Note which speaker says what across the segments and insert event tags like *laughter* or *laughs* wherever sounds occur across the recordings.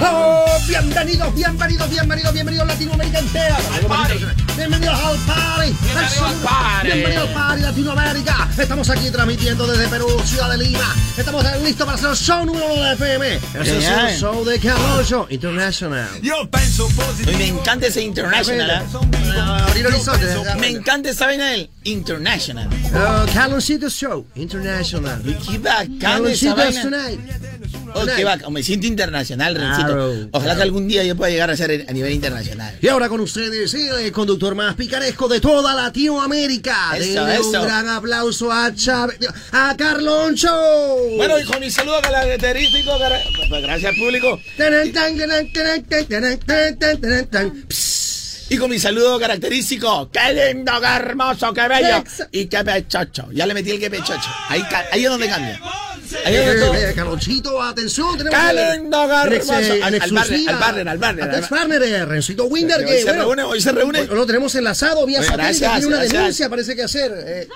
Speaker 1: ¡Oh! Bienvenidos, bienvenidos, bienvenidos, bienvenidos Latinoamérica entera.
Speaker 2: Al party.
Speaker 1: Bienvenidos al party.
Speaker 2: Bienvenidos al party.
Speaker 1: Bienvenidos al party Latinoamérica. Estamos aquí transmitiendo desde Perú, Ciudad de Lima. Estamos listos para hacer el show número uno de FM. Ese
Speaker 3: Yeah,
Speaker 1: es
Speaker 3: yeah.
Speaker 1: el show de Carlos International.
Speaker 4: Yo pienso
Speaker 3: Uy,
Speaker 4: positivo.
Speaker 3: me encanta ese international. ¿ah?
Speaker 1: Ah, Abrir horizontes.
Speaker 3: Me encanta esa vaina del international.
Speaker 1: Ah, Carlosito Show International.
Speaker 3: Qué bacán esa
Speaker 1: Carlosito
Speaker 3: vaina.
Speaker 1: Tonight.
Speaker 3: Oh, qué bacán. Me siento internacional, Rencito.
Speaker 1: Claro,
Speaker 3: Ojalá
Speaker 1: claro.
Speaker 3: que algún día yo pueda llegar a ser a nivel internacional.
Speaker 1: Y ahora con ustedes eh, el conductor más picaresco de toda Latinoamérica.
Speaker 3: Eso,
Speaker 1: Denle un
Speaker 3: eso.
Speaker 1: gran aplauso a Chávez, a Carloncho. Uh.
Speaker 3: Bueno, y con mi saludo característico, cara- pues, gracias público,
Speaker 1: Tanan, tan, tanan, tanan, tan, tanan, tan, tan, tanan, tan. Psst.
Speaker 3: y con mi saludo característico, qué lindo, qué hermoso, qué bello,
Speaker 1: Sexo.
Speaker 3: y qué pechocho, ya le metí el que pechocho, ahí, ca- ahí es donde cambia, ahí es
Speaker 1: Eh,
Speaker 3: donde todo-
Speaker 1: eh, Carlonchito, atención, tenemos
Speaker 3: Qué
Speaker 1: al-
Speaker 3: lindo, qué
Speaker 1: en
Speaker 3: hermoso.
Speaker 1: ex- eh,
Speaker 3: Al-
Speaker 1: en
Speaker 3: al Barner,
Speaker 1: exclusiva.
Speaker 3: al Barner, al Barner,
Speaker 1: Al
Speaker 3: al
Speaker 1: Barner, Rencito Winder,
Speaker 3: Hoy
Speaker 1: que,
Speaker 3: se
Speaker 1: bueno,
Speaker 3: reúne, hoy se reúne.
Speaker 1: Lo lo tenemos enlazado vía
Speaker 3: Bueno,
Speaker 1: satélite,
Speaker 3: gracias,
Speaker 1: tiene una
Speaker 3: gracias.
Speaker 1: denuncia, parece que hacer. eh.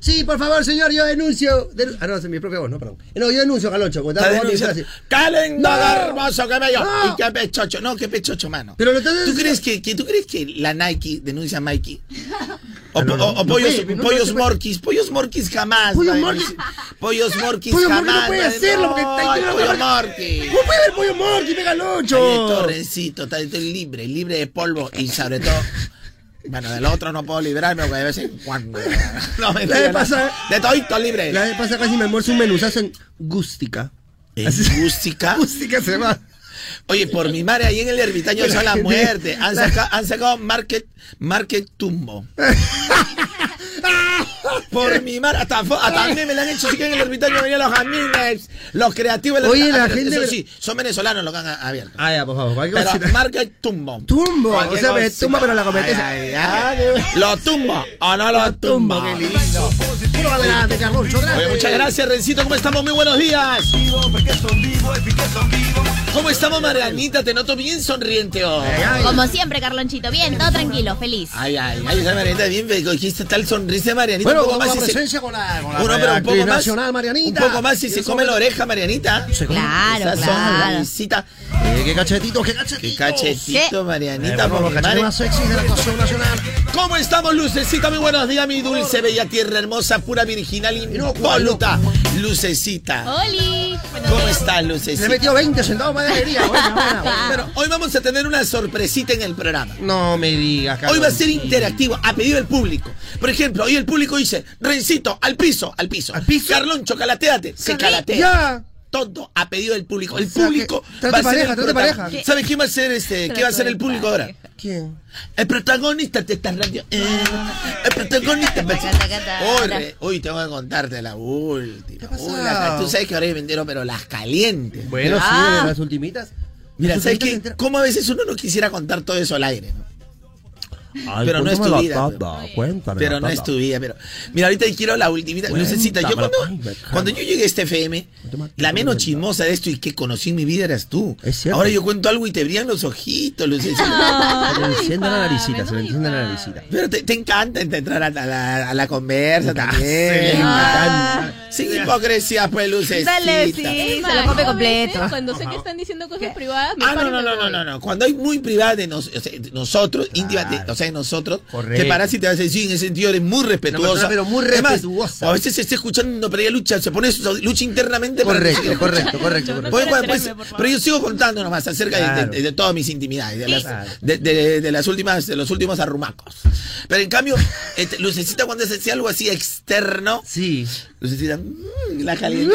Speaker 1: Sí, por favor, señor, yo denuncio. denu- ah, no, es mi propia voz, no, perdón. Eh, No, yo denuncio, Carloncho. cuando
Speaker 3: Está
Speaker 1: estaba
Speaker 3: diciendo,
Speaker 1: hablando, estaba así.
Speaker 3: qué lindo,
Speaker 1: No.
Speaker 3: qué hermoso, qué bello,
Speaker 1: No.
Speaker 3: y qué pechocho, no, qué pechocho, mano.
Speaker 1: Pero lo estás-
Speaker 3: ¿Tú crees que, que- tú crees que la Nike denuncia a Mikey? O,
Speaker 1: No, no,
Speaker 3: o- o
Speaker 1: no
Speaker 3: pollos,
Speaker 1: puede, no, no
Speaker 3: pollos
Speaker 1: se puede.
Speaker 3: morquis, pollos morquis jamás.
Speaker 1: Pollos
Speaker 3: va a
Speaker 1: Morquis.
Speaker 3: denunciar. Pollos morquis
Speaker 1: Pollo Morqui
Speaker 3: jamás.
Speaker 1: no puede
Speaker 3: va a denunciar.
Speaker 1: hacerlo porque está
Speaker 3: Ay,
Speaker 1: lleno de
Speaker 3: pollo
Speaker 1: Morqui.
Speaker 3: morquis.
Speaker 1: ¡No puede haber pollo Morqui, pega el
Speaker 3: Está
Speaker 1: ocho!
Speaker 3: torrecito, está estoy libre, libre de polvo y sobre todo. Bueno, del otro no puedo librarme porque de vez en cuando. No, mentira,
Speaker 1: de
Speaker 3: no.
Speaker 1: pasar-
Speaker 3: De todito libre.
Speaker 1: La vez pasada casi me almuerzo un menuzazo en Gústica.
Speaker 3: ¿En
Speaker 1: *laughs*
Speaker 3: Gústica?
Speaker 1: Gústica se va.
Speaker 3: Oye, por mi madre, ahí en el ermitaño son
Speaker 1: *laughs*
Speaker 3: la muerte. Han sacado, han sacado market, market Tumbo. Por mi madre, hasta, fo- hasta a mí me la han hecho así que en el ermitaño venían los amigos, los creativos. los-
Speaker 1: Oye, la
Speaker 3: ah, pero
Speaker 1: gente-
Speaker 3: Eso sí, son venezolanos los que han a- abierto.
Speaker 1: Ah, ya, por favor, cualquier
Speaker 3: Pero
Speaker 1: cosita.
Speaker 3: market Tumbo.
Speaker 1: Tumbo, o
Speaker 3: Cualquier
Speaker 1: sea, me
Speaker 3: cosita.
Speaker 1: tumba, pero la competencia.
Speaker 3: Ay, ay, ay. Lo tumbo o no lo tumbo.
Speaker 1: Tumba, qué lindo. Puro adelante, Carloncho,
Speaker 3: Oye,
Speaker 1: gracias.
Speaker 3: muchas gracias, Rencito. ¿Cómo estamos? Muy buenos días.
Speaker 4: Porque son vivos, es porque son vivos.
Speaker 3: ¿Cómo estamos, Marianita? Te noto bien sonriente hoy.
Speaker 1: Ay,
Speaker 5: Como siempre, Carlonchito. Bien, todo tranquilo, feliz.
Speaker 3: Ay, ay, ay, esa Marianita bien, fe- cogiste tal sonrisa de Marianita.
Speaker 1: Bueno,
Speaker 3: un poco
Speaker 1: con la
Speaker 3: más y se-
Speaker 1: presencia con la, con la
Speaker 3: Bueno, pero un poco
Speaker 1: actriz
Speaker 3: más.
Speaker 1: nacional, Marianita.
Speaker 3: Un poco más y se
Speaker 1: Eso,
Speaker 3: come la oreja, Marianita.
Speaker 1: Se come.
Speaker 5: Claro,
Speaker 3: Esa
Speaker 5: claro.
Speaker 3: sonrisita.
Speaker 1: Eh, qué cachetito, qué cachetito.
Speaker 3: Qué cachetito,
Speaker 5: Sí.
Speaker 3: Marianita. por
Speaker 1: Eh, los
Speaker 3: mi
Speaker 1: cachetes
Speaker 3: madre.
Speaker 1: más sexy de la actuación nacional.
Speaker 3: ¿Cómo estamos, Lucecita? Muy buenos días, mi dulce, bella tierra hermosa, pura, virginal, impoluta. Lucecita.
Speaker 5: ¡Holi!
Speaker 3: ¿Cómo estás,
Speaker 1: Le
Speaker 3: Lucecita?
Speaker 1: metió 20 centavos más de alegría. Bueno,
Speaker 3: *laughs*
Speaker 1: bueno, bueno.
Speaker 3: Pero hoy vamos a tener una sorpresita en el programa.
Speaker 1: No me digas, Carlos.
Speaker 3: Hoy va a ser interactivo, a pedido del público. Por ejemplo, hoy el público dice, Rencito, al piso, al piso.
Speaker 1: ¿Al piso?
Speaker 3: Carlón, chocalateate. Se calatea.
Speaker 1: Ya.
Speaker 3: Todo a pedido del público. El
Speaker 1: sea,
Speaker 3: público
Speaker 1: que- trate
Speaker 3: va a ser
Speaker 1: pareja,
Speaker 3: el
Speaker 1: trate
Speaker 3: protagonista.
Speaker 1: pareja.
Speaker 3: ¿Sabes quién va a ser este? ¿Qué va a ser el público ahora?
Speaker 1: ¿Quién?
Speaker 3: El protagonista de esta radio. eh, el protagonista. Hoy, re- Uy, tengo que contarte la última.
Speaker 1: ¿Qué ha
Speaker 3: Uy, la-
Speaker 1: pasado?
Speaker 3: tú sabes que ahora yo me entero, pero las calientes.
Speaker 1: Bueno,
Speaker 5: Ah.
Speaker 1: sí, de las ultimitas.
Speaker 3: Mira,
Speaker 1: Las
Speaker 3: ¿sabes
Speaker 1: ultimitas
Speaker 3: qué?
Speaker 1: entera-
Speaker 3: ¿Cómo a veces uno no quisiera contar todo eso al aire? no?
Speaker 6: Ay,
Speaker 3: Pero no es tu
Speaker 6: cuéntame
Speaker 3: vida,
Speaker 6: la
Speaker 3: pero-
Speaker 6: tanda, cuéntame
Speaker 3: Pero
Speaker 6: la
Speaker 3: no es
Speaker 6: tanda.
Speaker 3: tu vida, pero. Mira, ahorita quiero la ultimita. Lucecita, yo
Speaker 6: Cuéntamela,
Speaker 3: cuando,
Speaker 6: cuéntamela.
Speaker 3: cuando yo llegué a este FM, la menos chismosa de esto y que conocí en mi vida eras tú.
Speaker 6: Es cierto.
Speaker 3: Ahora yo cuento algo y te brillan los ojitos, Lucecita.
Speaker 6: Se le enciende la naricita, se le enciende la naricita.
Speaker 3: Pero te, te encanta entrar a, la- a la, a la
Speaker 6: Ah,
Speaker 3: conversa
Speaker 1: le
Speaker 3: también. Sin hipocresía, pues, Lucecita.
Speaker 5: Ah. Dale, sí, se lo copio completo.
Speaker 7: Cuando sé que están diciendo cosas privadas, me
Speaker 3: Ah,
Speaker 7: paro
Speaker 3: no,
Speaker 7: y
Speaker 3: no, no,
Speaker 7: me voy.
Speaker 3: no, no, no. Cuando hay muy privada de, nos- o sea, de nosotros, íntima, de- o sea, de nosotros,
Speaker 1: Correcto.
Speaker 3: te paras y te vas a decir, en ese sentido eres muy respetuosa.
Speaker 1: persona, pero muy
Speaker 3: Además,
Speaker 1: respetuosa.
Speaker 3: a veces se está escuchando, pero ella lucha, se pone su lucha internamente. para que
Speaker 1: Correcto,
Speaker 3: siga
Speaker 1: correcto,
Speaker 3: escuchando.
Speaker 1: correcto.
Speaker 7: Yo no
Speaker 1: correcto.
Speaker 3: Bueno,
Speaker 7: Quiero
Speaker 3: bueno, pues,
Speaker 7: entrarme, por favor.
Speaker 3: pero yo sigo contando nomás acerca de- de-
Speaker 1: Claro.
Speaker 3: de, de todas mis intimidades, de, las,
Speaker 1: Claro.
Speaker 3: de, de- de las últimas, de los últimos arrumacos. Pero en cambio, este, Lucecita cuando se hace algo así externo,
Speaker 1: Sí.
Speaker 3: Lucecita, mmm, la caliente.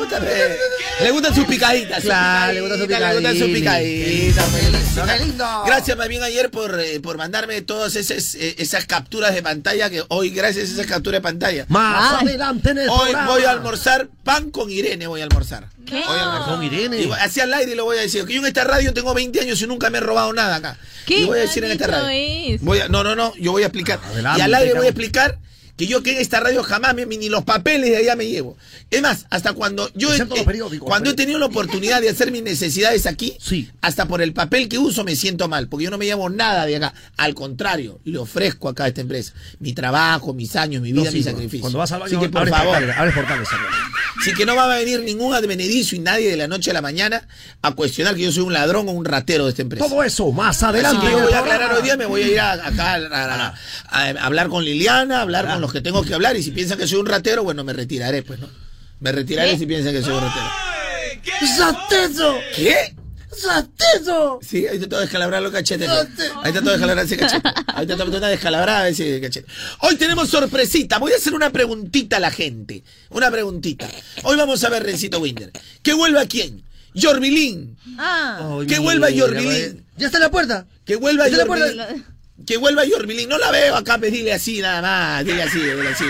Speaker 3: puta, pe. Le gustan sus picaditas. sus
Speaker 1: Claro, le gustan sus
Speaker 3: picaditas, Le gustan sus
Speaker 1: picadines.
Speaker 3: picaditas. pe.
Speaker 1: ¡Qué lindo!
Speaker 3: pues. Gracias más bien ayer por, eh, por mandarme todas esas, eh, esas capturas de pantalla que hoy, gracias a esas capturas de pantalla,
Speaker 1: Más
Speaker 5: Ay.
Speaker 1: adelante en el
Speaker 3: hoy
Speaker 1: programa.
Speaker 3: voy a almorzar pan con Irene, voy a almorzar.
Speaker 5: ¿Qué?
Speaker 1: Con Irene.
Speaker 3: Y voy- así al aire lo voy a decir. Que yo en esta radio tengo 20 años y nunca me he robado nada acá.
Speaker 7: ¿Qué
Speaker 3: Y voy a decir en esta
Speaker 7: maldito
Speaker 3: radio.
Speaker 7: es?
Speaker 3: Voy a- no, no, no, yo voy a explicar.
Speaker 1: Adelante,
Speaker 3: y al aire voy
Speaker 1: cabrón.
Speaker 3: a explicar que yo que en esta radio jamás, me- ni los papeles de allá me llevo. Es más, hasta cuando yo he, eh,
Speaker 1: Excepto los periódicos,
Speaker 3: cuando he
Speaker 1: los periódicos.
Speaker 3: tenido la oportunidad de hacer mis necesidades aquí,
Speaker 8: Sí.
Speaker 3: hasta por el papel que uso me siento mal, porque yo no me llevo nada de acá. Al contrario, le ofrezco acá a esta empresa mi trabajo, mis años, mi vida,
Speaker 8: No, sí,
Speaker 3: mi
Speaker 8: cuando-
Speaker 3: sacrificio.
Speaker 8: Cuando vas al baño,
Speaker 3: Así que, por
Speaker 8: abres
Speaker 3: favor,
Speaker 8: portales, abres portales, hermano.
Speaker 3: Así que no va a venir ningún advenedizo y nadie de la noche a la mañana a cuestionar que yo soy un ladrón o un ratero de esta empresa.
Speaker 1: Todo eso más
Speaker 3: Así
Speaker 1: adelante.
Speaker 3: que
Speaker 1: en
Speaker 3: yo
Speaker 1: el
Speaker 3: voy a
Speaker 1: programa. Ah.
Speaker 3: aclarar hoy día, me voy a ir a, acá a, a- a- a hablar con Liliana, a hablar con los que tengo que hablar. Y si piensan que soy un ratero, bueno, me retiraré, pues, ¿no? Me retiraré si piensan que soy un ratero.
Speaker 1: ¡Sateso!
Speaker 3: ¿Qué?
Speaker 1: ¡Sateso!
Speaker 3: Sí, ahí te tengo que descalabrar los cachetes. ¿no? Ahí te tengo que descalabrar ese cachete. Ahí te tengo que dar una descalabrada ese cachete. Hoy tenemos sorpresita. Voy a hacer una preguntita a la gente. Una preguntita. Hoy vamos a ver, Rencito Winder. ¿Que vuelva quién? Yorbilín.
Speaker 5: Ah.
Speaker 3: Que vuelva Yorbilín.
Speaker 1: ¿Ya está en la puerta?
Speaker 3: Que vuelva
Speaker 1: Está en la puerta.
Speaker 3: Yorbilín. Que vuelva Yorbilín. No la veo acá, pues dile así nada más. Dile así, dile así.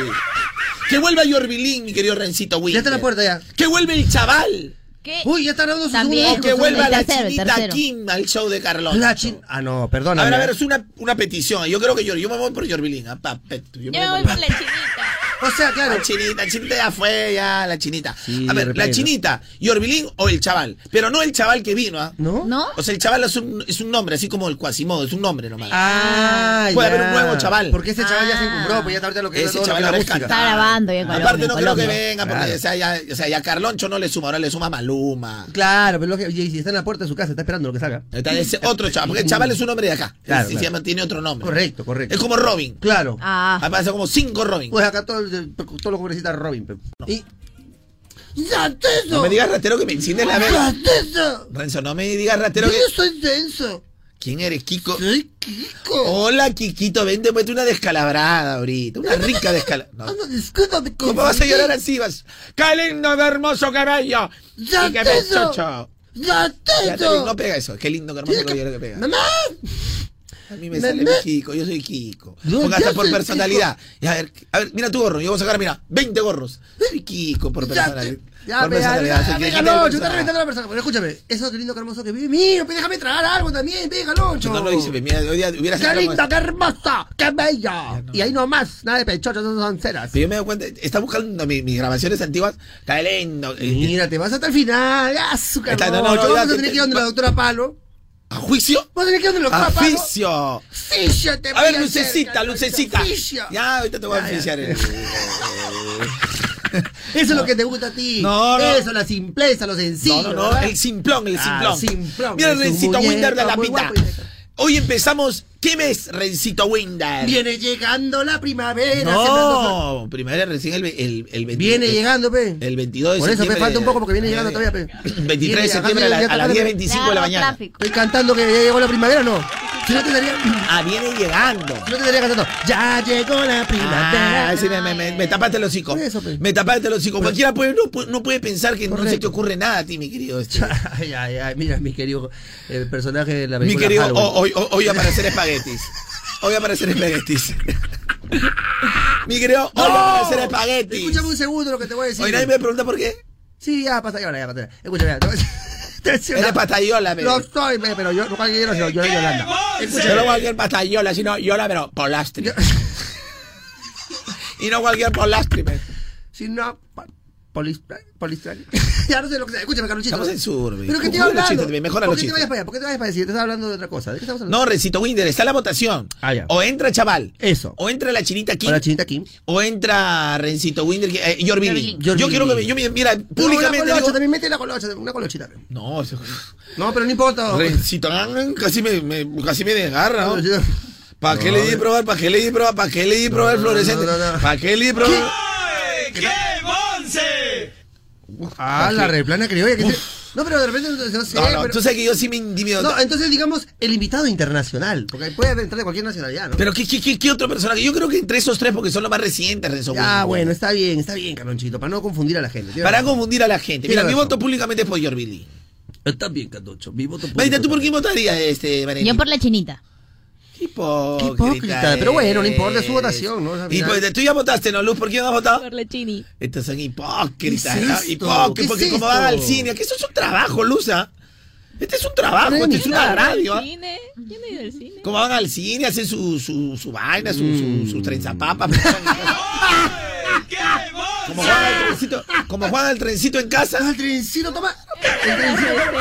Speaker 3: Que vuelva Yorbilín, mi querido Rencito Winder.
Speaker 1: Ya está en la puerta ya.
Speaker 3: Que vuelva el chaval.
Speaker 5: ¿Qué?
Speaker 1: Uy, ya está dando su
Speaker 5: También.
Speaker 1: segundo
Speaker 3: O que
Speaker 1: disco.
Speaker 3: vuelva
Speaker 5: el
Speaker 3: la
Speaker 5: tercero, el
Speaker 3: chinita
Speaker 5: tercero.
Speaker 3: Kim al show de Carlón.
Speaker 1: La chin-
Speaker 8: Ah, no, perdona.
Speaker 3: A ver, a ver, es una, una petición. Yo creo que yo, yo me voy por Yorbilín. ah, pa, pe- Yo
Speaker 9: Yo
Speaker 3: me
Speaker 9: me voy
Speaker 3: por
Speaker 9: por la chinita.
Speaker 1: O sea, claro.
Speaker 3: la chinita. La chinita ya fue, ya, la chinita.
Speaker 8: Sí,
Speaker 3: a ver,
Speaker 8: de
Speaker 3: la
Speaker 8: repente.
Speaker 3: chinita, Yorbilín o el chaval. Pero no el chaval que vino, ¿ah?
Speaker 8: ¿No?
Speaker 5: ¿No?
Speaker 3: O sea, el chaval es un, es un nombre, así como el Quasimodo, es un nombre nomás.
Speaker 8: Ah,
Speaker 3: Puede
Speaker 8: ya.
Speaker 3: haber un nuevo chaval.
Speaker 1: Porque este chaval ya se
Speaker 5: Ah.
Speaker 1: encumbró, pues ya está ahorita lo que
Speaker 3: Ese
Speaker 1: es todo lo
Speaker 3: chaval
Speaker 1: que es la
Speaker 3: ahora es
Speaker 1: música.
Speaker 5: Está grabando ya en Colombia.
Speaker 3: Aparte,
Speaker 5: en
Speaker 3: no creo que
Speaker 5: Colombia.
Speaker 3: venga, porque
Speaker 8: Claro.
Speaker 3: o, sea, ya, o sea, ya Carloncho no le suma, ahora le suma Maluma.
Speaker 1: Claro, pero lo que-
Speaker 8: Y y si está en la puerta de su casa, está esperando lo que salga.
Speaker 3: Está ese otro chaval, porque el chaval es un hombre de acá.
Speaker 8: Claro,
Speaker 3: Se- se
Speaker 8: claro.
Speaker 3: llama- tiene otro nombre.
Speaker 8: Correcto, correcto.
Speaker 3: Es como Robin.
Speaker 8: Claro.
Speaker 5: Ah.
Speaker 3: Aparece como cinco Robin.
Speaker 8: Pues acá todo, el- todos los pobrecitos Robin. pe.
Speaker 1: Y-
Speaker 3: No me digas ratero que me enciendes la vela.
Speaker 1: ¡Denso!
Speaker 3: Renzo, no me digas ratero que.
Speaker 1: Yo soy denso.
Speaker 3: ¿Quién eres, Kiko?
Speaker 1: Soy Kiko.
Speaker 3: Hola, Kikito, vente, pues una descalabrada ahorita. Una rica descalabrada.
Speaker 1: Anda, discúlpame,
Speaker 3: ¿Cómo vas a llorar así? Vas. ¡Qué lindo, qué hermoso cabello! ¡Y
Speaker 1: ¡Ya
Speaker 3: qué
Speaker 1: te
Speaker 3: pechocho!
Speaker 1: eso!
Speaker 3: Ya te vi, No pega eso. ¡Qué lindo, qué hermoso cabello que pega!
Speaker 1: ¡Mamá!
Speaker 3: A mí me sale mi
Speaker 1: Mamá.
Speaker 3: Kiko, yo soy Kiko.
Speaker 1: No,
Speaker 3: Porque
Speaker 1: yo
Speaker 3: hasta por
Speaker 1: soy
Speaker 3: personalidad. Y a ver, a ver, mira tu gorro. Yo voy a sacar, mira, 20 gorros. Soy Kiko por
Speaker 1: Ya,
Speaker 3: personalidad.
Speaker 1: te- ya,
Speaker 3: por
Speaker 1: ve, ya,
Speaker 3: personalidad. soy
Speaker 1: ya,
Speaker 3: Kiko.
Speaker 1: pega, Loncho, está reventando a la persona. Pero escúchame, eso que lindo, que hermoso que vive. Mira, pues déjame tragar algo también, pega, Loncho.
Speaker 3: No lo hice, pues, mira, hoy día hubiera
Speaker 1: ¡Qué
Speaker 3: sacado más.
Speaker 1: linda, qué hermosa, qué bella! Y ahí nomás, nada de pechocho, no son ceras.
Speaker 3: Si yo me doy cuenta, está buscando mi- mis grabaciones antiguas. Está lindo. eh,
Speaker 1: Mira, te vas hasta el final. ¡Azúcar!
Speaker 3: Está- no,
Speaker 1: No,
Speaker 3: no,
Speaker 1: no,
Speaker 3: yo ya
Speaker 1: vas a
Speaker 3: te-
Speaker 1: tener que ir donde la doctora Palo.
Speaker 3: ¿A juicio?
Speaker 1: Vas a tener que ir donde la
Speaker 3: ¡A
Speaker 1: doctora Palo.
Speaker 3: juicio!
Speaker 1: Sí, yo te
Speaker 3: A ver,
Speaker 1: voy
Speaker 3: lucecita,
Speaker 1: hacer,
Speaker 3: lucecita.
Speaker 1: Fisio.
Speaker 3: Ya, ahorita te voy a oficiar.
Speaker 1: Eso es lo que te gusta a ti.
Speaker 3: No, no.
Speaker 1: Eso, la simpleza, lo
Speaker 3: No,
Speaker 1: sencillo.
Speaker 3: no, no,
Speaker 1: ¿verdad?
Speaker 3: el simplón, el
Speaker 1: Ah,
Speaker 3: simplón.
Speaker 1: simplón,
Speaker 3: Mira,
Speaker 1: es un
Speaker 3: Rencito
Speaker 1: muñeco
Speaker 3: Winder de la
Speaker 1: muy
Speaker 3: pita.
Speaker 1: guapo y-
Speaker 3: Hoy empezamos. ¿Qué mes, Rencito Winder?
Speaker 1: Viene llegando la primavera. sembrando flores.
Speaker 3: No, primero recién el, ve- el, el 20
Speaker 1: Viene
Speaker 3: el-
Speaker 1: llegando, pe.
Speaker 3: El 22 de
Speaker 1: Por eso me
Speaker 3: septiembre.
Speaker 1: falta un poco porque viene llegando todavía,
Speaker 3: *clears throat*
Speaker 1: pe.
Speaker 3: 23 de septiembre a, la- a las 10.25 de la
Speaker 5: Claro,
Speaker 3: mañana.
Speaker 5: tráfico.
Speaker 1: Estoy cantando que ya llegó la primavera, ¿no? Si no te estaría, si
Speaker 3: Ah, viene llegando.
Speaker 1: no te estaría cantando. Ya llegó la primavera.
Speaker 3: Ah, sí, me, me- me- me tapaste los hocico.
Speaker 1: Por eso, pe.
Speaker 3: Me tapaste los hocico. Cualquiera puede, no, pu- no puede pensar que no se
Speaker 1: Correcto.
Speaker 3: te ocurre nada a ti, mi querido. este.
Speaker 1: Ay, ay, ay, mira, mi querido el personaje de la
Speaker 3: mi
Speaker 1: película
Speaker 3: querido,
Speaker 1: Halloween.
Speaker 3: ho- hoy, hoy- hoy aparecer espaguetis. Hoy aparecer espaguetis. mi querido, hoy aparecer espaguetis.
Speaker 1: Escúchame un segundo lo que te voy a decir.
Speaker 3: Hoy nadie me pregunta por qué.
Speaker 1: Sí, ya pasa, ya, ya pasa. Escúchame, ya, te voy a decir- te voy a decir *laughs*
Speaker 3: Eres
Speaker 1: una-
Speaker 3: patayola, me.
Speaker 1: Lo soy, pe, pero yo no cualquiera, sino yo de Yolanda.
Speaker 3: Yo no cualquier patayola, sino yola, pero polastri. y no cualquier polastri, me.
Speaker 1: Si no, pa- polis- polistral. *laughs* ya no sé lo que sea. Escúchame, Carlos
Speaker 3: Estamos en sur, ve.
Speaker 1: ¿Pero qué te iba
Speaker 3: Mejora los
Speaker 1: hablando?
Speaker 3: chistes, mejora
Speaker 1: ¿Por
Speaker 3: los
Speaker 1: qué
Speaker 3: chistes.
Speaker 1: te vayas para allá? ¿Por qué te vayas para allá? Si te estás hablando de otra cosa. ¿De qué estamos hablando?
Speaker 3: No, Recito Winder, está la votación.
Speaker 8: Ah, ya.
Speaker 3: O entra chaval.
Speaker 1: Eso.
Speaker 3: O entra la chinita aquí.
Speaker 1: Hola, chinita Kim.
Speaker 3: O entra Rencito Winder, que- eh,
Speaker 5: Yorbilín.
Speaker 3: Yorbilín. Yo
Speaker 1: Yorbilín.
Speaker 3: quiero que me- yo me- mira,
Speaker 1: Una
Speaker 3: públicamente
Speaker 1: colocha,
Speaker 3: digo-
Speaker 1: también mete la colocha, una colochita. pe.
Speaker 3: No, eso-
Speaker 1: No, pero no importa.
Speaker 3: Rencito ah, casi me, me- casi me desgarra, ¿no?
Speaker 1: Colochita.
Speaker 3: ¿Para qué le di probar? ¿Para qué le di probar? ¿Para qué le di probar el
Speaker 1: no, no,
Speaker 3: fluorescente?
Speaker 1: no, no.
Speaker 3: ¿Para qué le di probar?
Speaker 7: ¡Qué bonce!
Speaker 1: Ah, la replana criolla. que se- No, pero de repente no, no sé.
Speaker 3: No, no,
Speaker 1: pero-
Speaker 3: tú sabes que yo sí me intimido.
Speaker 1: No, entonces digamos el invitado internacional, porque puede entrar de cualquier nacionalidad, ¿no?
Speaker 3: Pero ¿qué, qué, qué, qué otro personaje? Yo creo que entre esos tres, porque son los más recientes, Renzo Winder.
Speaker 1: ah, bueno, está bien, está bien, Carlonchito, para no confundir a la gente.
Speaker 3: Para confundir a la gente. Mira,
Speaker 1: Tiene
Speaker 3: mi
Speaker 1: razón.
Speaker 3: voto públicamente es por Yorbilín.
Speaker 1: Está bien, Carloncho, mi voto
Speaker 3: Marita, ¿tú por quién votarías, este, Marita?
Speaker 5: Yo por la chinita.
Speaker 3: Qué hipócrita.
Speaker 1: Qué hipócrita,
Speaker 3: eres.
Speaker 1: pero bueno, no importa, es su votación, ¿no? Al
Speaker 3: Y
Speaker 1: final-
Speaker 3: pues, tú ya votaste, ¿no, Luz? ¿Por quién has votado?
Speaker 9: Por la chini.
Speaker 3: Estos son hipócritas,
Speaker 1: ¿Qué es
Speaker 3: ¿no?
Speaker 1: esto?
Speaker 3: Hipócritas,
Speaker 1: ¿Qué es
Speaker 3: porque como
Speaker 1: esto?
Speaker 3: van al cine, que eso es un trabajo, Luz, ¿ah? Este es un trabajo,
Speaker 1: No,
Speaker 3: este
Speaker 1: ni
Speaker 3: es una radio. ¿ah?
Speaker 10: Al cine. Yo no he ido al cine.
Speaker 3: Como van al cine, hacen su, su, su vaina, su, su, su trenzapapa. pues,
Speaker 11: ¡Qué bonce!
Speaker 3: como, juegan al trencito, como juegan al trencito en casa.
Speaker 1: El trencito, toma.
Speaker 10: Receta.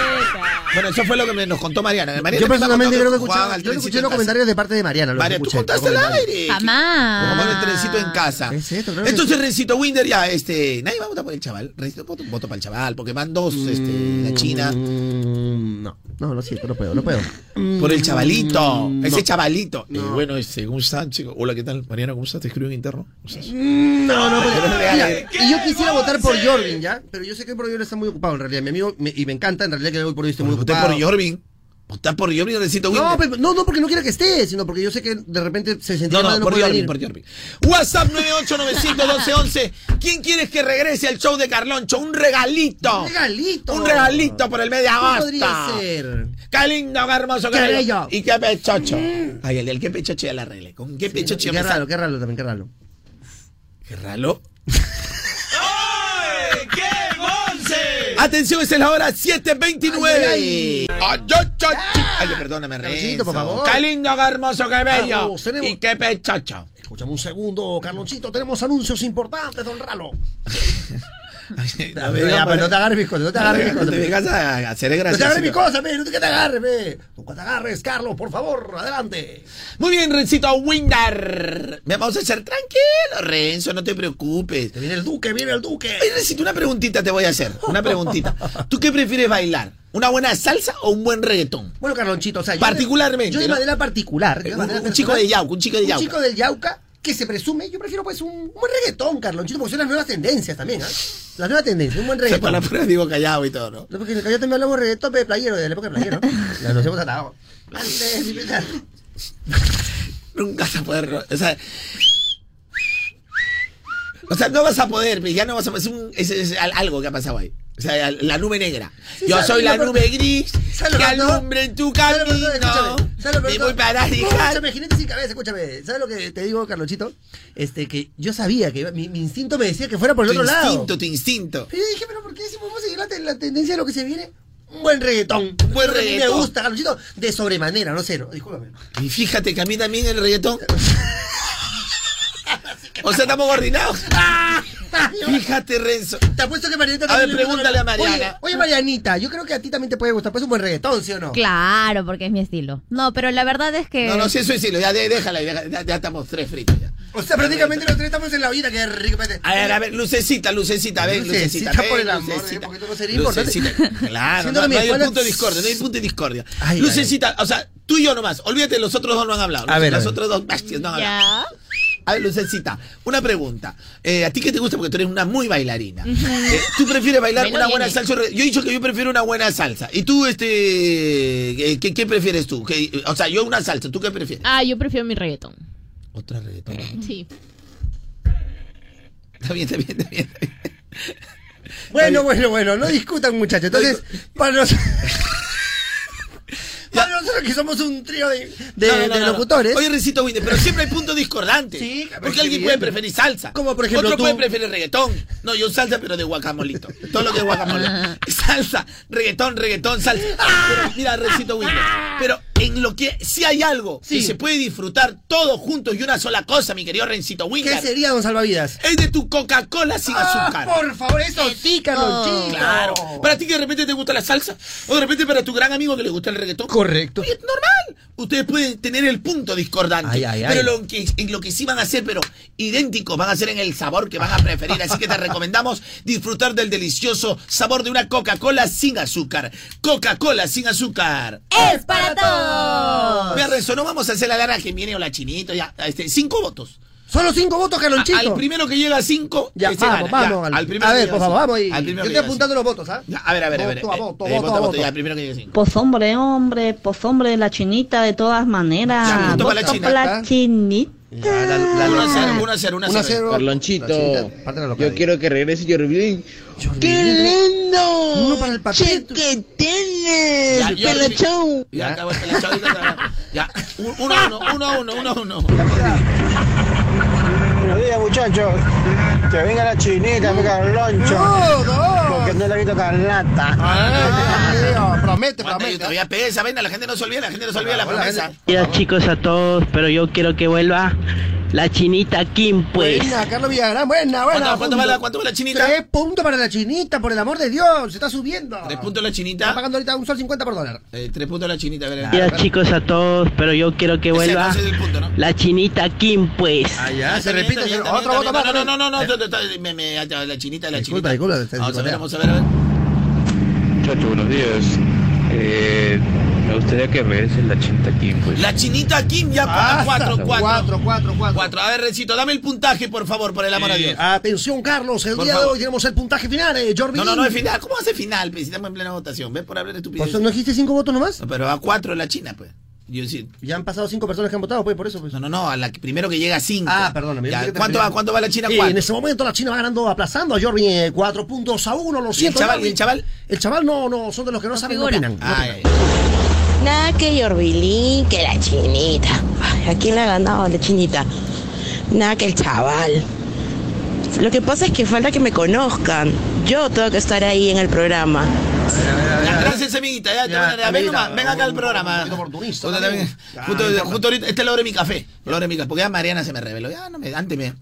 Speaker 3: Bueno, eso fue lo que me- nos contó Mariana. Mariana
Speaker 1: Yo
Speaker 3: te está
Speaker 1: personalmente creo
Speaker 3: contando
Speaker 1: que
Speaker 3: cómo juegan
Speaker 1: escuché,
Speaker 3: al
Speaker 1: yo
Speaker 3: trencito
Speaker 1: escuché
Speaker 3: en
Speaker 1: los
Speaker 3: casa.
Speaker 1: comentarios de parte de Mariana. los
Speaker 3: María, tú
Speaker 1: escuché, los
Speaker 3: contaste al
Speaker 1: comentarios.
Speaker 3: aire.
Speaker 5: Ah,
Speaker 12: Jamás.
Speaker 3: Como el trencito en casa.
Speaker 1: Es esto, claro que
Speaker 3: Entonces, Rencito Winder, ya, este. Nadie va a votar por el chaval. Rencito, voto, voto para el chaval, porque van dos, este, la China.
Speaker 1: Mm, No, no, lo siento, no puedo, no puedo.
Speaker 3: Mm, Por el chavalito,
Speaker 1: Mm,
Speaker 3: ese
Speaker 1: no.
Speaker 3: chavalito. Eh, bueno, este, ¿cómo están, chicos? Hola, ¿qué tal? Mariana, ¿cómo estás? Te escribo en interno. ¿Cómo estás?
Speaker 1: Mm, No, no, pero,
Speaker 3: Pero
Speaker 1: mira,
Speaker 3: real.
Speaker 1: y yo quisiera votar por Jorvin, ¿ya? Pero yo sé que por Jorvin está muy ocupado, en realidad. Mi amigo, me- y me encanta, en realidad, que hoy por hoy estoy muy
Speaker 3: Voté
Speaker 1: ocupado.
Speaker 3: por Jorvin. Votar por Jorvin, Rencito Winder.
Speaker 1: No, pero- no, no, porque no quiera que esté, sino porque yo sé que de repente se sentía
Speaker 3: No,
Speaker 1: mal,
Speaker 3: no, por
Speaker 1: podía
Speaker 3: Jorvin,
Speaker 1: venir.
Speaker 3: por Jorvin. WhatsApp 9891211. ¿Quién quieres que regrese al show de Carloncho? Un regalito.
Speaker 1: Un regalito.
Speaker 3: Un regalito por el media
Speaker 1: ¿Qué
Speaker 3: agosto.
Speaker 1: podría ser?
Speaker 3: Qué lindo, qué hermoso, qué
Speaker 1: Qué
Speaker 3: bello.
Speaker 1: bello. Mm.
Speaker 3: Y qué pechocho. Ay, el del qué pechocho ya la arreglé. ¿Con qué pechocho ya
Speaker 1: Qué
Speaker 3: me
Speaker 1: raro,
Speaker 3: sal-
Speaker 1: qué raro también, qué raro.
Speaker 3: Qué raro.
Speaker 11: ¡Ay, qué bonce!
Speaker 3: Atención, esa es la hora 7.29.
Speaker 1: Ay,
Speaker 3: Ay, yo, yo, chi- ay, perdóname,
Speaker 1: Carlosito,
Speaker 3: Renzo.
Speaker 1: por favor.
Speaker 3: Qué lindo, qué hermoso, qué bello.
Speaker 1: Vamos, tenemos-
Speaker 3: Y qué pechocho.
Speaker 1: Escúchame un segundo, Carloncito, tenemos anuncios importantes, don Ralo.
Speaker 3: Ay,
Speaker 1: *laughs* No, ya, pero no te agarres mis cosas, no te agarres mis
Speaker 3: No
Speaker 1: cosas.
Speaker 3: te
Speaker 1: pe.
Speaker 3: vengas a hacer
Speaker 1: No te agarres mis
Speaker 3: gracioso.
Speaker 1: cosas, pe, no te que te agarres, pe. Nunca te agarres, Carlos, por favor, adelante.
Speaker 3: Muy bien, Rencito Winder. Me Vamos a hacer tranquilo, Renzo, no te preocupes.
Speaker 1: Que viene el duque, viene el duque.
Speaker 3: Ay, Rencito, una preguntita te voy a hacer. Una preguntita. ¿Tú qué prefieres bailar? ¿Una buena salsa o un buen reggaetón?
Speaker 1: Bueno, Carlonchito, o sea, Ah, yo-
Speaker 3: Particularmente,
Speaker 1: Yo de
Speaker 3: ¿no?
Speaker 1: manera particular. yo de
Speaker 3: Un-
Speaker 1: manera
Speaker 3: un
Speaker 1: personal,
Speaker 3: chico de Yauca, un chico de Yauca.
Speaker 1: Un chico del Yauca que se presume, yo prefiero pues un, un buen reggaetón, Carlonchito, porque son las nuevas tendencias también, ¿ah? Las nuevas tendencias,
Speaker 3: *laughs*
Speaker 1: un buen
Speaker 3: O sea, para la
Speaker 1: reggaetón.
Speaker 3: prueba digo callado y todo, ¿no?
Speaker 1: No, porque en el Callao también hablamos de reggaetón de playero, de la época de playero.
Speaker 3: *laughs*
Speaker 1: Ya nos hemos atado. Antes, mi vida.
Speaker 3: Nunca vas a poder. ro- O sea. O sea, no vas a poder, pues, ya no vas a poder. Es, un- es- es al- algo que ha pasado ahí. O sea, al- la nube negra. Yo
Speaker 1: ¿sabes
Speaker 3: soy
Speaker 1: lo
Speaker 3: la
Speaker 1: peor?
Speaker 3: nube gris
Speaker 1: ¿Sabes lo
Speaker 3: que
Speaker 1: peor, no?
Speaker 3: alumbre en tu
Speaker 1: ¿Sabes lo
Speaker 3: camino.
Speaker 1: peor de todo? Escúchame, ¿sabes lo peor de
Speaker 3: Y
Speaker 1: todo?
Speaker 3: voy para dejar.
Speaker 1: Escúchame, jinete sin cabeza, escúchame. ¿Sabes lo que te digo, Carlonchito? Este, que yo sabía que iba- mi, mi instinto me decía que fuera por el
Speaker 3: Tu
Speaker 1: otro lado.
Speaker 3: instinto, tu instinto.
Speaker 1: Pero yo dije, pero ¿por qué si podemos seguir la, te- la tendencia de lo que se viene? Un buen reggaetón.
Speaker 3: Un buen
Speaker 1: Lo que a mí
Speaker 3: reggaetón.
Speaker 1: Me gusta, Carlosito, de sobremanera, no cero. Discúlpame.
Speaker 3: Y fíjate que a mí también el reggaetón. O sea, estamos coordinados. Fíjate, Renzo.
Speaker 1: Te apuesto que Marianita
Speaker 3: A ver,
Speaker 1: le gusta
Speaker 3: pregúntale
Speaker 1: la-
Speaker 3: a Mariana.
Speaker 1: Oye, oye, Marianita, yo creo que a ti también te puede gustar. Pues un buen reggaetón, ¿sí o no?
Speaker 12: Claro, porque es mi estilo. No, pero la verdad es que.
Speaker 3: No, no, sí, eso es Ya de- déjala, ahí, déjala, ya, ya estamos tres fritos ya.
Speaker 1: O sea, prácticamente los tres estamos en la ollita, que rico. espérate.
Speaker 3: A ver, a ver, lucecita, lucecita, a ver, lucecita.
Speaker 1: Lucecita, por el amor de Dios, porque esto no sería importante.
Speaker 3: Lucecita, Claro,
Speaker 1: Siento
Speaker 3: no,
Speaker 1: que
Speaker 3: no
Speaker 1: mi
Speaker 3: hay
Speaker 1: espalda-
Speaker 3: punto de discordia, no hay punto de discordia.
Speaker 1: Ay,
Speaker 3: lucecita, o sea, tú y yo nomás, olvídate, los otros dos no han hablado.
Speaker 1: A ver,
Speaker 3: los
Speaker 1: a ver.
Speaker 3: otros dos bastias no han hablado.
Speaker 10: Ya.
Speaker 3: A ver, Lucecita, una pregunta. Eh, ¿A ti qué te gusta? Porque tú eres una muy bailarina. Eh, ¿Tú prefieres bailar
Speaker 12: Mm. Me lo
Speaker 3: una buena
Speaker 12: viene.
Speaker 3: salsa? o re- Yo he dicho que yo prefiero una buena salsa. ¿Y tú, este, eh, qué, qué prefieres tú? ¿Qué- o sea, yo una salsa, ¿tú qué prefieres?
Speaker 10: Ah, yo prefiero mi reggaetón.
Speaker 3: Otra reggaetón.
Speaker 10: Sí.
Speaker 3: Está bien, está bien, está bien. está bien.
Speaker 1: Bueno, bueno, bueno, no discutan, muchachos. Entonces, para
Speaker 3: *laughs*
Speaker 1: nosotros. para nosotros que somos un trío de, de-
Speaker 3: No, no, no, no,
Speaker 1: de
Speaker 3: no.
Speaker 1: locutores.
Speaker 3: Oye, Recito Winder, pero siempre hay puntos discordantes.
Speaker 1: Sí, cabrón,
Speaker 3: Porque
Speaker 1: qué
Speaker 3: alguien puede
Speaker 1: bien.
Speaker 3: preferir salsa.
Speaker 1: Como, por ejemplo,
Speaker 3: Otro
Speaker 1: tú.
Speaker 3: puede preferir reggaetón. No, yo salsa, pero de guacamolito. Todo lo que es
Speaker 1: *laughs*
Speaker 3: guacamole. salsa, reggaetón, reggaetón, salsa.
Speaker 1: Ah.
Speaker 3: Pero mira, Recito Winder. Pero en lo que sí hay algo que
Speaker 1: Sí.
Speaker 3: se puede disfrutar todos juntos y una sola cosa, mi querido Rencito
Speaker 1: ¿Qué
Speaker 3: Winder.
Speaker 1: sería Don Salvavidas?
Speaker 3: Es de tu Coca-Cola sin azúcar.
Speaker 1: Ah, por favor, eso sí, Carlonchito.
Speaker 3: Claro. Para ti que de repente te gusta la salsa, o de repente para tu gran amigo que le gusta el reggaetón.
Speaker 1: Correcto.
Speaker 3: Oye, normal. Ustedes pueden tener el punto discordante.
Speaker 1: Ay, ay, ay.
Speaker 3: pero Lo, que, en lo que sí van a ser, pero idénticos, van a ser en el sabor que van a preferir. Así que te recomendamos disfrutar del delicioso sabor de una Coca-Cola sin azúcar. Coca-Cola sin azúcar.
Speaker 12: ¡Es para todos!
Speaker 3: Mira, Renzo, no vamos a hacer la larga que viene o la chinito. Ya, este, cinco votos.
Speaker 1: Solo cinco votos,
Speaker 3: A- al
Speaker 1: Carlonchito.
Speaker 3: primero que llega a cinco,
Speaker 1: Ya,
Speaker 3: ese
Speaker 1: vamos,
Speaker 3: gana. Ya,
Speaker 1: vamos.
Speaker 3: al primero
Speaker 1: a
Speaker 3: que
Speaker 1: ver,
Speaker 3: llega
Speaker 1: por
Speaker 3: a
Speaker 1: favor,
Speaker 3: cinco.
Speaker 1: vamos. ahí.
Speaker 3: Al primero
Speaker 1: Yo
Speaker 3: que
Speaker 1: estoy
Speaker 3: llega a
Speaker 1: apuntando
Speaker 3: cinco.
Speaker 1: los votos, ¿ah?
Speaker 3: Ya, a ver, a ver, a ver.
Speaker 1: Voto a
Speaker 3: eh,
Speaker 1: voto,
Speaker 3: eh,
Speaker 1: voto
Speaker 3: voto a
Speaker 1: a
Speaker 3: voto, ya,
Speaker 1: voto.
Speaker 3: el primero que llegue a cinco.
Speaker 2: Pues hombre, hombre, pues hombre, la chinita de todas maneras.
Speaker 3: Ya, punto para la
Speaker 2: Voto
Speaker 3: chinita.
Speaker 2: por la chinita.
Speaker 3: Ah,
Speaker 1: Ya, la- la-
Speaker 3: Uno a
Speaker 1: la-
Speaker 3: cero, uno a cero, uno a
Speaker 1: uno a
Speaker 3: cero.
Speaker 1: cero.
Speaker 7: Carlonchito,
Speaker 1: Carlonchito, parte de la localidad.
Speaker 7: yo quiero que regrese Jorvin.
Speaker 1: Jorvin.
Speaker 7: ¡Qué lindo!
Speaker 1: Uno para el papel.
Speaker 7: ¡Che, que tienes!
Speaker 3: Ya, Jorvin.
Speaker 7: Pelachón.
Speaker 3: Ya, acabó el
Speaker 1: *laughs*
Speaker 3: pelechavito, ya, ya. Un- uno a uno, uno a uno, uno a uno.
Speaker 13: Buenos días, muchachos. Que venga la chinita, venga el loncho.
Speaker 1: Todo.
Speaker 13: Porque no le he visto carlata.
Speaker 3: Ah,
Speaker 1: Ay, Dios,
Speaker 3: Aguanta,
Speaker 1: promete,
Speaker 3: yo
Speaker 1: promete.
Speaker 3: todavía pesa, vaina, la gente no se olvida, la gente no se olvida la
Speaker 1: Hola,
Speaker 3: promesa.
Speaker 1: gente.
Speaker 14: Gracias chicos a todos, pero yo quiero que vuelva la chinita Kim, pues.
Speaker 1: Buena, Carlos Villagrán, buena, buena.
Speaker 3: ¿Cuánto, cuánto vale, la- ¿Cuánto vale la chinita?
Speaker 1: Tres puntos para la chinita, por el amor de Dios, se está subiendo.
Speaker 3: Tres puntos la
Speaker 1: Está
Speaker 3: chinita.
Speaker 1: pagando ahorita un sol cincuenta por dólar.
Speaker 3: Eh, tres puntos la chinita, a ver, a ver.
Speaker 14: Gracias chicos a todos, pero yo quiero que
Speaker 3: Ese,
Speaker 14: vuelva
Speaker 3: ese es el punto, ¿no?
Speaker 14: la chinita Kim, pues.
Speaker 1: Ah, ya, se
Speaker 3: Está bien, está
Speaker 1: repite,
Speaker 3: bien,
Speaker 1: se-
Speaker 3: está bien,
Speaker 1: otro
Speaker 3: está
Speaker 1: voto
Speaker 3: bien.
Speaker 1: más.
Speaker 3: No, no, no, no, no, no, no, me- me- la chinita, la chinita.
Speaker 1: Disculpa, disculpa, está
Speaker 3: Vamos a ver,
Speaker 1: disculpa.
Speaker 3: vamos a ver, a ver.
Speaker 13: Muchachos, buenos días. Eh, me gustaría que regresen la chinta aquí, pues.
Speaker 3: La chinita Kim ya paga
Speaker 1: Basta.
Speaker 3: cuatro, cuatro.
Speaker 1: cuatro, cuatro, cuatro.
Speaker 3: Cuatro. A ver, Recito, dame el puntaje, por favor, por el amor a
Speaker 1: Eh,
Speaker 3: Dios.
Speaker 1: Atención, Carlos, el
Speaker 3: Por
Speaker 1: día de
Speaker 3: favor.
Speaker 1: hoy tenemos el puntaje final, eh, Jordi.
Speaker 3: No, no, no, es final. ¿Cómo hace final? pues, si Estamos en plena votación. ¿Ves por hablar de
Speaker 1: O
Speaker 3: estupidez?
Speaker 1: sea, ¿No existe cinco votos nomás?
Speaker 3: No, pero a cuatro la China, pues. Yo sí.
Speaker 1: Ya han pasado cinco personas que han votado, pues, por eso. Pues.
Speaker 3: No, no, no, a la que- primero que llega a cinco.
Speaker 1: Ah, perdóname, yo
Speaker 3: Ya,
Speaker 1: pensé que te
Speaker 3: ¿cuánto,
Speaker 1: referías-
Speaker 3: va, ¿Cuánto va la China?
Speaker 1: Eh, en
Speaker 3: Cuatro.
Speaker 1: ese momento la China va ganando, aplazando a Jordi eh, cuatro puntos a uno,
Speaker 3: ¿Y
Speaker 1: lo
Speaker 3: el
Speaker 1: siento.
Speaker 3: chaval?
Speaker 1: Jordi.
Speaker 3: ¿Y el chaval?
Speaker 1: El chaval no, no, son de los que no saben, no
Speaker 12: figura.
Speaker 1: opinan. no
Speaker 3: Ah,
Speaker 1: opinan.
Speaker 3: ya,
Speaker 2: Nada que Yorbilín, que la chinita. Ay, ¿A quién le ha ganado la chinita? Nada que el chaval. Lo que pasa es que falta que me conozcan. Yo tengo que estar ahí en el programa.
Speaker 3: ya. Ya, Gracias, amiguita. Ya, te
Speaker 1: Ya,
Speaker 3: van a- ya, ven,
Speaker 1: amiguita,
Speaker 3: nomás, ven acá al
Speaker 1: un-
Speaker 3: programa.
Speaker 1: un poquito oportunista
Speaker 3: Puta,
Speaker 1: también.
Speaker 3: también.
Speaker 1: Ya,
Speaker 3: Justo,
Speaker 1: no importa.
Speaker 3: justo ahorita, esta es la hora de mi café. La hora de mi café. Porque ya Mariana se me reveló. Ya, no me, antes me.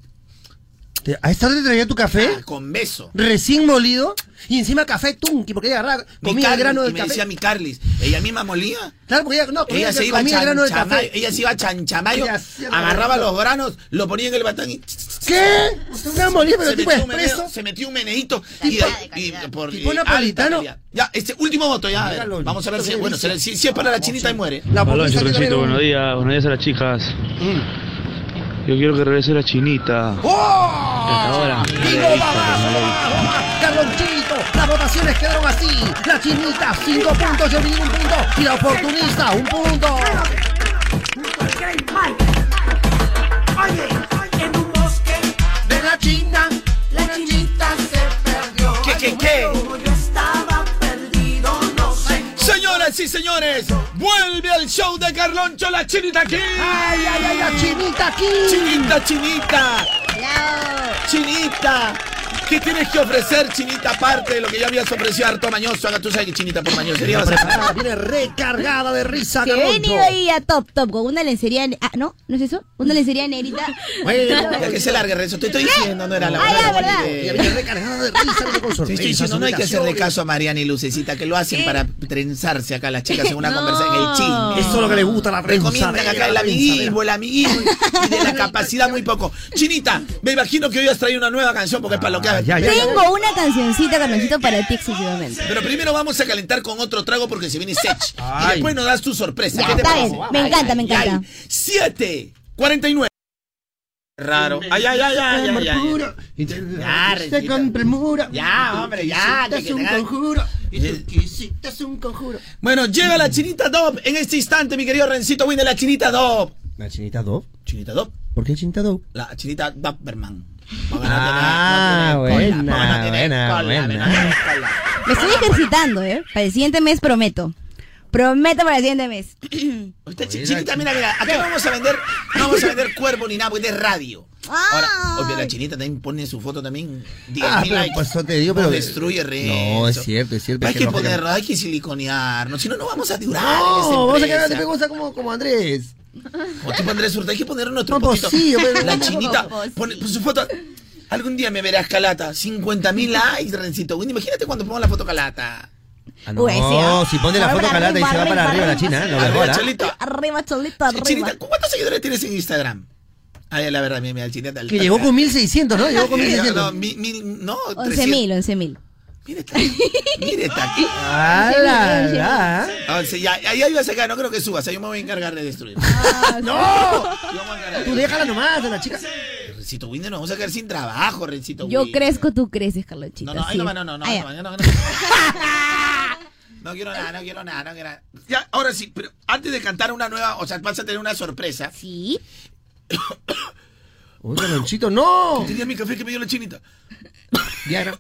Speaker 1: Te- A esta hora te traía tu café,
Speaker 3: Ah, con beso.
Speaker 1: recién molido, y encima café tunqui, porque ella agarraba,
Speaker 3: Mi
Speaker 1: comía el
Speaker 3: Carlis,
Speaker 1: grano
Speaker 3: y
Speaker 1: del
Speaker 3: me
Speaker 1: café.
Speaker 3: decía mi Carlis. Ella misma molía.
Speaker 1: Claro, porque ella, no, comía,
Speaker 3: Ella se iba a
Speaker 1: comía el grano del café.
Speaker 3: chanchamayo, ella se iba a chanchamayo,
Speaker 1: Ella hacía-
Speaker 3: agarraba los granos, lo ponía en el batán y
Speaker 1: ¿Qué? Una molida, pero
Speaker 3: se
Speaker 1: tipo
Speaker 3: metió, un
Speaker 1: expreso.
Speaker 3: meneo, se metió un meneíto y,
Speaker 12: Calidad de
Speaker 3: y- y-
Speaker 12: calidad.
Speaker 3: por-
Speaker 1: Tipo
Speaker 3: y-
Speaker 1: napolitano.
Speaker 3: alta calidad. Ya, este último voto ya. a ver,
Speaker 1: Míralo,
Speaker 3: vamos a ver si
Speaker 1: qué
Speaker 3: bueno,
Speaker 1: delicia.
Speaker 3: si, si es para la chinita y muere.
Speaker 14: Hola,
Speaker 1: La oportunista que
Speaker 14: chorrecito,
Speaker 1: también-
Speaker 14: buenos días, buenos días a las chicas.
Speaker 3: Mm.
Speaker 14: Yo quiero que regrese la chinita.
Speaker 1: ¡Oh! ¡Digo, vamos! ¡Carlonchito! Las votaciones quedaron así. La chinita, cinco puntos, yo un punto. Y la oportunista, un punto. De la china, la chinita se perdió.
Speaker 3: ¿Qué, qué, qué? Señoras y señores, vuelve al show de Carloncho la chinita aquí.
Speaker 1: ¡Ay, ay, ay! La chinita aquí.
Speaker 3: Chinita, chinita, chinita. ¿Qué tienes que ofrecer, chinita? Aparte de lo que ya habías ofrecido harto mañoso. Haga tú sabes que chinita por mañosería vas a hacer.
Speaker 1: Ah, Viene recargada de risa,
Speaker 12: Que he venido
Speaker 1: Carloncho.
Speaker 12: ahí a Top Top con una lencería. ne- Ah, no, ¿no es eso? Una lencería negrita. *laughs*
Speaker 3: Ya que se largue, Renzo. Te estoy diciendo, no era la
Speaker 12: Ah,
Speaker 3: buena
Speaker 12: ya, ¿verdad?
Speaker 3: idea.
Speaker 1: Y viene recargada de risa, viene con
Speaker 3: Te estoy
Speaker 1: sorpresas,
Speaker 3: diciendo, no hay que hacerle *laughs*
Speaker 1: *laughs* nominaciones.
Speaker 3: caso a Mariana y Lucecita, que lo hacen para trenzarse acá las chicas en una
Speaker 12: No.
Speaker 3: conversación en el chisme.
Speaker 1: Eso es lo que le gusta a la prensa.
Speaker 3: Recomiendan
Speaker 1: vea,
Speaker 3: acá el
Speaker 1: la prensa, vea.
Speaker 3: amiguismo, el amiguismo y de la capacidad muy poco. Chinita, me imagino que hoy has traído una nueva canción porque es para lo que
Speaker 1: Ah,
Speaker 3: hagas.
Speaker 1: ya, ya, ya, ya.
Speaker 12: Tengo una cancioncita, Carlonchito, para ti exclusivamente.
Speaker 3: Pero primero vamos a calentar con otro trago porque se viene Sech. Y
Speaker 1: Ay.
Speaker 3: después nos das tu sorpresa.
Speaker 12: Ya,
Speaker 3: ¿Qué te
Speaker 12: está
Speaker 3: parece?
Speaker 12: bien. Me encanta, me encanta.
Speaker 3: Siete, cuarenta y nueve. Raro. Ay, ay, ay, ay, ay, ay.
Speaker 1: Amargura, y te-
Speaker 3: Ya,
Speaker 1: te
Speaker 3: Rencito.
Speaker 1: compremura.
Speaker 3: Ya,
Speaker 1: Y tú
Speaker 3: hombre, ya,
Speaker 1: quisiste
Speaker 3: que- que
Speaker 1: un
Speaker 3: te-
Speaker 1: conjuro. Y tú
Speaker 3: Eh.
Speaker 1: quisiste hacer un conjuro.
Speaker 3: Bueno, llega la chinita Dob en este instante, mi querido Rencito Win de la chinita Dob.
Speaker 1: ¿La chinita Dove?
Speaker 3: Chinita Dob.
Speaker 1: ¿Por qué chinita Dove?
Speaker 3: La chinita Dapperman.
Speaker 1: Ah, buena, buena, buena.
Speaker 12: Me estoy ejercitando, ¿eh? Para el siguiente mes prometo. Prometo para el siguiente mes. *clears throat*
Speaker 3: Usted, chi- chinita, mira, mira, acá no vamos a vender, no vamos a vender cuervo ni nada, porque es de radio. Ahora, obvio, la chinita también pone su foto también. 10
Speaker 1: Ah,
Speaker 3: mil
Speaker 1: pero
Speaker 3: likes.
Speaker 1: por eso te digo, pero-
Speaker 3: Nos destruye Renzo.
Speaker 1: No, es cierto, es cierto,
Speaker 3: Hay
Speaker 1: es
Speaker 3: que
Speaker 1: que no-
Speaker 3: ponerlo, hay que siliconearnos, si no, no vamos a durar.
Speaker 1: No, vamos a quedar de
Speaker 3: de
Speaker 1: pegosa como, como *laughs* Andrés.
Speaker 3: O tipo Andrés Hurtado, hay que poner nuestro
Speaker 1: No, pues
Speaker 3: poquito.
Speaker 1: sí, pero-
Speaker 3: la chinita,
Speaker 12: *laughs* Pues sí.
Speaker 3: pone su foto. Algún día me verás calata. 50 mil likes, Rencito. Bueno, imagínate cuando pongo la foto calata.
Speaker 11: Pues
Speaker 12: Uy, sí, ah. Ahora para arriba, arriba,
Speaker 1: lo
Speaker 3: arriba,
Speaker 1: mejora.
Speaker 3: Cholito.
Speaker 12: Arriba, cholito, arriba.
Speaker 3: Chinita, ¿cuántos seguidores tienes en Instagram? Ay, la verdad, mira, mira, chinita.
Speaker 1: Que llegó con 1600, ¿no? Llegó con
Speaker 3: No,
Speaker 1: 1600.
Speaker 3: mi, mi, no
Speaker 12: 11 mil, 11 mil.
Speaker 3: Mire esta. Mire esta.
Speaker 1: *laughs* Ah, la, la.
Speaker 3: Once, Ah, ya, ya, ya ibas acá, no creo que subas. Yo me voy a encargar de destruir.
Speaker 1: ¡No!
Speaker 3: Yo me voy a encargar de
Speaker 1: Tú
Speaker 3: destruir.
Speaker 1: déjala nomás a la chica.
Speaker 3: Rencito Winder, nos vamos a quedar sin trabajo, Rencito
Speaker 12: Yo
Speaker 3: Winder.
Speaker 12: crezco, tú creces, Carlonchito.
Speaker 3: No, no, ahí
Speaker 12: sí.
Speaker 3: no va, no, no, no,
Speaker 12: Ah,
Speaker 3: ahí
Speaker 12: ya.
Speaker 3: no, va, no, no, no. No quiero nada, no quiero nada, no quiero nada. Ya, ahora sí, pero antes de cantar una nueva, o sea, vas a tener una sorpresa. *coughs*
Speaker 12: Sí.
Speaker 1: Uy, Carlonchito, no.
Speaker 3: Tenía mi café que me dio la chinita.
Speaker 1: *coughs*
Speaker 3: *laughs*
Speaker 1: Ya, no.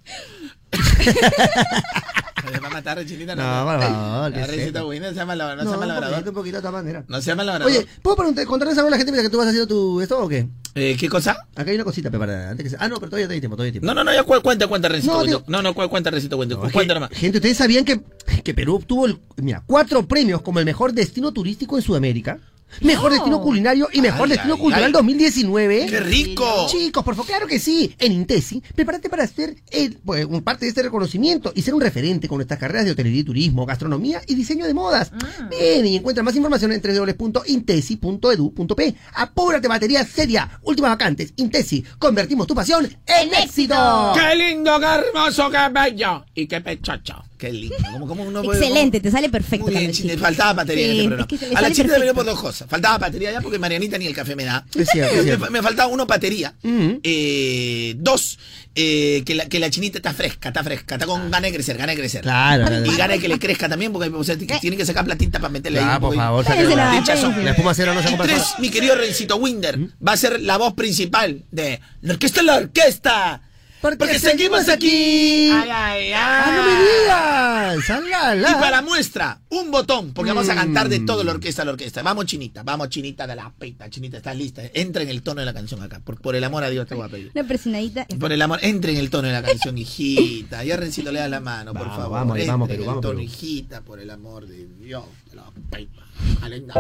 Speaker 3: Me va a matar la chinita,
Speaker 1: No, por favor,
Speaker 3: La
Speaker 1: qué
Speaker 3: receta
Speaker 1: seco.
Speaker 3: buena, se llama la no, se
Speaker 1: No,
Speaker 3: llama
Speaker 1: un poquito,
Speaker 3: labrador.
Speaker 1: un poquito de otra manera.
Speaker 3: No se llama labrador.
Speaker 1: Oye, ¿puedo preguntar, contarles algo a la gente mientras que tú vas haciendo tu esto o qué?
Speaker 3: Eh, ¿qué cosa?
Speaker 1: Acá hay una cosita preparada. Antes que se... Ah, no, pero todavía te hay tiempo, todavía hay tiempo.
Speaker 3: No, no, no, ya cu- cuenta, cuenta, recito.
Speaker 1: No,
Speaker 3: No,
Speaker 1: digo-
Speaker 3: no, no, cu- cuenta, recito, cuenta.
Speaker 1: No,
Speaker 3: cuenta
Speaker 1: gen-
Speaker 3: nomás.
Speaker 1: Gente, ¿ustedes sabían que, que Perú obtuvo el- mira, cuatro premios como el mejor destino turístico en Sudamérica. Mejor destino culinario y mejor
Speaker 3: Ay,
Speaker 1: destino
Speaker 3: ay,
Speaker 1: cultural
Speaker 3: ay.
Speaker 1: 2019.
Speaker 3: ¡Qué rico!
Speaker 1: Chicos, por favor, claro que sí. En Intesi, prepárate para ser el- pues, un parte de este reconocimiento y ser un referente con nuestras carreras de hotelería y turismo, gastronomía y diseño de modas. Ven y encuentra más información en www.intesi.edu.p. Apúrate, batería seria. Últimas vacantes. Intesi, convertimos tu pasión en éxito.
Speaker 15: ¡Qué lindo, qué hermoso, qué bello! Y qué pechocho.
Speaker 3: Qué lindo. Como, como uno puede-
Speaker 12: Excelente, te sale perfecto.
Speaker 3: Muy bien,
Speaker 12: Carlos
Speaker 3: Chini,
Speaker 12: Chiqui.
Speaker 3: faltaba batería en
Speaker 12: Sí,
Speaker 3: este programa.
Speaker 12: es que se le
Speaker 3: a la
Speaker 12: sale
Speaker 3: china le venía
Speaker 12: perfecto.
Speaker 3: por dos cosas. Faltaba batería ya porque Marianita ni el café me da.
Speaker 1: Es cierto, es
Speaker 3: Me-
Speaker 1: cierto. Mm.
Speaker 3: Me, faltaba uno batería. Eh, dos, eh, que, la, que la chinita está fresca, está fresca, está con ganas de crecer, ganas de crecer.
Speaker 1: Ah. Claro, claro.
Speaker 3: Y ganas de que le crezca también porque o sea,
Speaker 12: Eh.
Speaker 3: que tienen que sacar platita para meterle ahí.
Speaker 1: Ah,
Speaker 3: un
Speaker 1: por
Speaker 3: poquito.
Speaker 1: favor, sáquenla.
Speaker 3: Hinchazo.
Speaker 1: La espuma cero no se
Speaker 3: Y
Speaker 1: compra
Speaker 3: tres,
Speaker 1: sola.
Speaker 3: mi querido Rencito Winder, va a ser la voz principal de la orquesta la orquesta. Porque, seguimos aquí.
Speaker 1: ¡Ah, no me digas! Ah, ¡Ala, ala!
Speaker 3: Y para muestra, un botón, porque vamos a
Speaker 1: Mm.
Speaker 3: cantar de todo la orquesta a la orquesta. Vamos, chinita, vamos, chinita de la peita, chinita, está lista. Entra en el tono de la canción acá, por, por el amor a Dios te voy a pedir.
Speaker 12: Una
Speaker 3: *laughs*
Speaker 12: presionadita. *laughs*
Speaker 3: Por el amor, entra en el tono de la canción, hijita. Ya Rencito le da la mano, por favor.
Speaker 1: vamos,
Speaker 3: Entra
Speaker 1: vamos,
Speaker 3: en
Speaker 1: Perú,
Speaker 3: el
Speaker 1: vamos,
Speaker 3: tono,
Speaker 1: Perú.
Speaker 3: hijita, por el amor de Dios de la peita. Alenga.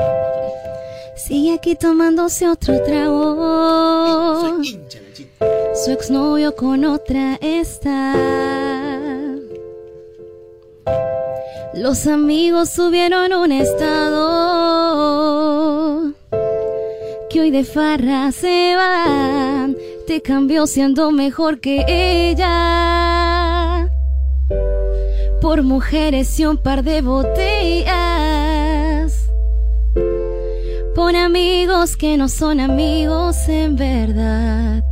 Speaker 16: Sigue aquí tomándose otro trago. Su exnovio con otra está. Los amigos subieron un estado. Que hoy de farra se va. Te cambió siendo mejor que ella. Por mujeres y un par de botellas por amigos que no son amigos en verdad.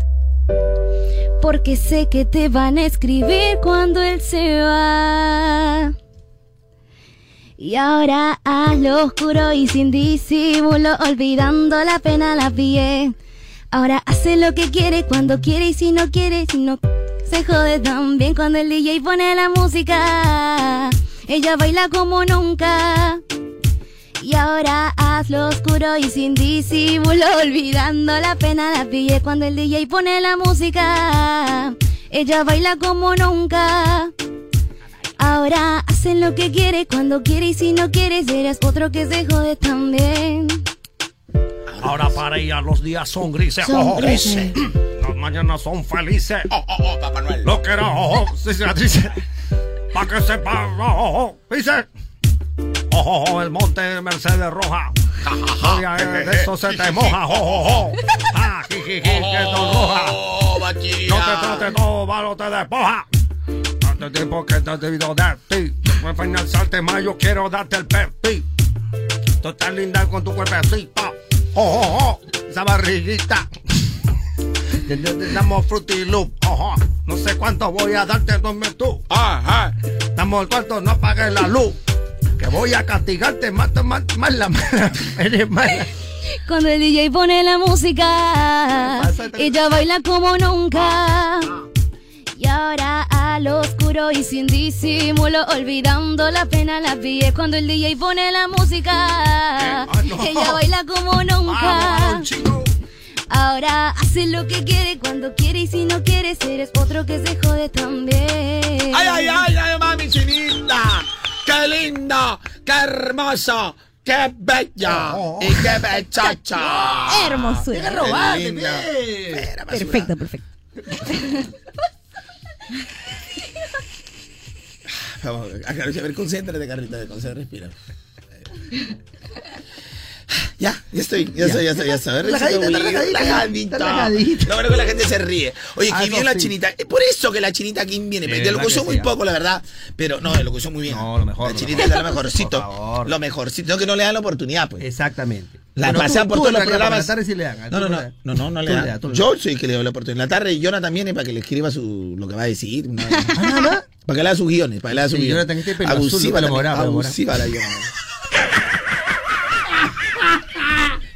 Speaker 16: Porque sé que te van a escribir cuando él se va. Y ahora a lo oscuro y sin disimulo, olvidando la pena la pillé. Ahora hace lo que quiere, cuando quiere y si no quiere, si no se jode también cuando el DJ pone la música. Ella baila como nunca. Y ahora hazlo oscuro y sin disimulo, olvidando la pena la pillé cuando el DJ pone la música. Ella baila como nunca. Ahora hacen lo que quiere, cuando quiere y si no quieres, eres otro que se jode también.
Speaker 17: Ahora para ella los días son grises.
Speaker 16: Son
Speaker 17: ojo,
Speaker 16: grises.
Speaker 17: Las mañanas son felices. Oh, oh, oh, Papá Noel. Lo que era, ojo, sí, sí, dice. Pa' que sepa, ojo, ojo, dice. Ojo, ojo, el monte de Mercedes Roja. Oiga, eh, de eso se te moja, ojo, ojo. Ah, jijiji, que no roja. No te trate todo, malo te despoja. Tanto tiempo que te debido de ti. Después de finalizarte más, yo quiero darte el perfil. Tú estás linda con tu cuerpecito. Oh, oh, oh, esa barriguita. Te- te- te Damos Fruity Loop. Oh, oh. No sé cuánto voy a darte, dame tú. Ah, ah. Damos el cuarto, no apagues la luz. Que voy a castigarte, mata, mata, más la mala. Eres mala.
Speaker 16: Cuando el DJ pone la música, ella baila como nunca. Y ahora al oscuro y sin disimulo, olvidando la pena, la pillé cuando el DJ pone la
Speaker 15: Ah,
Speaker 16: música. Ella baila como nunca. Ahora hace lo que quiere, cuando quiere y si no quiere, eres otro que se jode también.
Speaker 15: ¡Ay, ay, ay, ay, mami chinita! ¡Qué lindo! ¡Qué hermoso! ¡Qué bello!
Speaker 3: Oh.
Speaker 15: ¡Y qué
Speaker 3: *laughs*
Speaker 15: pechocho!
Speaker 12: Hermosura.
Speaker 15: Qué
Speaker 12: Robaste,
Speaker 15: linda.
Speaker 12: Perfecto, perfecto.
Speaker 3: Vamos, a ver, a ver, concéntrate, Carlita, concentra, respira. Ya, ya estoy, ya,
Speaker 1: Ya.
Speaker 3: estoy, ya estoy, ya estoy. A ver,
Speaker 1: Relajadita,
Speaker 3: Rencito
Speaker 1: está
Speaker 3: Willy,
Speaker 1: relajadita, está
Speaker 3: relajadito. Lo bueno que la gente se ríe. Oye,
Speaker 1: Ah,
Speaker 3: que
Speaker 1: eso
Speaker 3: bien la
Speaker 1: sí.
Speaker 3: chinita. Es por eso que la chinita Kim viene.
Speaker 1: Sí,
Speaker 3: De
Speaker 1: verdad
Speaker 3: lo
Speaker 1: que
Speaker 3: que usó
Speaker 1: sí,
Speaker 3: muy
Speaker 1: ah.
Speaker 3: poco, la verdad. Pero no, de lo que usó muy bien. No, lo mejor. La chinita es de lo mejorcito. Lo mejorcito. No que no le dan la oportunidad, pues.
Speaker 1: Exactamente.
Speaker 3: La
Speaker 1: Bueno,
Speaker 3: pasean
Speaker 1: tú-
Speaker 3: por
Speaker 1: tú
Speaker 3: todos los
Speaker 1: regala,
Speaker 3: programas.
Speaker 1: para la tarde sí le dan,
Speaker 3: No,
Speaker 1: tú
Speaker 3: no, no,
Speaker 1: le-
Speaker 3: no, no, no le
Speaker 1: tú le
Speaker 3: dan.
Speaker 1: das, tú le
Speaker 3: Yo soy el que le doy la oportunidad. En la tarde Jonathan viene para que le escriba su, lo que va a decir. ¿no? para que le haga sus guiones, para que le haga sus
Speaker 1: Ah, Sí,
Speaker 3: guiones.
Speaker 1: Jonathan, este pelo azul,
Speaker 3: abusiva
Speaker 1: pelo
Speaker 3: la
Speaker 1: morado, pelo morado.
Speaker 3: abusiva la Jonathan.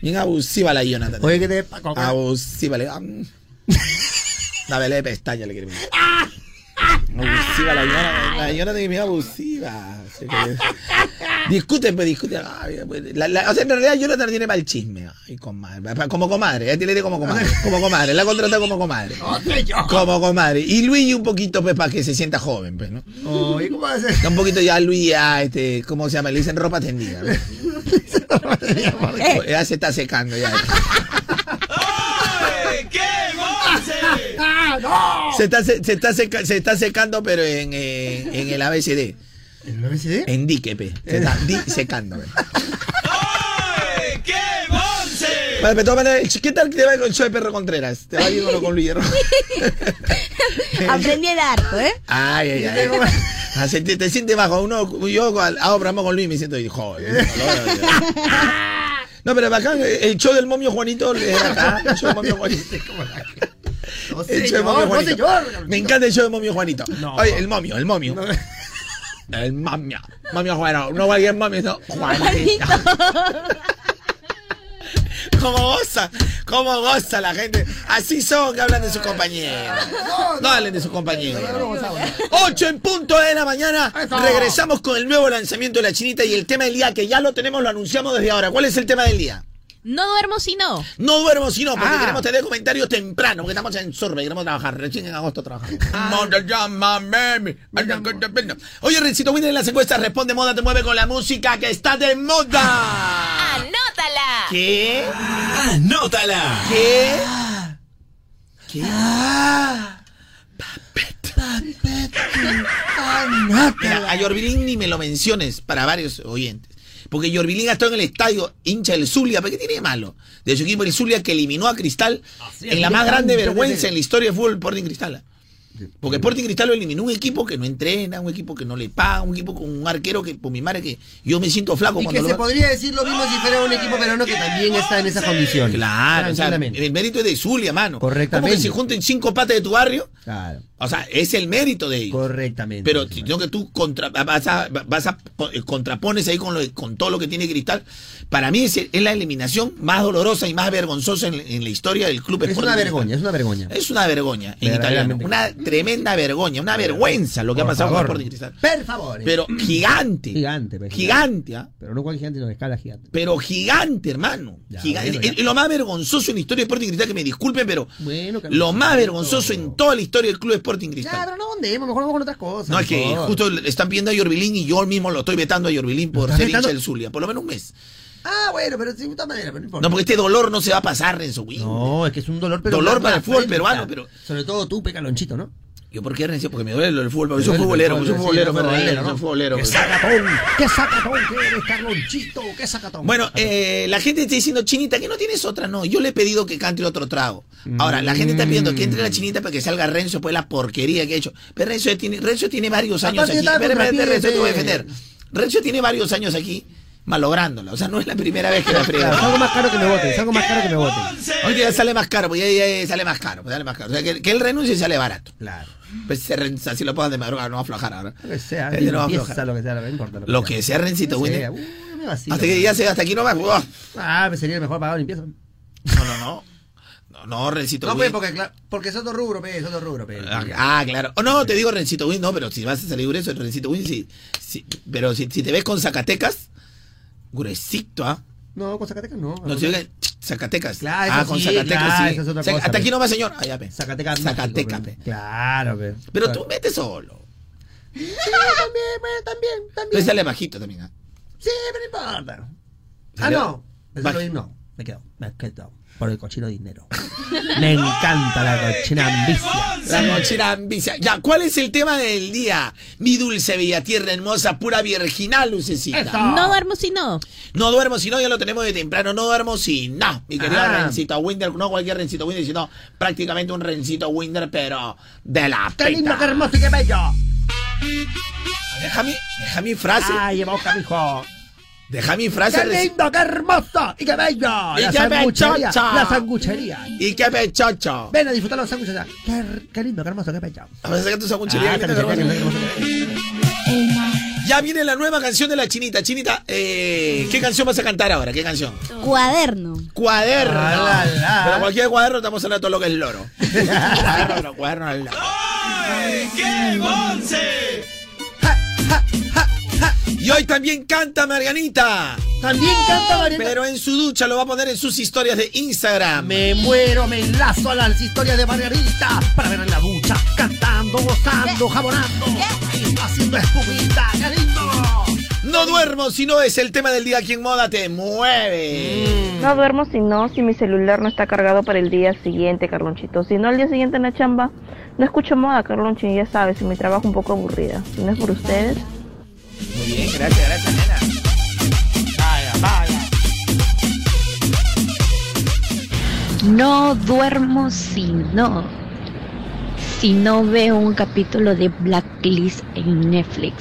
Speaker 3: Bien abusiva la Jonathan. Oye, que te Abusiva le. Dale, le pestaña le quiere. poner. abusiva la señora. La señora de mi abusiva. Así que- Discuten, pues discuten. Ay, pues, la- la- o sea, en realidad Jonathan tiene mal chisme. Ay, comadre. Pa- Como comadre, eh, tiene como comadre. Como comadre, la contrata como comadre. Como comadre. Y Luigi un poquito, pues, para que se sienta joven, pues, ¿no?
Speaker 1: Oye, ¿cómo va a ser?
Speaker 3: Está Un poquito ya Luis, ya, este, ¿cómo se llama? Le dicen ropa tendida. ¿no? Eh,
Speaker 1: *laughs*
Speaker 3: Ya se está secando ya. Se está, se, se está, seca- se está secando, pero en, eh, en el ABCD.
Speaker 1: ¿En el ABCD?
Speaker 3: En Diquepe. Se está di secando. ¿eh? pe. Vale, pero de todas maneras, ¿qué tal te va con Soy Perro Contreras? ¿Te va bien o no con Luis Hierro?
Speaker 12: Aprendí el harto, ¿eh?
Speaker 3: Ay, ay, ay. *laughs* Ah, se- te, te sientes bajo. Uno, yo al- hago programa con Luis y me siento y
Speaker 1: *laughs*
Speaker 3: joder. No, pero bacán, eh, el show del momio Juanito le acá. El show del momio
Speaker 1: *laughs*
Speaker 3: Juanito. El show del momio
Speaker 1: señor, no,
Speaker 3: Juanito.
Speaker 1: señor.
Speaker 3: Me encanta el show del momio Juanito.
Speaker 1: No.
Speaker 3: Oye, el momio, el momio. El momio. Momio Juanito. No cualquier momio, no. Juanito. ¿Cómo goza? ¿Cómo goza la gente? Así son que hablan de sus compañeros. No hablen de sus compañeros. 8 en punto de la mañana. Regresamos con el nuevo lanzamiento de la chinita y el tema del día que ya lo tenemos, lo anunciamos desde ahora. ¿Cuál es el tema del día?
Speaker 10: No duermo si no.
Speaker 3: No duermo sino porque
Speaker 10: Ah.
Speaker 3: queremos tener comentarios temprano, porque estamos en sorbe, queremos trabajar. Recién en agosto trabajamos. Mona llama, mami. Oye, Rencito Winner en las encuestas responde moda, te mueve con la música que está de moda.
Speaker 10: ¡Anótala!
Speaker 3: ¿Qué? Anótala. ¿Qué? ¿Qué? Mira, a Yorbilín ni me lo menciones para varios oyentes. Porque Yorbilín ha estado en el estadio, hincha del Zulia, ¿pero qué tiene de malo? De su equipo el Zulia que eliminó a Cristal en la más grande vergüenza en la historia del fútbol Sporting Cristal. ¿ah? Porque Sporting Cristal lo eliminó un equipo que no entrena, un equipo que no le paga, un equipo con un arquero que, por mi madre, que yo me siento flaco
Speaker 1: Y
Speaker 3: cuando
Speaker 1: que
Speaker 3: lo
Speaker 1: se
Speaker 3: veo.
Speaker 1: podría decir lo mismo si fuera un equipo peruano que también está en esas condiciones.
Speaker 3: Claro, o sea,
Speaker 1: Tranquilamente.
Speaker 3: el mérito es de Zulia, mano.
Speaker 1: Correctamente.
Speaker 3: Como que se junten cinco patas de tu barrio,
Speaker 1: Claro.
Speaker 3: o sea, es el mérito de ellos.
Speaker 1: Correctamente.
Speaker 3: Pero sino que tú contra- vas a, vas a po- eh, contrapones ahí con, lo- con todo lo que tiene Cristal. Para mí es, es la eliminación más dolorosa y más vergonzosa en, en la historia del club.
Speaker 1: Es
Speaker 3: Sporting
Speaker 1: una
Speaker 3: Cristal.
Speaker 1: vergüenza, es una vergüenza.
Speaker 3: Es una vergüenza en italiano.
Speaker 1: Verdaderamente.
Speaker 3: Una tremenda vergüenza, una vergüenza lo que ha
Speaker 1: Por
Speaker 3: pasado
Speaker 1: favor.
Speaker 3: con Sporting Cristal.
Speaker 1: Per favor. *clears throat*
Speaker 3: Pero gigante.
Speaker 1: Gigante, pues,
Speaker 3: Gigante, ¿ah?
Speaker 1: Pero no cual gigante, no, escala gigante.
Speaker 3: Pero gigante, hermano. Giga-
Speaker 1: bueno,
Speaker 3: es- es lo más vergonzoso en la historia de Sporting Cristal, que me disculpen, pero
Speaker 1: Bueno,
Speaker 3: lo más vergonzoso en toda la historia del club Sporting Cristal.
Speaker 1: Ya, pero no donde, mejor vamos con otras cosas.
Speaker 3: No, es
Speaker 1: por
Speaker 3: que
Speaker 1: favor.
Speaker 3: justo le están pidiendo a Yorbilín y yo mismo lo estoy vetando a Yorbilín por
Speaker 1: estás
Speaker 3: ser hincha
Speaker 1: vetando?
Speaker 3: del Zulia, por lo menos un mes.
Speaker 1: Ah, bueno, pero de puta manera, pero no importa.
Speaker 3: No, porque este dolor no se va a pasar, Renzo Win.
Speaker 1: No, es que es un dolor pero
Speaker 3: Dolor para el fútbol
Speaker 1: frente,
Speaker 3: peruano,
Speaker 1: claro.
Speaker 3: pero.
Speaker 1: Sobre todo tú, pecalonchito, ¿no?
Speaker 3: ¿Yo por qué, Renzo? Porque me duele lo del fútbol, porque
Speaker 1: Te
Speaker 3: soy
Speaker 1: duele
Speaker 3: futbolero,
Speaker 1: el
Speaker 3: porque soy
Speaker 1: fútbol,
Speaker 3: futbolero,
Speaker 1: sí, eres
Speaker 3: verdadero,
Speaker 1: futbolero,
Speaker 3: soy futbolero.
Speaker 1: ¿no?
Speaker 3: pues.
Speaker 1: ¡Qué sacatón! ¡Qué sacatón que eres, Carlonchito! ¡Qué sacatón!
Speaker 3: Bueno, eh, la gente está diciendo, Chinita, que no tienes otra, no. Yo le he pedido que cante otro trago. Ahora, la gente está pidiendo que entre
Speaker 1: Mm.
Speaker 3: la Chinita para que salga Renzo, pues la porquería que ha hecho. Pero Renzo ya tiene, Renzo tiene varios años
Speaker 1: Aparte
Speaker 3: aquí.
Speaker 1: está
Speaker 3: Espera, espera, espera, Renzo,
Speaker 1: contrapié,
Speaker 3: te voy a
Speaker 1: pe.
Speaker 3: defender. Renzo tiene varios años aquí malográndola. O sea, no es la primera vez que la friega.
Speaker 1: Claro, es algo más caro que me voten, es algo más caro que me voten.
Speaker 3: Ahorita ya sale más caro, pues ya, ya- ya sale más caro, pues sale más caro. O sea, que, que él renuncie y sale barato.
Speaker 1: Claro.
Speaker 3: Pues se renuncie, así lo pongan de madrugada, no va a aflojar ahora.
Speaker 1: Lo que sea,
Speaker 3: Este no va a
Speaker 1: limpieza,
Speaker 3: aflojar.
Speaker 1: lo que sea, no me importa.
Speaker 3: Lo que sea, Rencito,
Speaker 1: Lo que
Speaker 3: Winnie.
Speaker 1: sea, uy, no me vacilo.
Speaker 3: Hasta que ya se hasta aquí nomás. ¡buah!
Speaker 1: Ah, pues sería el mejor pagado de limpieza.
Speaker 3: No, no, no. No, no, Rencito.
Speaker 1: No,
Speaker 3: Win.
Speaker 1: pues, porque, claro, porque es otro rubro, pe, es otro rubro, pues. pe.
Speaker 3: Ah, claro. Oh, no, te digo Rencito Win, no, pero si vas a salir grueso, Rencito Win, sí. sí. pero si, si te ves con Zacatecas, gruesito, ¿ah?
Speaker 1: No, con Zacatecas no.
Speaker 3: No se digan Zacatecas.
Speaker 1: Claro,
Speaker 3: ah,
Speaker 1: eso
Speaker 3: con
Speaker 1: sí,
Speaker 3: Zacatecas,
Speaker 1: claro,
Speaker 3: sí.
Speaker 1: eso es otra
Speaker 3: Zac-
Speaker 1: cosa,
Speaker 3: hasta
Speaker 1: pe.
Speaker 3: aquí nomás, señor. Ah, ya, pe. Zacatecas. Zacatecas, pe.
Speaker 1: Claro, pues. pe.
Speaker 3: Pero
Speaker 1: Claro.
Speaker 3: tú vete solo.
Speaker 1: Sí, también, bueno, también, también.
Speaker 3: Tú sale bajito también, ¿ah?
Speaker 1: Sí, pero no importa. Ah,
Speaker 3: ¿Salió?
Speaker 1: no. Eso
Speaker 3: Baje.
Speaker 1: lo di- no. Me quedo. Me quedo. Por el cochino dinero. *laughs* Me encanta la cochina ambicia.
Speaker 3: La mochila ambicia. Ya, ¿cuál es el tema del día? Mi dulce bella tierra hermosa, pura virginal, lucecita.
Speaker 10: No duermo si no.
Speaker 3: No duermo si no, ya lo tenemos de temprano. No duermo si no. Mi querido
Speaker 10: Ah.
Speaker 3: Rencito Winder, no cualquier Rencito Winder, sino prácticamente un Rencito Winder, pero de la
Speaker 1: ¡Qué lindo,
Speaker 3: peta.
Speaker 1: qué hermoso y qué bello!
Speaker 3: Deja mi, deja mi frase.
Speaker 1: ¡Ay, boca, mijo!
Speaker 3: Deja mi frase.
Speaker 1: ¡Qué
Speaker 3: Renzi-
Speaker 1: lindo, qué hermoso y qué bello!
Speaker 3: Y
Speaker 1: la
Speaker 3: qué
Speaker 1: sanguchería,
Speaker 3: pechocha.
Speaker 1: la sanguchería.
Speaker 3: Y qué pechocho.
Speaker 1: Ven a disfrutar los sándwiches. allá. Qué, qué lindo, qué hermoso, qué bello.
Speaker 3: A ver, saca tu sanguchería,
Speaker 1: Ah,
Speaker 3: que te
Speaker 1: sanguchería,
Speaker 3: hermoso.
Speaker 1: qué hermoso, qué bello.
Speaker 3: Ya viene la nueva canción de la chinita. Chinita, eh, ¿qué canción vas a cantar ahora? ¿Qué canción?
Speaker 12: Cuaderno.
Speaker 3: Cuaderno.
Speaker 1: Ah, la, la. *laughs*
Speaker 3: Pero cualquier cuaderno estamos hablando de todo lo que es loro. cuaderno, cuaderno al lado.
Speaker 11: ¡Qué bonce!
Speaker 3: Y hoy también canta Marianita.
Speaker 1: También canta Marianita.
Speaker 3: Pero en su ducha lo va a poner en sus historias de Instagram.
Speaker 1: Me muero, me enlazo a las historias de Margarita para ver en la ducha, cantando, gozando, jabonando, haciendo espumita, qué lindo.
Speaker 3: No duermo si no es el tema del día aquí en Moda te mueve.
Speaker 18: No duermo si no, si mi celular no está cargado para el día siguiente, Carlonchito. Si no, el día siguiente en la chamba, no escucho moda, Carlonchito, ya sabes, y mi trabajo un poco aburrida. Si no es por ustedes.
Speaker 1: Mm.
Speaker 3: Muy bien, gracias, gracias, nena. Vaya, vaya.
Speaker 19: No duermo si no. Si no veo un capítulo de Blacklist en Netflix.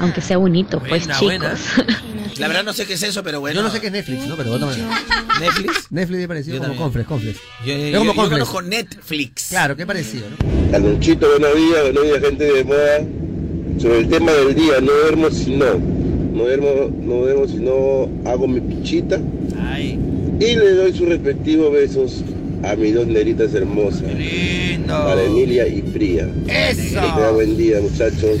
Speaker 19: Aunque sea bonito, pues
Speaker 3: Ah, Buena, buena.
Speaker 19: chicos. *laughs*
Speaker 3: La verdad no sé qué es eso, pero bueno.
Speaker 1: Yo no sé qué es Netflix, ¿no? Pero de otra manera.
Speaker 3: Netflix.
Speaker 1: Netflix es parecido
Speaker 3: Yo
Speaker 1: como
Speaker 3: también.
Speaker 1: Conflex, Conflex.
Speaker 3: Yo,
Speaker 1: Es
Speaker 3: yo-
Speaker 1: como
Speaker 3: yo
Speaker 1: Conflex.
Speaker 3: conozco Netflix.
Speaker 1: Claro, qué parecido, ¿no?
Speaker 20: Carlonchito, buenos días, buenos días, gente de moda. Sobre el tema del día, no duermo si no. No duermo, no duermo si no hago mi pichita. Y le doy sus respectivos besos a mis dos neritas hermosas. Para Emilia y Priya. Que
Speaker 1: ¡Eso!
Speaker 20: tengan buen día, muchachos.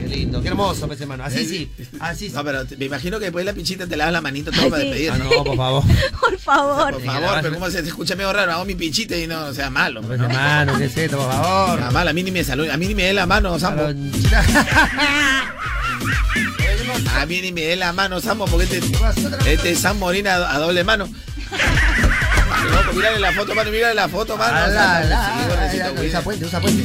Speaker 1: Qué lindo, qué hermoso, pues, hermano. Así sí.
Speaker 3: Así Eh, No, pero te- me imagino que después de la pinchita te lavas la manito todo
Speaker 1: Ay,
Speaker 3: para
Speaker 1: sí.
Speaker 3: despedir.
Speaker 1: Ah, no, por favor.
Speaker 12: Por favor.
Speaker 3: Por favor, pero cómo se se escucha medio raro, hago mi pinchita y no sea malo.
Speaker 1: Pues, hermano, qué es esto, por favor.
Speaker 3: Nada mal, a mí ni me saluda, a mí ni me dé la mano, Sambo. A mí ni me dé la mano, Sambo, porque este, este es Sam Morina a a doble mano. Loco, mírale la foto, mano, mírale la foto, mano.
Speaker 1: Ala, ala,
Speaker 3: Sí, gordecito,
Speaker 1: ala,
Speaker 3: cuida.
Speaker 1: Usa puente, usa puente.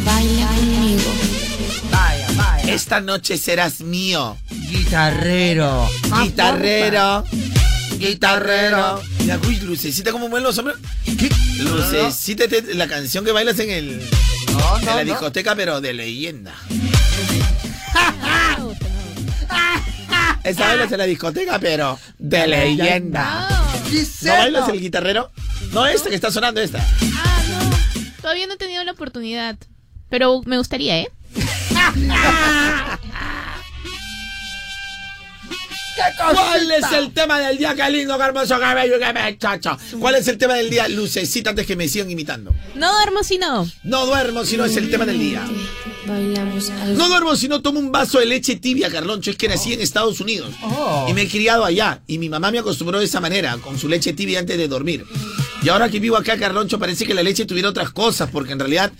Speaker 3: Esta noche serás mío.
Speaker 1: Guitarrero.
Speaker 3: Guitarrero. Guitarrero. Mira, uy, lucecita, ¿cómo mueven los hombres? Lucecita, te- la canción que bailas en el. en
Speaker 1: no,
Speaker 3: la
Speaker 1: no.
Speaker 3: discoteca, pero de leyenda. Esa
Speaker 10: Ah.
Speaker 3: bailas en la discoteca, pero de leyenda. ¿No bailas el guitarrero? No, esta que está sonando, esta.
Speaker 10: Todavía no he tenido la oportunidad. Pero me gustaría,
Speaker 3: *laughs*
Speaker 10: ¿eh?
Speaker 3: ¿Cuál es el tema del día? Qué lindo, qué hermoso, qué bello, qué mechacho. ¿Cuál es el tema del día? Lucecita, antes que me sigan imitando.
Speaker 10: No duermo si no.
Speaker 3: No duermo si no es el tema del día. No duermo si no tomo un vaso de leche tibia, Carloncho. Es que nací en Estados Unidos.
Speaker 1: Oh.
Speaker 3: Y me he criado allá. Y mi mamá me acostumbró de esa manera, con su leche tibia antes de dormir. Y ahora que vivo acá, Carloncho, parece que la leche tuviera otras cosas, porque en realidad.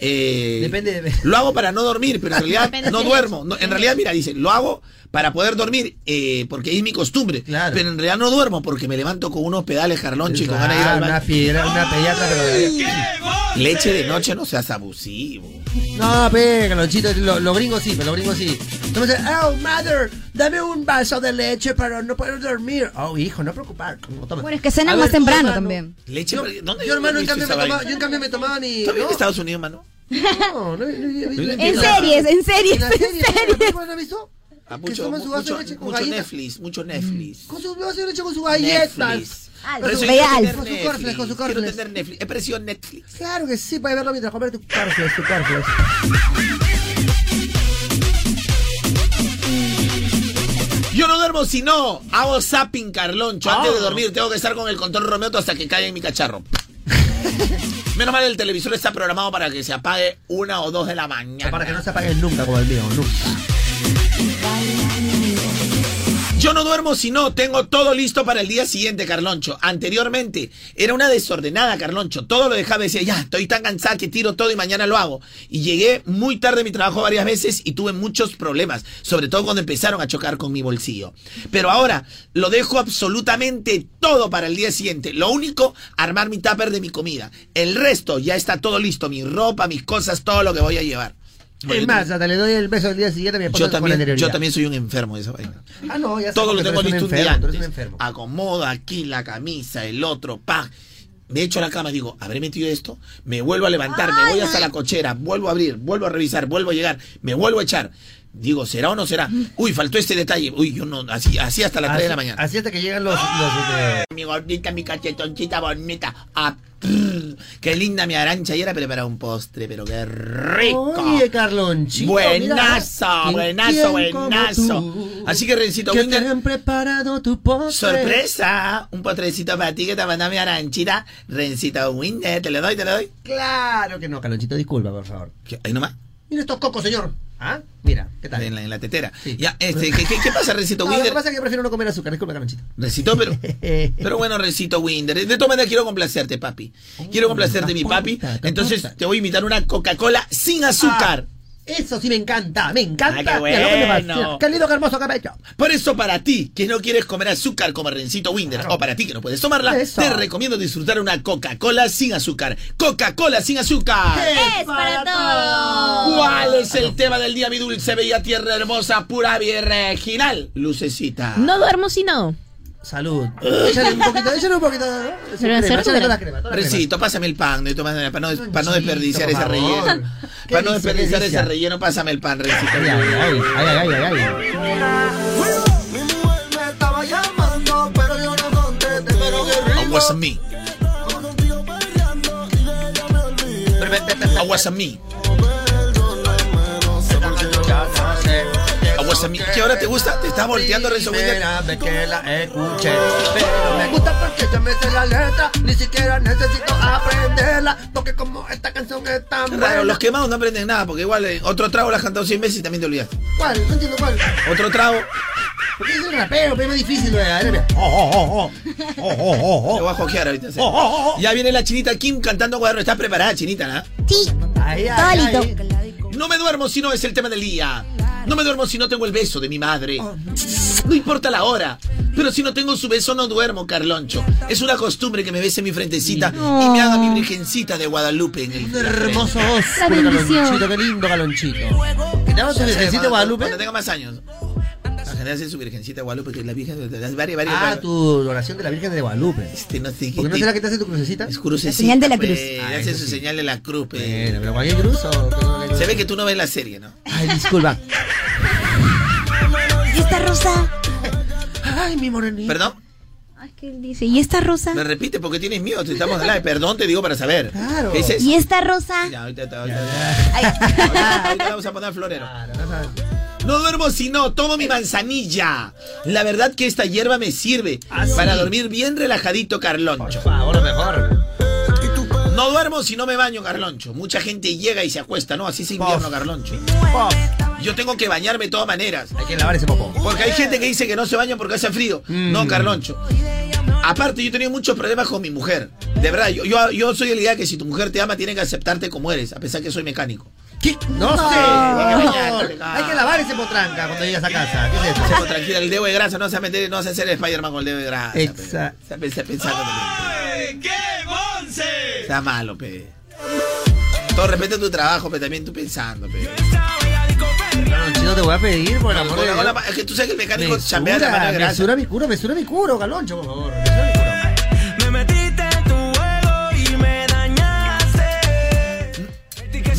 Speaker 3: eh,
Speaker 1: Depende de.
Speaker 3: Lo hago para no dormir, pero en realidad
Speaker 1: Depende
Speaker 3: no
Speaker 1: de
Speaker 3: duermo. No, en realidad, mira, dice, lo hago para poder dormir, eh, porque es mi costumbre. Pero en realidad no duermo porque me levanto con unos pedales, Carloncho, y con ganas de ir
Speaker 1: Ah,
Speaker 3: al baño.
Speaker 1: una piedra, una pediatra, pero.
Speaker 3: Leche de noche, no seas abusivo.
Speaker 1: No, pega, los chitos, los gringos sí, pero los gringos sí. Entonces, oh, mother, dame un vaso de leche para no poder dormir. Oh, hijo, no preocupar.
Speaker 12: Bueno, es que cenan más temprano también.
Speaker 3: Leche,
Speaker 1: yo,
Speaker 3: ¿dónde
Speaker 1: yo, hermano,
Speaker 3: dónde
Speaker 1: en cambio,
Speaker 3: hizo
Speaker 1: me
Speaker 3: esa
Speaker 1: tomaba,
Speaker 3: vaina?
Speaker 1: yo en cambio me tomaba ni...
Speaker 3: ¿Tú has vivido
Speaker 1: no.
Speaker 3: en Estados Unidos, mano?
Speaker 1: No, no, no,
Speaker 12: En series, en series, en series.
Speaker 1: ¿No has visto?
Speaker 3: Ah,
Speaker 1: Que
Speaker 3: mucho,
Speaker 1: toman su vaso de
Speaker 3: mucho,
Speaker 1: leche con
Speaker 3: mucho
Speaker 1: galleta.
Speaker 3: Netflix, mucho Netflix.
Speaker 1: Con su vaso de leche, con sus
Speaker 3: Netflix.
Speaker 1: galletas.
Speaker 12: Ah,
Speaker 3: Por eso yo quiero
Speaker 1: Real.
Speaker 3: tener
Speaker 1: Con su
Speaker 3: Netflix,
Speaker 1: corfles, con su
Speaker 3: Quiero
Speaker 1: corfles.
Speaker 3: tener Netflix. He parecido Netflix.
Speaker 1: Claro que sí, puedes verlo mientras comes tu corfles, tu corfles.
Speaker 3: Yo no duermo si no hago zapping, Carloncho. Antes
Speaker 1: Ah.
Speaker 3: de dormir tengo que estar con el control remoto hasta que caiga en mi
Speaker 1: *laughs*
Speaker 3: cacharro. Menos mal el televisor está programado para que se apague una o dos de la mañana.
Speaker 1: Para que no se apaguen nunca como el mío, nunca.
Speaker 3: Yo no duermo si no tengo todo listo para el día siguiente, Carloncho. Anteriormente era una desordenada, Carloncho. Todo lo dejaba, decía, ya, estoy tan cansada que tiro todo y mañana lo hago. Y llegué muy tarde a mi trabajo varias veces y tuve muchos problemas, sobre todo cuando empezaron a chocar con mi bolsillo. Pero ahora lo dejo absolutamente todo para el día siguiente. Lo único, armar mi tupper de mi comida. El resto ya está todo listo, mi ropa, mis cosas, todo lo que voy a llevar. Bueno,
Speaker 1: Es más, hasta le doy el beso del día siguiente a mi
Speaker 3: yo
Speaker 1: esposa con
Speaker 3: también, yo
Speaker 1: anterioridad.
Speaker 3: también soy un enfermo de esa vaina.
Speaker 1: Ah, no, ya sé,
Speaker 3: Todo lo
Speaker 1: porque tú
Speaker 3: tengo
Speaker 1: eres
Speaker 3: listo
Speaker 1: un
Speaker 3: un día
Speaker 1: enfermo, tú eres un
Speaker 3: antes.
Speaker 1: enfermo.
Speaker 3: Acomodo aquí la camisa, el otro, pa. Me echo a la cama, digo, ¿habré metido esto? Me vuelvo a levantar, me voy hasta la cochera, vuelvo a abrir, vuelvo a revisar, vuelvo a llegar, me vuelvo a echar. Digo, ¿será o no será? Uy, faltó este detalle. Uy, yo no, así, así hasta las 3 de la mañana.
Speaker 1: Así hasta que llegan los... los este,
Speaker 3: Mi gordita, mi cachetoncita bonita. Ah, prr. Qué linda mi arancha. Ayer ha preparado un postre, pero qué rico.
Speaker 1: Oye, Carlonchito.
Speaker 3: Buenazo,
Speaker 1: mira,
Speaker 3: buenazo,
Speaker 1: ¿quién como
Speaker 3: buenazo.
Speaker 1: tú?
Speaker 3: Así que Rencito
Speaker 1: Que
Speaker 3: Winder,
Speaker 1: te han preparado tu postre.
Speaker 3: sorpresa, un postrecito para ti que te mandó mi aranchita, Rencito Winder, te lo doy, te lo doy.
Speaker 1: Claro que no, Carlonchito, disculpa, por favor.
Speaker 3: ¿Qué? ¿Ahí nomás?
Speaker 1: Mira estos cocos, señor. ¿Ah? Mira, ¿qué tal?
Speaker 3: En la, en la tetera. Ya, este, ¿qué, qué- qué pasa, Rencito
Speaker 1: No, lo que
Speaker 3: Winder?
Speaker 1: pasa es que yo prefiero no comer azúcar, disculpa, Carlonchito.
Speaker 3: Recito, pero.
Speaker 1: *laughs*
Speaker 3: Pero bueno, recito Winder. De todas maneras, quiero complacerte, papi. Quiero
Speaker 1: Oh,
Speaker 3: complacerte, mi papi. Entonces, te voy a invitar una Coca-Cola sin azúcar.
Speaker 1: Eso sí me encanta, me encanta.
Speaker 3: Ah, qué
Speaker 1: Mira, lo que me
Speaker 3: bueno.
Speaker 1: fascina. Qué lindo, qué hermoso cabello.
Speaker 3: Por eso, para ti, que no quieres comer azúcar como Rencito Winder, o para ti que no puedes tomarla,
Speaker 1: Eso.
Speaker 3: te recomiendo disfrutar una Coca-Cola sin azúcar. ¡Coca-Cola sin azúcar!
Speaker 16: Es para todos.
Speaker 3: ¿Cuál es el tema del día, mi dulce, bella tierra hermosa, pura virginal? Lucecita.
Speaker 10: No duermo sin nada.
Speaker 1: Salud. Échale un poquito, échale un poquito. Échale
Speaker 10: Pero
Speaker 1: crema,
Speaker 10: hacer
Speaker 1: échale toda la
Speaker 10: duelo.
Speaker 1: crema, toda la crema.
Speaker 3: Recito, pásame el pan, no, toma- para no, para no desperdiciar
Speaker 1: por
Speaker 3: ese
Speaker 1: favor.
Speaker 3: relleno.
Speaker 1: ¿Qué
Speaker 3: Para no
Speaker 1: dice,
Speaker 3: desperdiciar
Speaker 1: qué dice?
Speaker 3: ese relleno, pásame el pan, Recito.
Speaker 1: Ay, ay, ay, ay, ay, ay.
Speaker 15: Me estaba llamando, pero yo no contesté. Pero qué
Speaker 3: I was me. I was me. I was me. ¿Qué ahora te gusta? ¿Te está volteando Renzo Winder?
Speaker 1: Me gusta porque yo me sé la letra, ni siquiera necesito aprenderla, porque como esta canción es tan
Speaker 3: Claro,
Speaker 1: buena.
Speaker 3: los quemados no aprenden nada, porque igual eh, otro trago la has cantado 100 veces y también te olvidaste.
Speaker 1: ¿Cuál? No entiendo cuál.
Speaker 3: Otro trago. Oh,
Speaker 1: Porque es el rapero, pero es más difícil,
Speaker 15: Eh,
Speaker 1: ¿no? A ver, mira. Oh,
Speaker 3: Te voy a joquear ahorita. sí. Ya viene la chinita Kim cantando cuaderno. ¿Estás preparada, chinita, no?
Speaker 12: Sí.
Speaker 1: Ay, ay, ay.
Speaker 12: Todo listo.
Speaker 3: No me duermo si no es el tema del día. No me duermo si no tengo el beso de mi madre. No importa la hora. Pero si no tengo su beso, no duermo, Carloncho. Es una costumbre que me bese mi frentecita y me haga mi virgencita de Guadalupe en el.
Speaker 1: Un hermoso oscuro
Speaker 3: bendición.
Speaker 1: galonchito, qué lindo galonchito. Que nada más su virgencita de Guadalupe.
Speaker 3: Cuando tenga más años. La gente hace su virgencita de Guadalupe, que es la virgen de las varias, varias.
Speaker 1: Ah,
Speaker 3: varias-
Speaker 1: tu oración de la Virgen de Guadalupe.
Speaker 3: Este, no sé,
Speaker 1: Porque no
Speaker 3: te-
Speaker 1: será que te hace tu crucecita. Es
Speaker 3: crucecita. pues, hace su señal de la cruz, pues.
Speaker 1: pero ¿cuál es el cruz o qué?
Speaker 3: Se ve que tú no ves la serie, ¿no?
Speaker 1: Ay, disculpa.
Speaker 12: ¿Y esta rosa?
Speaker 1: Ay, mi morenita.
Speaker 3: ¿Perdón?
Speaker 12: Ay, ¿qué él dice? ¿Y esta rosa?
Speaker 3: Me repite porque tienes miedo, te estamos hablando. Perdón, te digo para saber.
Speaker 12: Claro.
Speaker 3: ¿Qué dices?
Speaker 12: ¿Y esta rosa?
Speaker 3: Ya, ahorita, ahorita, ahorita. Ahorita, ahorita vamos a poner florero. *laughs* No duermo si no, tomo mi manzanilla. La verdad que esta hierba me sirve
Speaker 1: sí.
Speaker 3: para dormir bien relajadito, Carloncho.
Speaker 1: Ahora mejor.
Speaker 3: No duermo si no me baño, Carloncho. Mucha gente llega y se acuesta, ¿no? Así es invierno, Carloncho. Yo tengo que bañarme de todas maneras.
Speaker 1: Hay que lavar ese popó.
Speaker 3: Porque hay gente que dice que no se baña porque hace frío.
Speaker 1: Mm.
Speaker 3: No, Carloncho. Aparte, yo he tenido muchos problemas con mi mujer. De verdad, yo, yo, yo soy de la idea que si tu mujer te ama, tiene que aceptarte como eres, a pesar que soy mecánico.
Speaker 1: No,
Speaker 3: No,
Speaker 1: sé.
Speaker 3: hay que
Speaker 1: Hay
Speaker 3: bañarte,
Speaker 1: que,
Speaker 3: no.
Speaker 1: lavar ese potranca cuando llegas a casa. ¿Qué es eso?
Speaker 3: Seco, tranquila, el dedo de grasa no vas a meter, no vas a hacer Spider-Man con el dedo de grasa.
Speaker 1: Exacto.
Speaker 3: Está pens- pensando, pe.
Speaker 11: ¡Qué bonce!
Speaker 3: Está malo, pe. Todo respeto tu trabajo, pero también tú pensando, pe.
Speaker 1: Galonchito, te voy a pedir, por el amor de
Speaker 3: Con la- con la-
Speaker 1: Dios.
Speaker 3: es que tú sabes que el mecánico chambea la mano de
Speaker 1: Mesura,
Speaker 3: grasa.
Speaker 1: mesura mi curo, mesura mi curo, Galoncho, por favor.
Speaker 11: Me metiste en tu juego y me dañaste.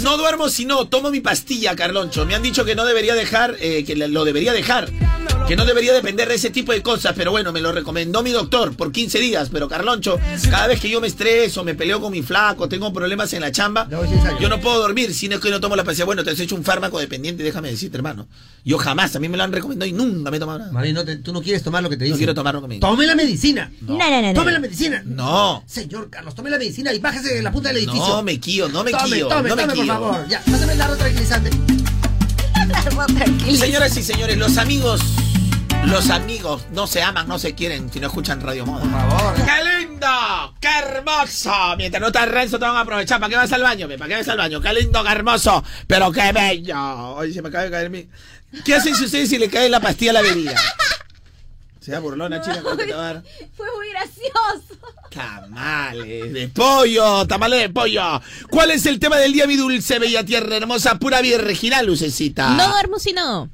Speaker 3: No duermo si no, tomo mi pastilla, Carloncho. Me han dicho que no debería dejar, eh, que le- lo debería dejar. Que no debería depender de ese tipo de cosas, pero bueno, me lo recomendó mi doctor por 15 días. Pero Carloncho, cada vez que yo me estreso, me peleo con mi flaco, tengo problemas en la chamba, yo no puedo dormir, si no es que no tomo la pastilla. Bueno, te has hecho un fármaco dependiente, déjame decirte, hermano. Yo jamás, a mí me lo han recomendado y nunca me he tomado nada.
Speaker 1: Marino, te- tú no quieres tomar lo que te dicen.
Speaker 3: No quiero tomar lo que me dicen.
Speaker 1: Tome la medicina.
Speaker 3: No. No, no, no, no.
Speaker 1: Tome la medicina.
Speaker 3: No.
Speaker 1: Señor Carlos, tome la medicina y bájese de la punta del edificio.
Speaker 3: No me quío, no me
Speaker 1: tome,
Speaker 3: quío,
Speaker 1: tome,
Speaker 3: no me
Speaker 1: tome,
Speaker 3: quío.
Speaker 1: por favor. Ya, pásame el arroz tranquilizante.
Speaker 3: Señoras y señores, los amigos, los amigos no se aman, no se quieren si no escuchan Radio Moda. Por favor. ¡Qué lindo! ¡Qué hermoso! Mientras no estás Renzo te van a aprovechar. ¿Para qué vas al baño? pe? ¿Para qué vas al baño? ¡Qué lindo, qué hermoso! ¡Pero qué bello! Oye, se me acaba de caer mi... ¿Qué hacen si ustedes si le cae la pastilla a la bebida? Se da burlona, china, ¿cómo te va a dar?
Speaker 16: Fue muy gracioso.
Speaker 3: Tamales de pollo, tamales de pollo. ¿Cuál es el tema del día, mi dulce, bella tierra hermosa, pura virginal, lucecita?
Speaker 10: No duermo sin nada.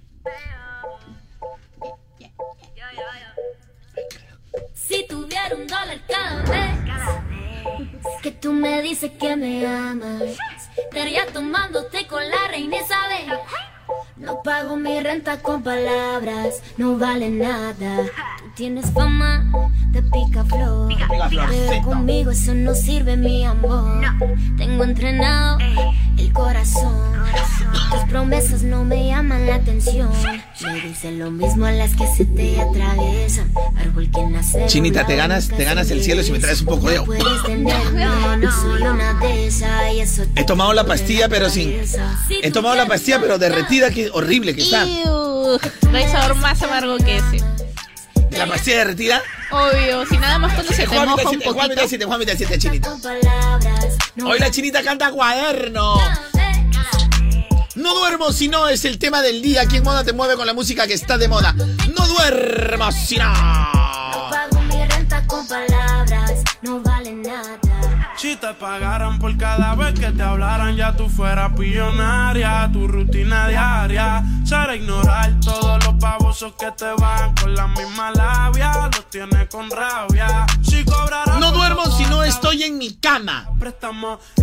Speaker 21: Si tuviera un dólar cada
Speaker 16: eh.
Speaker 21: vez que tú me dices que me amas, estaría tomándote con la reina Isabel. No Pago mi renta con palabras, no vale nada. Tú tienes fama de picaflor.
Speaker 15: picaflor,
Speaker 21: Pero
Speaker 15: zeta.
Speaker 21: conmigo eso no sirve, mi amor. Tengo entrenado
Speaker 3: Eh.
Speaker 21: el corazón. Y Tus promesas no me llaman la atención. Me dicen lo mismo a las que se te atraviesan. Árbol que nace.
Speaker 3: Chinita, te ganas, te ganas el cielo si me traes un poco de agua.
Speaker 21: Puedes tenerme, no soy una de esas y eso
Speaker 3: He tomado la pastilla, pero sin. He tomado la pastilla, pero derretida, que horrible que está.
Speaker 10: Iu, No hay sabor más amargo que ese.
Speaker 3: ¿De la pastilla derretida?
Speaker 10: Obvio, si nada más cuando se te
Speaker 3: Juan,
Speaker 10: moja un
Speaker 3: mira, Juan, mira,
Speaker 10: poquito.
Speaker 3: siete, Juan, mira, siete, chinita. Hoy la chinita canta cuaderno. No duermo si no es el tema del día. ¿Quién moda te mueve con la música que está de moda? No duermo si no.
Speaker 21: Pago mi renta con palabras, no vale nada.
Speaker 11: Si te pagaran por cada vez que te hablaran, ya tú fueras pillonaria. Tu rutina diaria será ignorar todos los pavosos que te van con la misma labia. Los tienes con rabia. Si cobrarás.
Speaker 3: No duermo si no estoy en mi cama.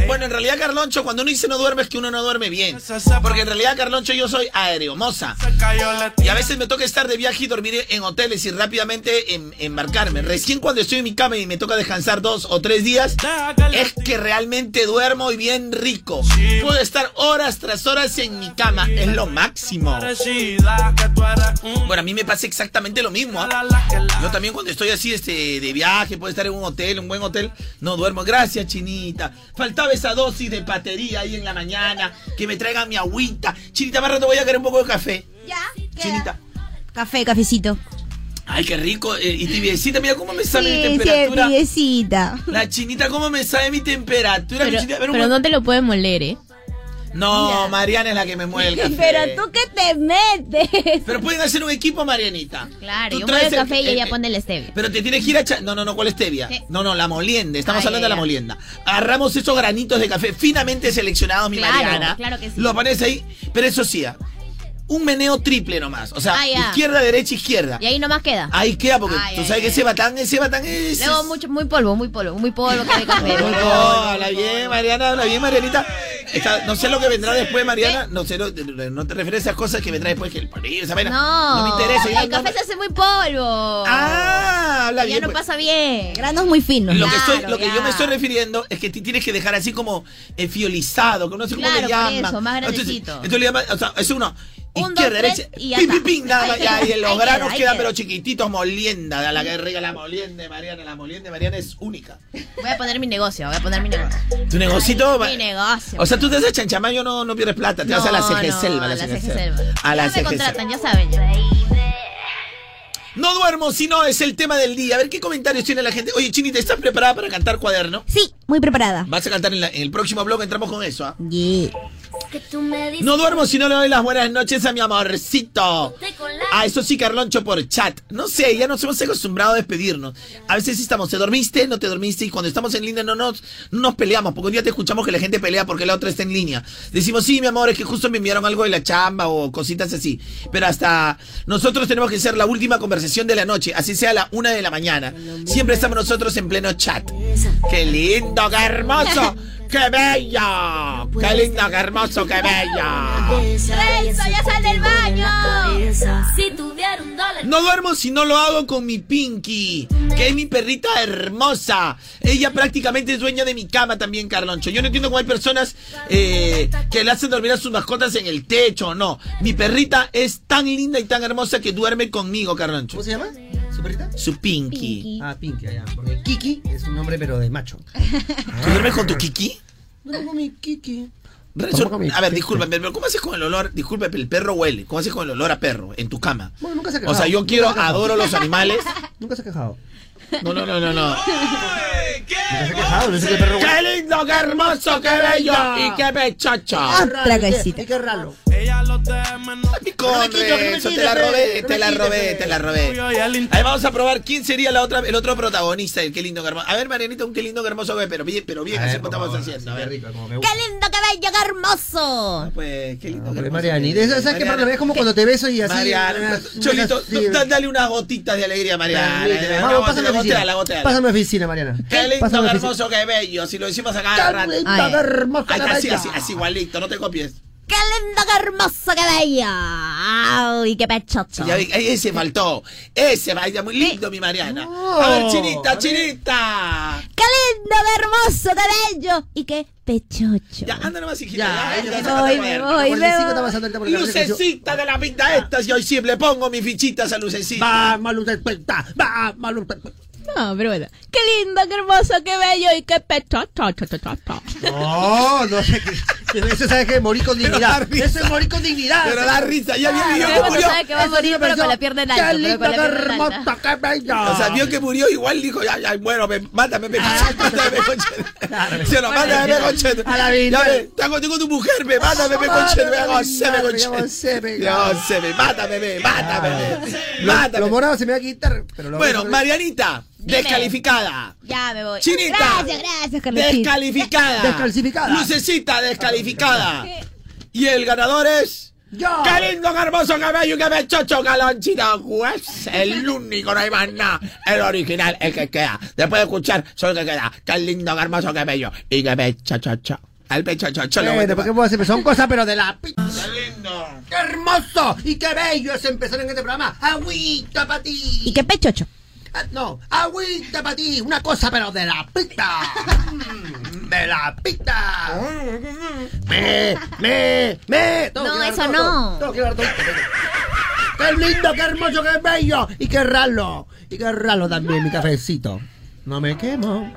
Speaker 3: Bueno, en realidad, Carloncho, cuando uno dice no duerme es que uno no duerme bien. Porque en realidad, Carloncho, yo soy aereomoza. Y a veces me toca estar de viaje y dormir en hoteles y rápidamente em- embarcarme. Recién cuando estoy en mi cama y me toca descansar dos o tres días, es que realmente duermo y bien rico. Puedo estar horas tras horas en mi cama. Es lo máximo. Bueno, a mí me pasa exactamente lo mismo. ¿ah? Yo también cuando estoy así este, de viaje, puedo estar en un hotel, un buen hotel, no duermo. Gracias, chinita. Faltaba esa dosis de patería ahí en la mañana, que me traigan mi agüita. Chinita, más rato voy a querer un poco de café.
Speaker 12: Ya.
Speaker 3: Chinita.
Speaker 12: Café, cafecito.
Speaker 3: Ay, qué rico. eh, y tibiecita, mira cómo me sale mi
Speaker 12: Sí, sí,
Speaker 3: temperatura.
Speaker 12: tibiecita.
Speaker 3: La chinita, cómo me sale mi temperatura.
Speaker 10: Pero,
Speaker 3: Chinita, a ver, un
Speaker 10: pero
Speaker 3: buen-
Speaker 10: no te lo pueden moler, ¿eh?
Speaker 3: No, Mariana es la que me mueve el café.
Speaker 12: *laughs* Pero tú que te metes.
Speaker 3: Pero pueden hacer un equipo, Marianita.
Speaker 5: Claro,
Speaker 3: Tú
Speaker 5: yo
Speaker 3: traes
Speaker 5: muevo el
Speaker 3: el-
Speaker 5: café y
Speaker 3: el-
Speaker 5: ella pone el stevia.
Speaker 3: Pero te tienes que ir a... cha- No, no, no, ¿cuál es Tevia?
Speaker 5: Sí. Ah,
Speaker 3: No, no, la molienda. Estamos
Speaker 5: Ay,
Speaker 3: hablando de la
Speaker 5: ay, ay.
Speaker 3: molienda. Agarramos esos granitos de café finamente seleccionados, mi
Speaker 5: Claro,
Speaker 3: Mariana.
Speaker 5: claro que sí.
Speaker 3: Lo pones ahí, pero eso sí, ah, un meneo triple nomás. O sea,
Speaker 5: Ah, ya.
Speaker 3: izquierda, derecha, izquierda.
Speaker 5: Y ahí Ah, nomás queda.
Speaker 3: Ahí queda, porque
Speaker 5: Ay,
Speaker 3: tú
Speaker 5: ay,
Speaker 3: sabes que ese batán, ese batán es...
Speaker 5: Luego mucho, muy polvo, muy polvo, muy polvo que de café.
Speaker 3: *laughs* No,
Speaker 5: muy
Speaker 3: no,
Speaker 5: polvo.
Speaker 3: habla bien, Mariana, habla bien, Marianita. Está- no sé lo que vendrá después, Mariana. No sé, no, no te refieres a esas cosas que vendrá después que el polillo, esa vaina.
Speaker 5: No,
Speaker 3: no me interesa. yo
Speaker 5: El
Speaker 3: no-
Speaker 5: café se hace muy polvo.
Speaker 3: Ah, habla
Speaker 5: Y
Speaker 3: bien,
Speaker 5: Ya no
Speaker 3: pues.
Speaker 5: pasa bien.
Speaker 12: Granos muy finos.
Speaker 3: Lo que, estoy- lo que yo me estoy refiriendo es que ti- tienes que dejar así como eh, fiolizado, que no sé cómo
Speaker 5: Claro,
Speaker 3: le
Speaker 5: por
Speaker 3: llaman.
Speaker 5: eso, más
Speaker 3: Entonces-
Speaker 5: grandecito.
Speaker 3: Entonces, le llaman, o sea, es uno.
Speaker 5: Un,
Speaker 3: izquierda,
Speaker 5: dos, tres,
Speaker 3: derecha,
Speaker 5: y ya
Speaker 3: pim,
Speaker 5: está.
Speaker 3: pim, pim, nada más, ya, y los
Speaker 5: Ahí
Speaker 3: granos
Speaker 5: queda, ahí
Speaker 3: quedan
Speaker 5: queda.
Speaker 3: pero chiquititos, molienda, la que rica la molienda de Mariana, la molienda de Mariana es única.
Speaker 5: Voy a poner mi negocio, voy a poner mi negocio.
Speaker 3: Tu negocito, va-
Speaker 5: Mi negocio.
Speaker 3: o sea, tú te haces chanchamayo, no, no pierdes plata, te vas a la
Speaker 5: No,
Speaker 3: CG
Speaker 5: no,
Speaker 3: Selva, a la
Speaker 5: a la CG
Speaker 3: CG Selva.
Speaker 5: Selva.
Speaker 3: A la
Speaker 5: Ya me
Speaker 3: CG
Speaker 5: contratan, ya saben. ya.
Speaker 3: No duermo, si no es el tema del día. A ver qué comentarios tiene la gente. Oye, Chinita, ¿estás preparada para cantar cuaderno?
Speaker 12: Sí, muy preparada.
Speaker 3: Vas a cantar en, la- en el próximo blog, entramos con eso, ¿ah?
Speaker 21: Que tú me dices.
Speaker 3: No duermo si no le doy las buenas noches a mi amorcito. Ah, eso sí, Carloncho, por chat. No sé, ya nos hemos acostumbrado a despedirnos. A veces sí estamos, ¿te dormiste? ¿No te dormiste? Y cuando estamos en línea no nos, no nos peleamos, porque un día te escuchamos que la gente pelea porque la otra está en línea. Decimos, sí, mi amor, es que justo me enviaron algo de la chamba o cositas así. Pero hasta nosotros tenemos que ser la última conversación de la noche, así sea la una de la mañana. Siempre estamos nosotros en pleno chat. ¡Qué lindo, qué hermoso! ¡Qué bello! ¡Qué lindo, qué hermoso, qué bello!
Speaker 21: Renzo, ya sal del baño. Si tuviera un dólar.
Speaker 3: No duermo si no lo hago con mi Pinky, que es mi perrita hermosa. Ella prácticamente es dueña de mi cama también, Carloncho. Yo no entiendo cómo hay personas eh, que le hacen dormir a sus mascotas en el techo, no. Mi perrita es tan linda y tan hermosa que duerme conmigo, Carloncho.
Speaker 1: ¿Cómo se llama? ¿Su perrita?
Speaker 3: Su Pinky.
Speaker 1: Ah, Pinky, allá. Porque Kiki es un nombre, pero de macho.
Speaker 3: ¿Tú duermes con tu Kiki?
Speaker 1: No con mi Kiki.
Speaker 3: Renzo, a ver, discúlpame, pero ¿cómo haces con el olor? Disculpe, el perro huele. ¿Cómo haces con el olor a perro en tu cama?
Speaker 1: Bueno, nunca se ha
Speaker 3: O
Speaker 1: quejado.
Speaker 3: sea, yo
Speaker 1: Nunca
Speaker 3: quiero,
Speaker 1: se ha quejado.
Speaker 3: adoro los animales.
Speaker 1: Nunca se ha quejado.
Speaker 3: No, no, no, no, no.
Speaker 1: Nunca se ha quejado. No sé qué perro.
Speaker 3: ¡Qué lindo, qué hermoso, qué bello! ¡Y qué
Speaker 5: Ah,
Speaker 3: pechacha!
Speaker 12: Tragacita.
Speaker 1: Ah, Qué raro.
Speaker 3: Con Renzo, te la robé, te la robé, te la robé. Ahí vamos a probar quién sería la otra, el otro protagonista, el qué lindo, qué hermoso. A ver, Marianita, un qué lindo, qué hermoso, güey, pero bien, pero bien, así como estamos haciendo. A ver,
Speaker 5: ¡Qué lindo cabello, qué hermoso!
Speaker 3: pues, qué lindo.
Speaker 1: Hombre, Mariani, de esas- ¿sabes qué Mariana, es como cuando te beso y así.
Speaker 3: Mariana,
Speaker 1: unas-
Speaker 3: Cholito,
Speaker 1: unas-
Speaker 3: tú- da- dale unas gotitas de alegría, Mariana.
Speaker 1: Permíteme.
Speaker 3: Una
Speaker 1: Vamos,
Speaker 3: gota-
Speaker 1: pásame
Speaker 3: la
Speaker 1: a mi
Speaker 3: gotea,
Speaker 1: oficina.
Speaker 3: la gotea.
Speaker 1: Pásame a mi oficina, Mariana.
Speaker 3: Qué lindo,
Speaker 1: Pásame
Speaker 3: qué
Speaker 1: a mi oficina.
Speaker 3: hermoso, qué bello. Si lo decimos acá,
Speaker 1: Qué lindo, qué hermoso,
Speaker 3: Así,
Speaker 1: qué
Speaker 3: así,
Speaker 1: bello.
Speaker 3: así igualito, no te copies.
Speaker 5: ¡Qué lindo, qué hermoso cabello! ¡Ay, qué pechocho!
Speaker 3: Ya vi- eh, ese faltó. Ese baila muy lindo, mi Mariana.
Speaker 1: Oh.
Speaker 3: A ver, chinita, chinita.
Speaker 12: ¡Qué lindo, qué hermoso cabello! Y qué pechocho.
Speaker 3: Ya, anda nomás, hijita.
Speaker 12: Ya,
Speaker 3: Ya, ya,
Speaker 12: me
Speaker 3: ya,
Speaker 12: voy,
Speaker 3: ya,
Speaker 12: me
Speaker 3: ya, ya.
Speaker 12: voy, me voy.
Speaker 3: Lucecita de la pinta estas y hoy siempre pongo mis fichitas a lucecita.
Speaker 1: Vamos, lucecita. Vamos, lucecita.
Speaker 10: No, pero bueno. ¡Qué lindo, qué hermoso, qué bello y qué pechocho! cho, cho, cho, cho.
Speaker 1: No, no sé qué. pero Eso sabes que morir con dignidad. Eso es morir con dignidad.
Speaker 3: Pero da risa, ya vio
Speaker 1: Ah,
Speaker 3: que vio
Speaker 1: pero
Speaker 3: que
Speaker 1: cuando
Speaker 3: murió.
Speaker 1: sabe que va a
Speaker 3: Ese
Speaker 1: morir,
Speaker 3: día
Speaker 1: pero
Speaker 3: pensó,
Speaker 1: con la pierna en
Speaker 3: "Qué
Speaker 1: alto, pero
Speaker 3: lindo,
Speaker 1: con la
Speaker 3: qué
Speaker 1: pierna en alto".
Speaker 3: hermoso, qué bello. O sea, vio que murió, igual dijo, ay, ay, bueno, me- mátame, me mátame, me conche- Se lo
Speaker 1: Bueno,
Speaker 3: mátame,
Speaker 1: ya.
Speaker 3: me conche-
Speaker 1: A la vida. Ah,
Speaker 3: Ya ve, tengo, tengo tu mujer, me mátame, me conche- me
Speaker 1: Mátame,
Speaker 3: goce, me
Speaker 1: mátame,
Speaker 3: conche-
Speaker 1: me goce, me
Speaker 3: me goce, me mátame, me mátame, me
Speaker 1: Lo,
Speaker 3: mátame.
Speaker 1: lo morado se me va a quitar. Pero lo
Speaker 3: Bueno, Marianita, descalificada.
Speaker 5: Ya me voy.
Speaker 3: Chinita.
Speaker 5: Gracias, gracias, Carlosito.
Speaker 3: Descalificada.
Speaker 1: Descalcificada.
Speaker 3: Lucecita descalificada. Y el ganador es. ¡Qué lindo, qué hermoso cabello, qué pechocho, galonchita! Pues el único, no hay más nada. El original, el que queda. Después de escuchar, solo que queda. ¡Qué lindo, qué hermoso cabello! Y qué pechocho. Al pechocho, lo
Speaker 1: Bueno,
Speaker 3: voy a
Speaker 1: ¿por qué puedo hacer? Pero Son cosas, pero de la pi-
Speaker 3: lindo!
Speaker 1: ¡Qué hermoso! ¡Y qué bello es empezar en este programa! ¡Agüita para ti!
Speaker 12: Y qué pechocho.
Speaker 1: Ah, No, agüita para ti, una cosa pero de la pita. Mm, De la pita. Me, me, me. Tengo
Speaker 5: No,
Speaker 1: que dar
Speaker 5: eso
Speaker 1: todo,
Speaker 5: no.
Speaker 1: tengo que dar todo. Qué lindo, qué hermoso, qué bello. Y qué ralo. Y qué ralo también mi cafecito. No me quemo.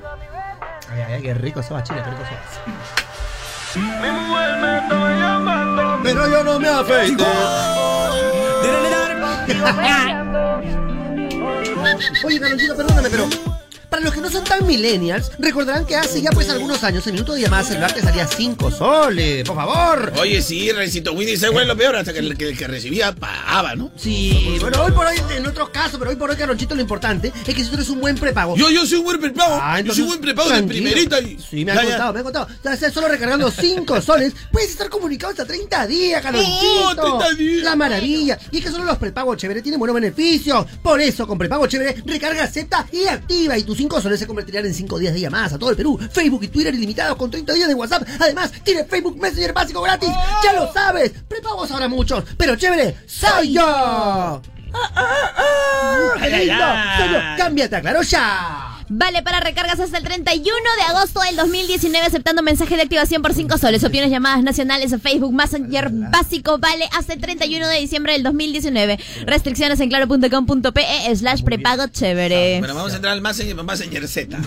Speaker 1: Ay, ay, ay, qué rico soba, chile, qué rico soba. Pero yo no me afeito. Oye, Carolina, perdóname, pero para los que no son tan millennials, recordarán que hace ya pues algunos años el minuto de llamada celular te salía 5 soles, por favor.
Speaker 3: Oye, sí, recito Winnie, ese güey es lo peor, hasta que el que, el que recibía pagaba, ¿no?
Speaker 1: Sí, bueno, hoy por hoy, en otros casos, pero hoy por hoy, Carolchito, lo importante es que si tú eres un buen prepago.
Speaker 3: Yo, yo soy un buen prepago. yo soy un buen prepago de
Speaker 1: Ah, tranquilo.
Speaker 3: primerita. Y...
Speaker 1: Sí, me ha
Speaker 3: Ya, ya.
Speaker 1: contado, me ha contado. Ya sea solo recargando
Speaker 3: *laughs*
Speaker 1: 5 soles, puedes estar comunicado hasta 30 días, Carolchito.
Speaker 3: ¡Oh, 30 días!
Speaker 1: La maravilla. Y es que solo los prepagos chévere tienen buenos beneficios. Por eso, con prepago chévere, recarga, acepta y activa. Y tus 5 soles se convertirán en 5 días de llamadas a todo el Perú. Facebook y Twitter ilimitados con 30 días de WhatsApp. Además, tiene Facebook Messenger básico gratis.
Speaker 3: Oh.
Speaker 1: Ya lo sabes. Prepagos ahora muchos, pero chévere, soy yo. ¡Qué
Speaker 5: Ay, ay,
Speaker 1: lindo!
Speaker 5: ay.
Speaker 1: Soy yo. ¡Cámbiate, claro ya!
Speaker 5: Vale para recargas hasta el 31 de agosto del 2019 aceptando mensaje de activación por 5 soles. Opciones llamadas nacionales en Facebook Messenger básico vale hasta el 31 de diciembre del 2019. Restricciones en claro.com.pe slash prepago chévere.
Speaker 3: Bueno, vamos a entrar al Messenger, Messenger
Speaker 1: *laughs*
Speaker 3: Z.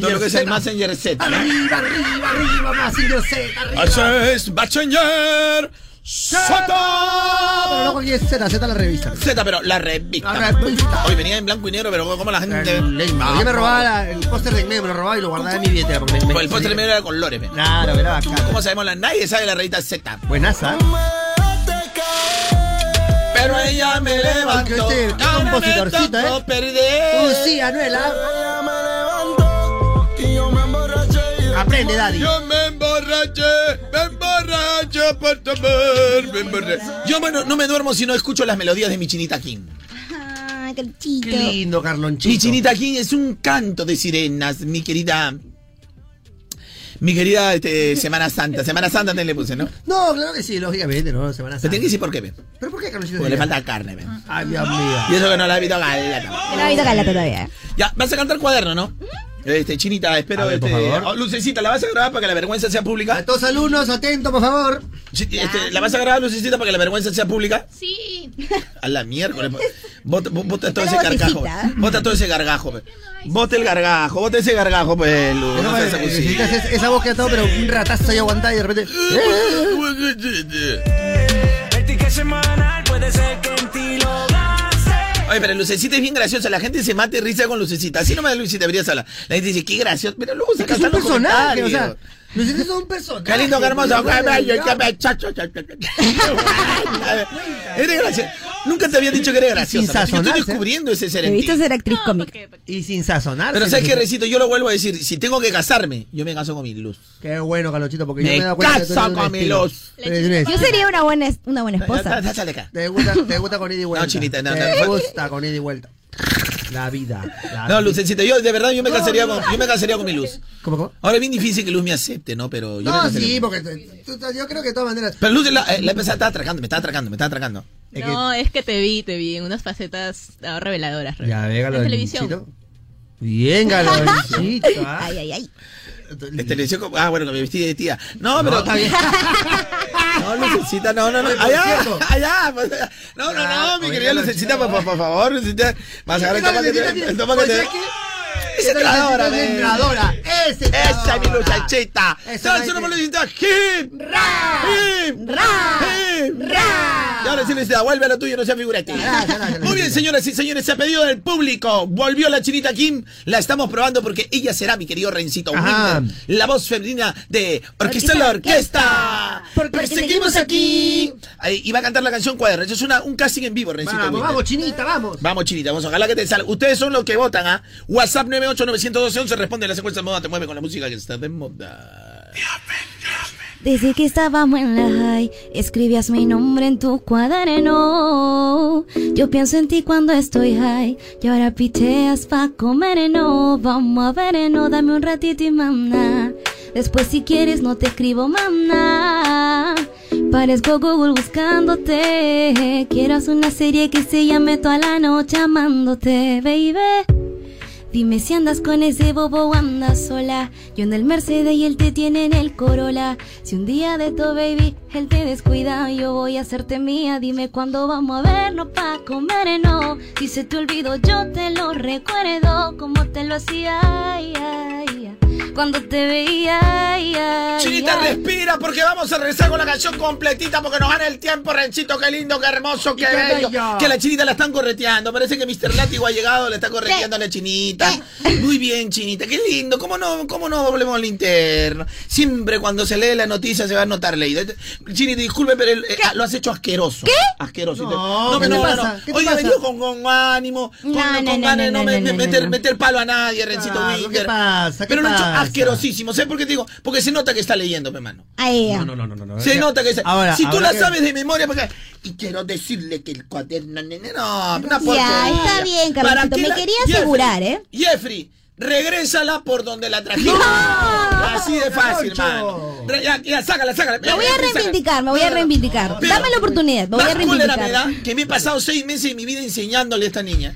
Speaker 3: Todo lo que es el Messenger Z. ¿no?
Speaker 1: Arriba, arriba, arriba, Messenger Z, arriba.
Speaker 3: Ese es Messenger
Speaker 1: Pero
Speaker 3: Z.
Speaker 1: no con 10 Z, Z la revista.
Speaker 3: Z, pero la revista.
Speaker 1: La revista.
Speaker 3: Hoy venía en blanco y negro, pero como la gente. Ah,
Speaker 1: Yo me robaba la- el póster de Inme, me lo robaba y lo guardaba en mi billetera. Porque me,
Speaker 3: Pues el póster negro era con Lore, ve.
Speaker 1: Claro, pero acá.
Speaker 3: ¿Cómo sabemos la? Nadie sabe la revista Z.
Speaker 1: Buenaza.
Speaker 3: Pero ella me levantó.
Speaker 1: Qué- qué compositorcito,
Speaker 3: Ahora me
Speaker 1: ¿eh?
Speaker 3: tocó perder.
Speaker 1: Uh, sí, Anuela. Aprende, Daddy.
Speaker 15: Yo me emborraché, me emborraché por tomar, me emborraché.
Speaker 3: Yo bueno, no me duermo si no escucho las melodías de mi chinita King.
Speaker 5: Ah,
Speaker 1: Qué lindo, Carlonchito.
Speaker 3: Mi chinita King es un canto de sirenas, mi querida. Mi querida este, Semana Santa. Semana Santa también le puse, ¿no?
Speaker 1: No, claro que sí, lógicamente, no, Semana
Speaker 3: Te
Speaker 1: Santa.
Speaker 3: tiene que decir por qué, ve.
Speaker 1: ¿Pero por qué, Carlonchito?
Speaker 3: Porque le falta carne, ve.
Speaker 1: Ay, Dios mío.
Speaker 3: Y eso que no la he visto galata.
Speaker 12: No ha visto Galata todavía.
Speaker 3: Ya, vas a cantar cuaderno, ¿no? Este, chinita, espero.
Speaker 1: A ver, por
Speaker 3: este,
Speaker 1: favor.
Speaker 3: oh, Lucecita, ¿la vas a grabar para que la vergüenza sea pública?
Speaker 1: Todos alumnos, atentos, por favor.
Speaker 3: Chi- este, ¿La vas a grabar, Lucecita, para que la vergüenza sea pública?
Speaker 5: Sí.
Speaker 3: A la miércoles. pues. Bota, bo- bota todo ese
Speaker 5: Pero
Speaker 3: gargajo.
Speaker 5: vocecita.
Speaker 3: Bota todo ese gargajo. pues. Bota el gargajo, bota ese gargajo, pues, Lu. No seas
Speaker 1: Eh,
Speaker 3: abusita.
Speaker 1: necesitas es- esa voz que ha estado, pero un ratazo ahí aguantada y de repente. eh.
Speaker 3: Oye, pero Lucecita es bien graciosa. La gente se mate de risa con Lucecita. Así nomás Lucecita deberías hablar. La gente dice, qué gracioso. Pero luego se
Speaker 1: Es que es un
Speaker 3: los
Speaker 1: personaje, o sea.
Speaker 3: comentarios.
Speaker 1: Nosotros somos un personaje.
Speaker 3: Qué lindo, qué
Speaker 1: *laughs*
Speaker 3: hermoso. Qué bello, qué pechacho. *laughs* Eres graciosa. Nunca te había dicho que eres
Speaker 1: sin
Speaker 3: graciosa. Yo estoy
Speaker 1: sazonarse.
Speaker 3: descubriendo ese ser en ti.
Speaker 12: Debiste ser actriz cómica.
Speaker 1: Y sin sazonar.
Speaker 3: Pero sabes qué, Recito, yo lo vuelvo a decir. Si tengo que casarme, yo me caso con mi luz.
Speaker 1: Qué bueno, Carlonchito, porque yo
Speaker 3: Me
Speaker 1: me he dado cuenta. que tú eres
Speaker 3: caso
Speaker 1: un
Speaker 3: con mi
Speaker 1: estilo.
Speaker 3: luz.
Speaker 1: Tú eres un
Speaker 12: Yo
Speaker 1: estilo.
Speaker 12: sería una buena, es- una buena
Speaker 3: Ya, ya,
Speaker 12: esposa.
Speaker 3: ya, Sale acá.
Speaker 1: Te gusta, te gusta con ida y vuelta.
Speaker 3: chinita, no,
Speaker 1: Te
Speaker 3: no.
Speaker 1: gusta con ida y vuelta. La vida. la
Speaker 3: No,
Speaker 1: vida.
Speaker 3: Lucecita, yo de verdad yo me casaría con, yo me casaría con mi luz.
Speaker 1: ¿Cómo, cómo?
Speaker 3: Ahora es bien difícil que Luz me acepte, ¿no? Pero yo me
Speaker 1: No,
Speaker 3: casaría
Speaker 1: sí,
Speaker 3: con-
Speaker 1: porque t- t- yo creo que de todas maneras. eh,
Speaker 3: Pero Luz la, eh, la empezada está atracando, me está atracando, me está atracando.
Speaker 10: No, es que te vi, te vi en unas facetas ah, reveladoras.
Speaker 1: Ya, ve,
Speaker 10: En televisión.
Speaker 1: Galoncito. Bien,
Speaker 10: *laughs*
Speaker 5: *laughs*
Speaker 1: Galoncito. ah.
Speaker 10: Ay, ay, ay.
Speaker 3: La televisión como- ah, bueno, que me vestí de tía. No, pero
Speaker 1: está
Speaker 3: *laughs*
Speaker 1: bien.
Speaker 3: No, Lucecita, no, no, no.
Speaker 15: Oye, por
Speaker 3: Allá,
Speaker 15: cierto.
Speaker 3: allá. pues, allá. No, no, no, mi
Speaker 15: oye,
Speaker 3: querida Lucecita, por, por- por favor, Lucecita. Vas a agarrar el tapa que te. El
Speaker 7: pues,
Speaker 3: tapa que te. Es
Speaker 1: Esa
Speaker 3: entradora,
Speaker 1: es
Speaker 3: ve.
Speaker 1: entradora. Es entradora.
Speaker 3: Esa es mi Lucecita.
Speaker 1: Esa
Speaker 3: No,
Speaker 1: es
Speaker 3: eso no
Speaker 1: la-
Speaker 3: me lo necesita. Hip, hip, hip, Y ahora sí Lucecita, vuelve a lo tuyo, no sea figurete. Muy bien, señoras y señores, se ha pedido del público. Volvió la chinita Kim. La estamos probando porque ella será mi querido Rencito
Speaker 1: Ajá.
Speaker 3: Wilder, la voz femenina de Orquesta la Orquesta. Porque seguimos aquí. Ahí, y va a cantar la canción Cuaderno. Eso es una- un casting en vivo, Rencito
Speaker 1: Vamos,
Speaker 3: Wilder.
Speaker 1: vamos, chinita, vamos.
Speaker 3: Vamos, chinita, vamos. Ojalá que te salga. Ustedes son los que votan, ¿ah? WhatsApp 9891211 responde la secuencia de moda. Te mueve con la música que está de moda.
Speaker 16: Desde que estábamos en la high, escribías mi nombre en tu cuaderno. Yo pienso en ti cuando estoy high, y ahora piteas pa' comer, no. Vamos a ver, no, dame un ratito y mamna. Después si quieres no te escribo mamna. Parezco Google buscándote. Quiero hacer una serie que se llame toda la noche amándote, baby. Dime si andas con ese bobo o andas sola. Yo en el Mercedes y él te tiene en el Corolla. Si un día de tu baby él te descuida, yo voy a hacerte mía. Dime cuándo vamos a vernos pa' comer, no. Si se te olvidó, yo te lo recuerdo como te lo hacía. ay, ay, ay. Cuando te veía. ay, ay,
Speaker 3: Chinita,
Speaker 16: ay.
Speaker 3: respira porque vamos a regresar con la canción completita porque nos gana el tiempo, Renchito. Qué lindo, qué hermoso, qué,
Speaker 15: qué
Speaker 3: bello.
Speaker 15: bello.
Speaker 3: Que la chinita la están correteando. Parece que Mr. Látigo ha llegado, le está correteando a la chinita. Muy bien, chinita. Qué lindo. ¿Cómo no, cómo no doblemos el interno? Siempre cuando se lee la noticia se va a notar leído. Chinita, disculpe, pero el- eh, lo has hecho asqueroso. ¿Qué? Asqueroso.
Speaker 15: No, ¿qué te pasa? ¿Qué te
Speaker 3: Hoy ha
Speaker 15: pasa?
Speaker 3: venido con, con ánimo, con,
Speaker 15: No,
Speaker 3: con
Speaker 15: no, no,
Speaker 3: ganas de no,
Speaker 15: no,
Speaker 3: me-
Speaker 15: no,
Speaker 3: me-
Speaker 15: no,
Speaker 3: meter,
Speaker 15: no.
Speaker 3: meter palo a nadie, Rencito
Speaker 15: Claro, ¿qué
Speaker 3: Winder.
Speaker 15: pasa? ¿Qué
Speaker 3: Pero lo ha hecho
Speaker 15: pasa?
Speaker 3: asquerosísimo. ¿Sabes por qué te digo? Porque se nota que está leyendo, hermano.
Speaker 15: No, no, no, no, no, no.
Speaker 3: Se
Speaker 15: Ya.
Speaker 3: nota que se-
Speaker 15: Ahora,
Speaker 3: si tú
Speaker 15: ahora
Speaker 3: la
Speaker 15: que-
Speaker 3: sabes de memoria, porque y quiero decirle que el cuaderno nene, no,
Speaker 12: Ya,
Speaker 3: una porquería.
Speaker 12: está bien, Carlosito,
Speaker 3: ¿Para qué
Speaker 12: me quería asegurar, ¿eh?
Speaker 3: Jeffrey, regrésala por donde la trajiste. Así de fácil, mano. Re- Ya, ya, sácala, sácala.
Speaker 12: Me voy a
Speaker 3: Sácala.
Speaker 12: reivindicar, me voy a reivindicar.
Speaker 3: Pero-
Speaker 12: Dame la oportunidad, me voy a
Speaker 3: Más cólera me
Speaker 12: reivindicar.
Speaker 3: da que me he pasado seis meses de mi vida enseñándole a esta niña.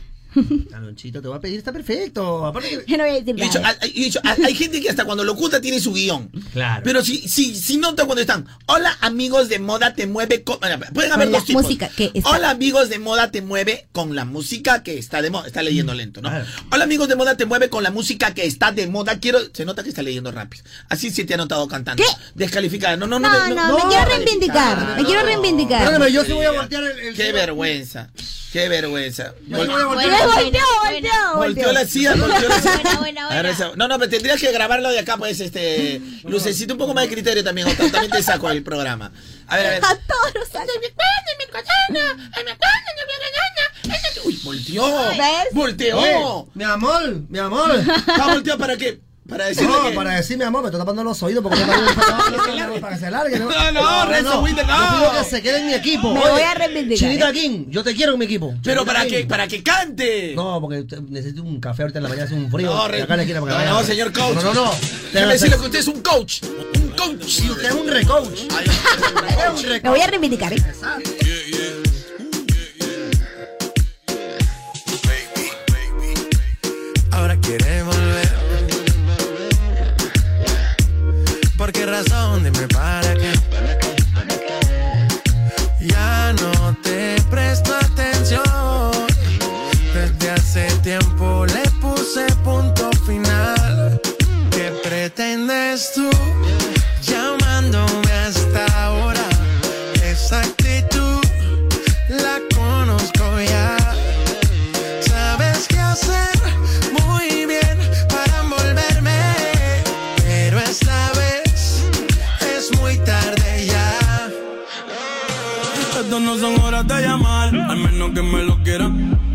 Speaker 1: Galoncito, te voy a pedir, está perfecto. Aparte que-
Speaker 3: Y he dicho, hay, he dicho, hay- hay gente que hasta cuando lo oculta tiene su guión.
Speaker 1: Claro.
Speaker 3: Pero si, si, si nota cuando están, hola amigos de moda te mueve con... bueno, Pueden haber
Speaker 12: Con la
Speaker 3: dos tipos.
Speaker 12: música que está-
Speaker 3: Hola amigos de moda te mueve con la música que está de moda. Está leyendo lento, ¿no? Hola amigos de moda te mueve con la música que está de moda. Quiero... Se nota que está leyendo rápido. Así se te ha notado cantando. Descalificada. No, no, no.
Speaker 12: No, no, me quiero reivindicar, me quiero reivindicar.
Speaker 1: Perdóname, yo sí voy a voltear el...
Speaker 3: Qué vergüenza. Qué vergüenza.
Speaker 1: sí voy a voltear.
Speaker 12: Volteó, volteó, volteó.
Speaker 3: Volteó la silla,
Speaker 16: *laughs*
Speaker 3: volteó la silla.
Speaker 12: buena,
Speaker 3: Agarra esa- No, no, pero tendrías que grabarlo de acá, pues,
Speaker 1: *laughs*
Speaker 3: este. Lucecito, un poco más de criterio también. Otra, también te saco el programa. A
Speaker 1: *laughs*
Speaker 3: ver, a ver.
Speaker 12: todos los años.
Speaker 3: Uy, volteó.
Speaker 1: ¿Ves?
Speaker 3: Volteó.
Speaker 1: Oye, ¡Eh! Mi amor,
Speaker 3: *laughs*
Speaker 1: mi amor.
Speaker 3: ¿Va a voltear para qué? Para decirle
Speaker 1: No,
Speaker 3: que-
Speaker 1: para decir, mi amor, me está tapando los oídos porque no
Speaker 3: *laughs*
Speaker 1: para que se largue.
Speaker 3: No, no, Renzo Winter, no.
Speaker 1: Yo pido que se quede en mi equipo.
Speaker 12: Me
Speaker 1: Oye,
Speaker 12: voy a reivindicar,
Speaker 1: Chinita
Speaker 12: eh.
Speaker 1: King, yo te quiero en mi equipo.
Speaker 3: Pero
Speaker 1: Chinita
Speaker 3: para
Speaker 1: King.
Speaker 3: que, para que cante.
Speaker 1: No, porque te- necesito un café ahorita en la mañana, hace un frío.
Speaker 3: No,
Speaker 1: y
Speaker 3: Ren-
Speaker 1: acá en la esquina para que
Speaker 3: no,
Speaker 1: vaya.
Speaker 3: no, señor coach.
Speaker 1: No, no, no.
Speaker 3: Déjame decirle que usted es un coach. Un coach.
Speaker 1: Es un recoach.
Speaker 12: Me voy a reivindicar, ¿eh?
Speaker 22: ahora quiere volver. ¿Por qué razón? Dime para qué. Ya no te presto atención. Desde hace tiempo le puse punto final. ¿Qué pretendes tú llamándome hasta ahora? Esa actitud la conozco ya. Sabes qué hacer muy bien para envolverme, pero esta vez es muy tarde ya.
Speaker 11: Estas no son horas de llamar, al menos que me lo quieras,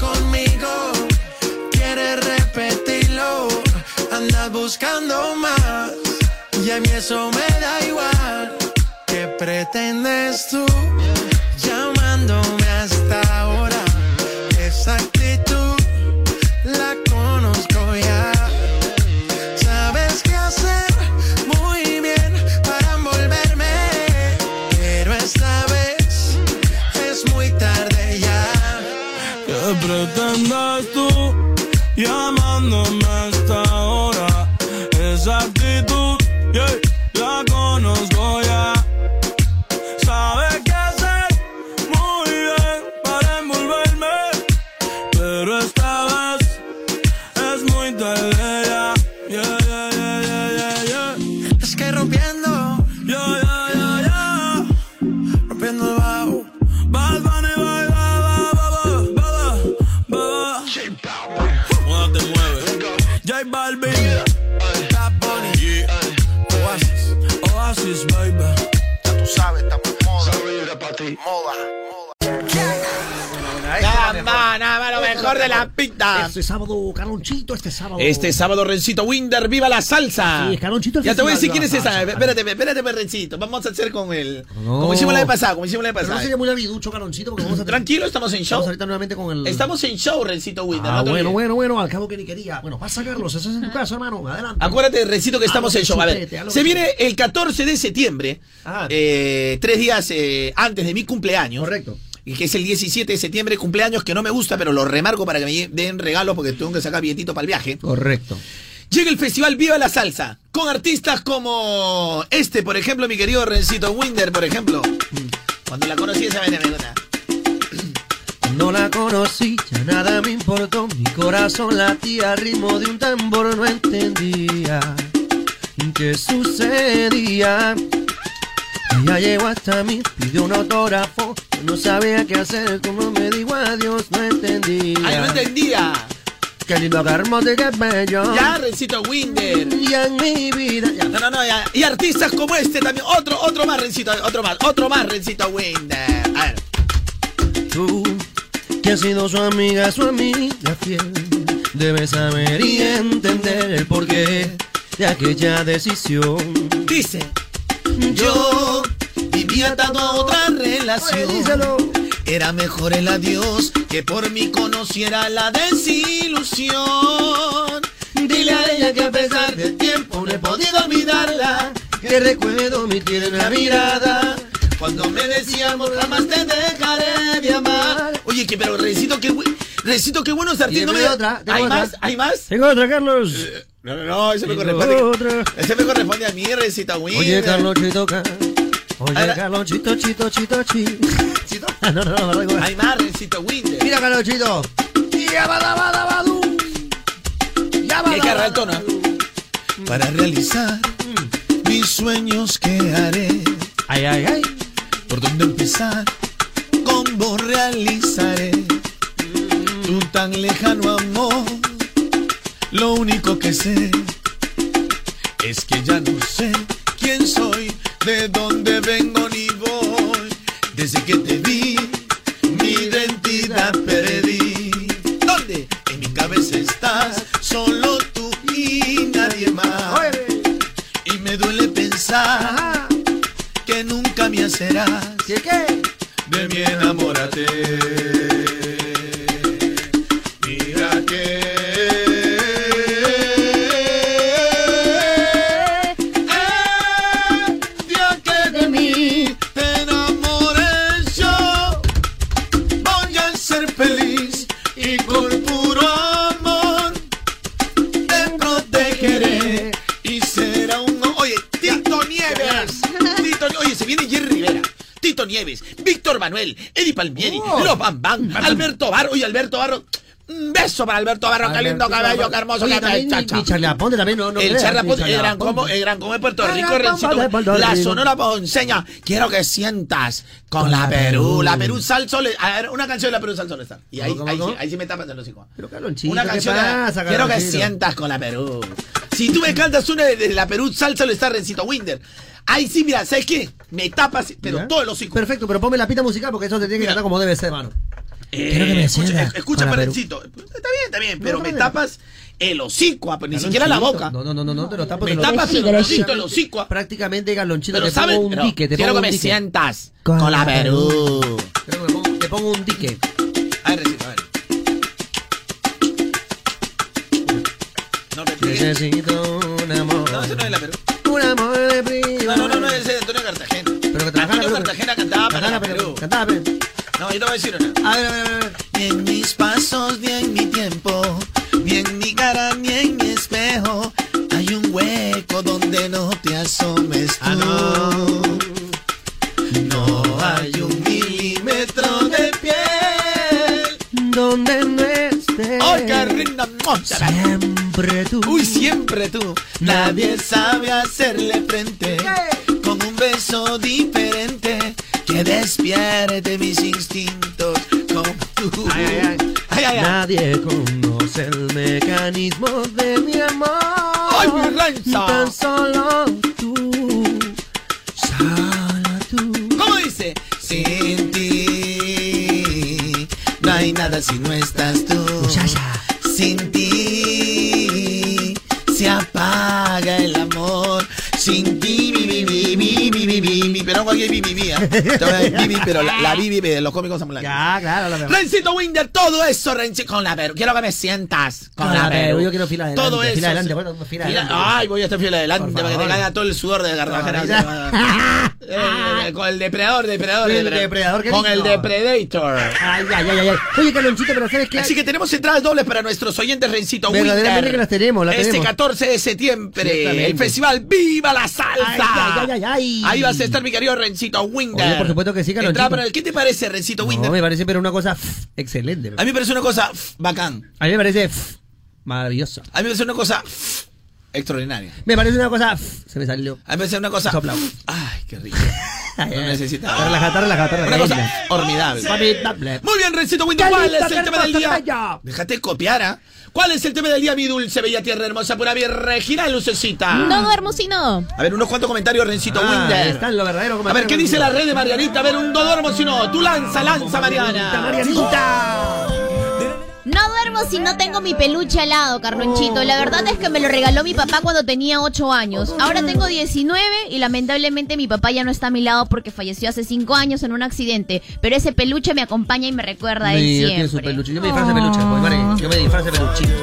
Speaker 23: conmigo, quieres repetirlo. Andas buscando más y a mí eso me da igual. ¿Qué pretendes tú llamándome hasta ahora? Esa actitud la conozco ya. Sabes qué hacer muy bien para envolverme, pero esta vez es muy tarde ya.
Speaker 22: ¿Qué pretendes tú llamándome a esta hora? Esa actitud, yeah, la conozco ya. Sabes qué hacer muy bien para envolverme, pero esta vez es muy tarde ya. Yeah, yeah, yeah, yeah, yeah, yeah.
Speaker 23: Es que rompiendo,
Speaker 22: yo, yo, yo, yo,
Speaker 23: rompiendo el bajo.
Speaker 22: Bad Bunny, bye, bye, bye, bye, bye, bye, bye. Cuando te mueves. J Balvin. Bad Bunny. Oasis. Oasis, baby. Ya tú sabes, estamos en moda. para ti. Moda.
Speaker 3: Nada más, nada más, lo mejor de la pita.
Speaker 1: Este sábado, Carlonchito, este sábado.
Speaker 3: Este sábado, Rencito Winder, viva la salsa.
Speaker 1: Sí, Carlonchito, el
Speaker 3: Ya te voy a decir
Speaker 1: festival,
Speaker 3: quién es
Speaker 1: viva la
Speaker 3: esa.
Speaker 1: salsa.
Speaker 3: Espérate, espérate, pues, Rencito. Vamos a hacer con él.
Speaker 1: No.
Speaker 3: Como hicimos la vez pasada, como hicimos la vez
Speaker 1: Pero no
Speaker 3: pasada.
Speaker 1: sería muy labiducho, Carlonchito, porque vamos a tener...
Speaker 3: Tranquilo, estamos en show.
Speaker 1: Estamos ahorita nuevamente con el...
Speaker 3: Estamos en show, Rencito Winder.
Speaker 1: Ah,
Speaker 3: no te
Speaker 1: bueno,
Speaker 3: olvides.
Speaker 1: bueno, bueno, al cabo que ni quería. Bueno, pasa, Carlos, eso es en tu casa, hermano. Adelante.
Speaker 3: Acuérdate, Rencito, que
Speaker 1: Haz
Speaker 3: estamos
Speaker 1: lo
Speaker 3: en show. A ver,
Speaker 1: Ah, chupete, haz lo
Speaker 3: se
Speaker 1: que Ah.
Speaker 3: viene el 14 de septiembre, eh, tres días eh, antes de mi cumpleaños.
Speaker 1: Correcto.
Speaker 3: Y que es el 17 de septiembre, cumpleaños que no me gusta, pero lo remarco para que me den regalos porque tengo que sacar billetito para el viaje.
Speaker 1: Correcto.
Speaker 3: Llega el festival Viva la Salsa, con artistas como este, por ejemplo, mi querido Rencito Winder, por ejemplo.
Speaker 1: Mm.
Speaker 3: Cuando la conocí esa vez me gusta.
Speaker 23: No la conocí, ya nada me importó. Mi corazón latía, al ritmo de un tambor, no entendía qué sucedía. Ella llegó hasta mí, pidió un autógrafo. Yo no sabía qué hacer, como me dijo adiós, no entendía.
Speaker 3: Ay, no entendía.
Speaker 23: Qué lindo, qué hermoso y qué bello.
Speaker 3: Ya, Rencito Winder.
Speaker 23: Ya en mi vida. ya.
Speaker 3: No, no, no, ya. Y artistas como este también. Otro, otro más, Rencito, otro más, otro más, Rencito Winder. A ver.
Speaker 23: Tú, que has sido su amiga, su amiga fiel, debes saber y entender el porqué de aquella decisión.
Speaker 3: Dice,
Speaker 23: yo
Speaker 3: vivía atado a otra relación. Era mejor el adiós que por mí conociera la desilusión.
Speaker 23: Dile a ella que a pesar del tiempo no he podido olvidarla, que recuerdo mi tierna mirada.
Speaker 3: Cuando me decíamos jamás te dejaré de amar. Oye, que pero recito que recito que buenos artistas. no
Speaker 1: Dime
Speaker 3: me-
Speaker 1: otra, tengo
Speaker 3: ¿Hay
Speaker 1: otra.
Speaker 3: más? ¿Hay más? Eh,
Speaker 23: Tengo otra, Carlos.
Speaker 3: No, no, no, ese me
Speaker 23: Tengo
Speaker 3: corresponde.
Speaker 23: otra.
Speaker 3: Ese me corresponde a mí, recita Win.
Speaker 23: Oye, Carlos Chito, ca-
Speaker 3: Ahora-
Speaker 23: Oye, Carlos Chito, Chito, Chito, Chito.
Speaker 15: *laughs*
Speaker 23: No, no, no, no, no.
Speaker 3: Hay más, recita Win.
Speaker 23: Mira, Carlos Chito.
Speaker 3: Hay que agarrar el tono. ¿eh?
Speaker 22: Para realizar mis sueños que haré. Ay, ay, ay. ¿Por dónde empezar? ¿Cómo realizaré? Tu tan lejano amor. Lo único que sé es que ya no sé quién soy, de dónde vengo ni voy. Desde que te vi, mi identidad perdí. ¿Dónde?
Speaker 3: ser feliz y con puro amor te protegeré y será un... Oye, Tito Nieves. Tito, oye, se viene Jerry Rivera. Tito Nieves, Víctor Manuel, Eddie Palmieri, Los Bam Oh. Bam, Alberto Barro. Oye, Alberto Barro. Un beso para Alberto Barro. Qué lindo cabello, qué hermoso.
Speaker 1: Oye,
Speaker 3: qué
Speaker 1: también
Speaker 3: chacha.
Speaker 1: mi- mi charlaponte también, no, no
Speaker 3: El
Speaker 1: creas,
Speaker 3: charrapón,
Speaker 1: mi
Speaker 3: el gran
Speaker 1: charlaponte.
Speaker 3: combo, el gran combo de Puerto
Speaker 1: Ah,
Speaker 3: Rico, Rencito,
Speaker 1: vamos, vamos,
Speaker 3: la
Speaker 1: vamos.
Speaker 3: sonora ponceña. Quiero que sientas con la Perú, la Perú sal sol. A ver, una canción de la Perú sal sol está. Y ahí,
Speaker 1: ¿Cómo, cómo,
Speaker 3: ahí, sí-
Speaker 1: cómo?
Speaker 3: ahí sí me tapan de los hijos.
Speaker 1: Carlonchito,
Speaker 3: una
Speaker 1: ¿qué
Speaker 3: canción de-
Speaker 1: pasa,
Speaker 3: Quiero que
Speaker 1: Carlonchito?
Speaker 3: sientas con la Perú. Si tú me cantas una de, de la Perú sal sol está, Rencito Winder. Ahí sí, mira, ¿sabes qué? Me tapas, pero todos los hijos.
Speaker 1: Perfecto, pero ponme la pita musical porque eso te tiene que cantar como debe ser, mano. Quiero que me
Speaker 3: escucha,
Speaker 1: sientas
Speaker 3: eh, escucha,
Speaker 1: con la Perú.
Speaker 3: Rencito. Está bien, está bien, pero me tapas el hocico, ah, pues, ni siquiera la boca.
Speaker 1: No, no, no, no, no te lo tapo.
Speaker 3: Me
Speaker 1: te lo
Speaker 3: tapas el hocico, el
Speaker 1: hocico. Prácticamente, Galonchito,
Speaker 3: Pero
Speaker 1: te
Speaker 3: ¿sabes?
Speaker 1: pongo un
Speaker 3: Pero
Speaker 1: dique. Te
Speaker 3: quiero
Speaker 1: pongo
Speaker 3: que
Speaker 1: un
Speaker 3: me
Speaker 1: dique.
Speaker 3: sientas con la Perú.
Speaker 1: Quiero que me pongo- Te pongo un dique.
Speaker 3: A ver, Rencito, a ver. No, me
Speaker 1: Necesito un amor.
Speaker 3: No, ese no es la Perú.
Speaker 1: Un amor de prima.
Speaker 3: No, no, no, no, ese es de Antonio Cartagena.
Speaker 1: Pero que trabajara,
Speaker 3: Antonio
Speaker 1: pero-
Speaker 3: Cartagena cantaba para la Perú.
Speaker 1: Cantaba, pero-
Speaker 3: No, yo te voy a decir una.
Speaker 1: A ver, a ver, a ver.
Speaker 3: Ni en mis pasos, ni en mi tiempo, ni en mi cara, ni en mi espejo, hay un hueco donde no te asomes tú.
Speaker 1: Ah,
Speaker 3: no. hay un milímetro de piel
Speaker 1: donde no estés.
Speaker 3: ¡Ay, qué rinda mocha!
Speaker 1: Siempre tú.
Speaker 3: Uy, siempre tú. Nadie sabe hacerle frente con un beso diferente que despierte mis instintos como tú. Ay, ay, ay.
Speaker 1: Nadie conoce el mecanismo de mi amor.
Speaker 3: ¡Ay, mi ranza!
Speaker 1: Tan solo tú.
Speaker 3: ¿Cómo dice? Sin ti no hay nada si no estás tú. Sin ti se apaga el amor. Sin ti, mi, mi, mi, mi, mi, mi, mi, mi. Pero no cualquier mi, mi, *laughs* mi, ¿ah? Entonces, mi, mi, Pero la, la Bibi de los cómicos ambulantes.
Speaker 1: Ya, claro, la verdad.
Speaker 3: Rencito Winder, todo eso, Rencito, con la Perú. Quiero que me sientas con, la, Perú.
Speaker 1: Yo quiero fila adelante.
Speaker 3: Todo eso.
Speaker 1: Fila adelante,
Speaker 3: sí.
Speaker 1: bueno, fila
Speaker 3: Fila-
Speaker 1: adelante.
Speaker 3: Ay, voy a estar fiel adelante para que te
Speaker 1: favor.
Speaker 3: caiga todo el sudor de Cartagena. Eh, eh, Con el depredador, depredador,
Speaker 1: El depredador, qué
Speaker 3: Con el
Speaker 1: lindo.
Speaker 3: depredator.
Speaker 1: Ay, ay, ay, ay. Oye, Calonchito, pero ¿sabes qué?
Speaker 3: Así que tenemos entradas dobles para nuestros oyentes Rencito
Speaker 1: Verdaderamente
Speaker 3: ah, Winter.
Speaker 1: que las tenemos, las
Speaker 3: este
Speaker 1: tenemos.
Speaker 3: 14 de septiembre,
Speaker 1: Ciertamente.
Speaker 3: el festival Viva la Salsa.
Speaker 1: Ay, ay, ay, ay.
Speaker 3: Ahí vas a estar mi querido Rencito Winter.
Speaker 1: Oye, por supuesto que sí, Calonchito.
Speaker 3: Entrada para el- ¿Qué te parece, Rencito Winter?
Speaker 1: No, me parece, pero una cosa pff, excelente.
Speaker 3: A mí me parece una cosa pff, bacán.
Speaker 1: A mí me parece pff, maravilloso.
Speaker 3: A mí me parece una cosa pff, extraordinaria.
Speaker 1: Me parece una cosa. pff, se me salió.
Speaker 3: A mí me parece una cosa.
Speaker 1: Sopla.
Speaker 3: pff, Ay, qué rico.
Speaker 1: Ay,
Speaker 3: No
Speaker 1: ay.
Speaker 3: necesitaba.
Speaker 1: Relajata, relajata,
Speaker 3: Una cosa
Speaker 1: relajata.
Speaker 3: formidable.
Speaker 1: Formidable.
Speaker 3: Muy bien, Rencito Winter,
Speaker 1: Qué
Speaker 3: ¿cuál
Speaker 1: lindo,
Speaker 3: es el
Speaker 1: qué
Speaker 3: tema del
Speaker 1: hermoso
Speaker 3: día?
Speaker 1: bello.
Speaker 3: Déjate copiar, ¿ah? ¿Cuál es el tema del día, mi dulce, bella tierra hermosa, pura virregina lucecita?
Speaker 24: No duermo si no.
Speaker 3: A ver, unos cuantos comentarios, Rencito
Speaker 1: Ah,
Speaker 3: Winder.
Speaker 1: están los verdaderos
Speaker 3: A ver, ¿qué
Speaker 1: comentarios.
Speaker 3: dice la red de Marianita? A ver, un no duermo si no. Tú lanza, lanza, Mariana.
Speaker 5: No duermo si no tengo mi peluche al lado, Carlonchito. La verdad es que me lo regaló mi papá cuando tenía 8 años. Ahora tengo 19 y lamentablemente mi papá ya no está a mi lado porque falleció hace 5 años en un accidente. Pero ese peluche me acompaña y me recuerda a él
Speaker 1: Sí, yo
Speaker 5: siempre.
Speaker 1: quiero su peluche. Yo me disfrazo de peluche. pues, vale, Yo me disfrazo de peluchito.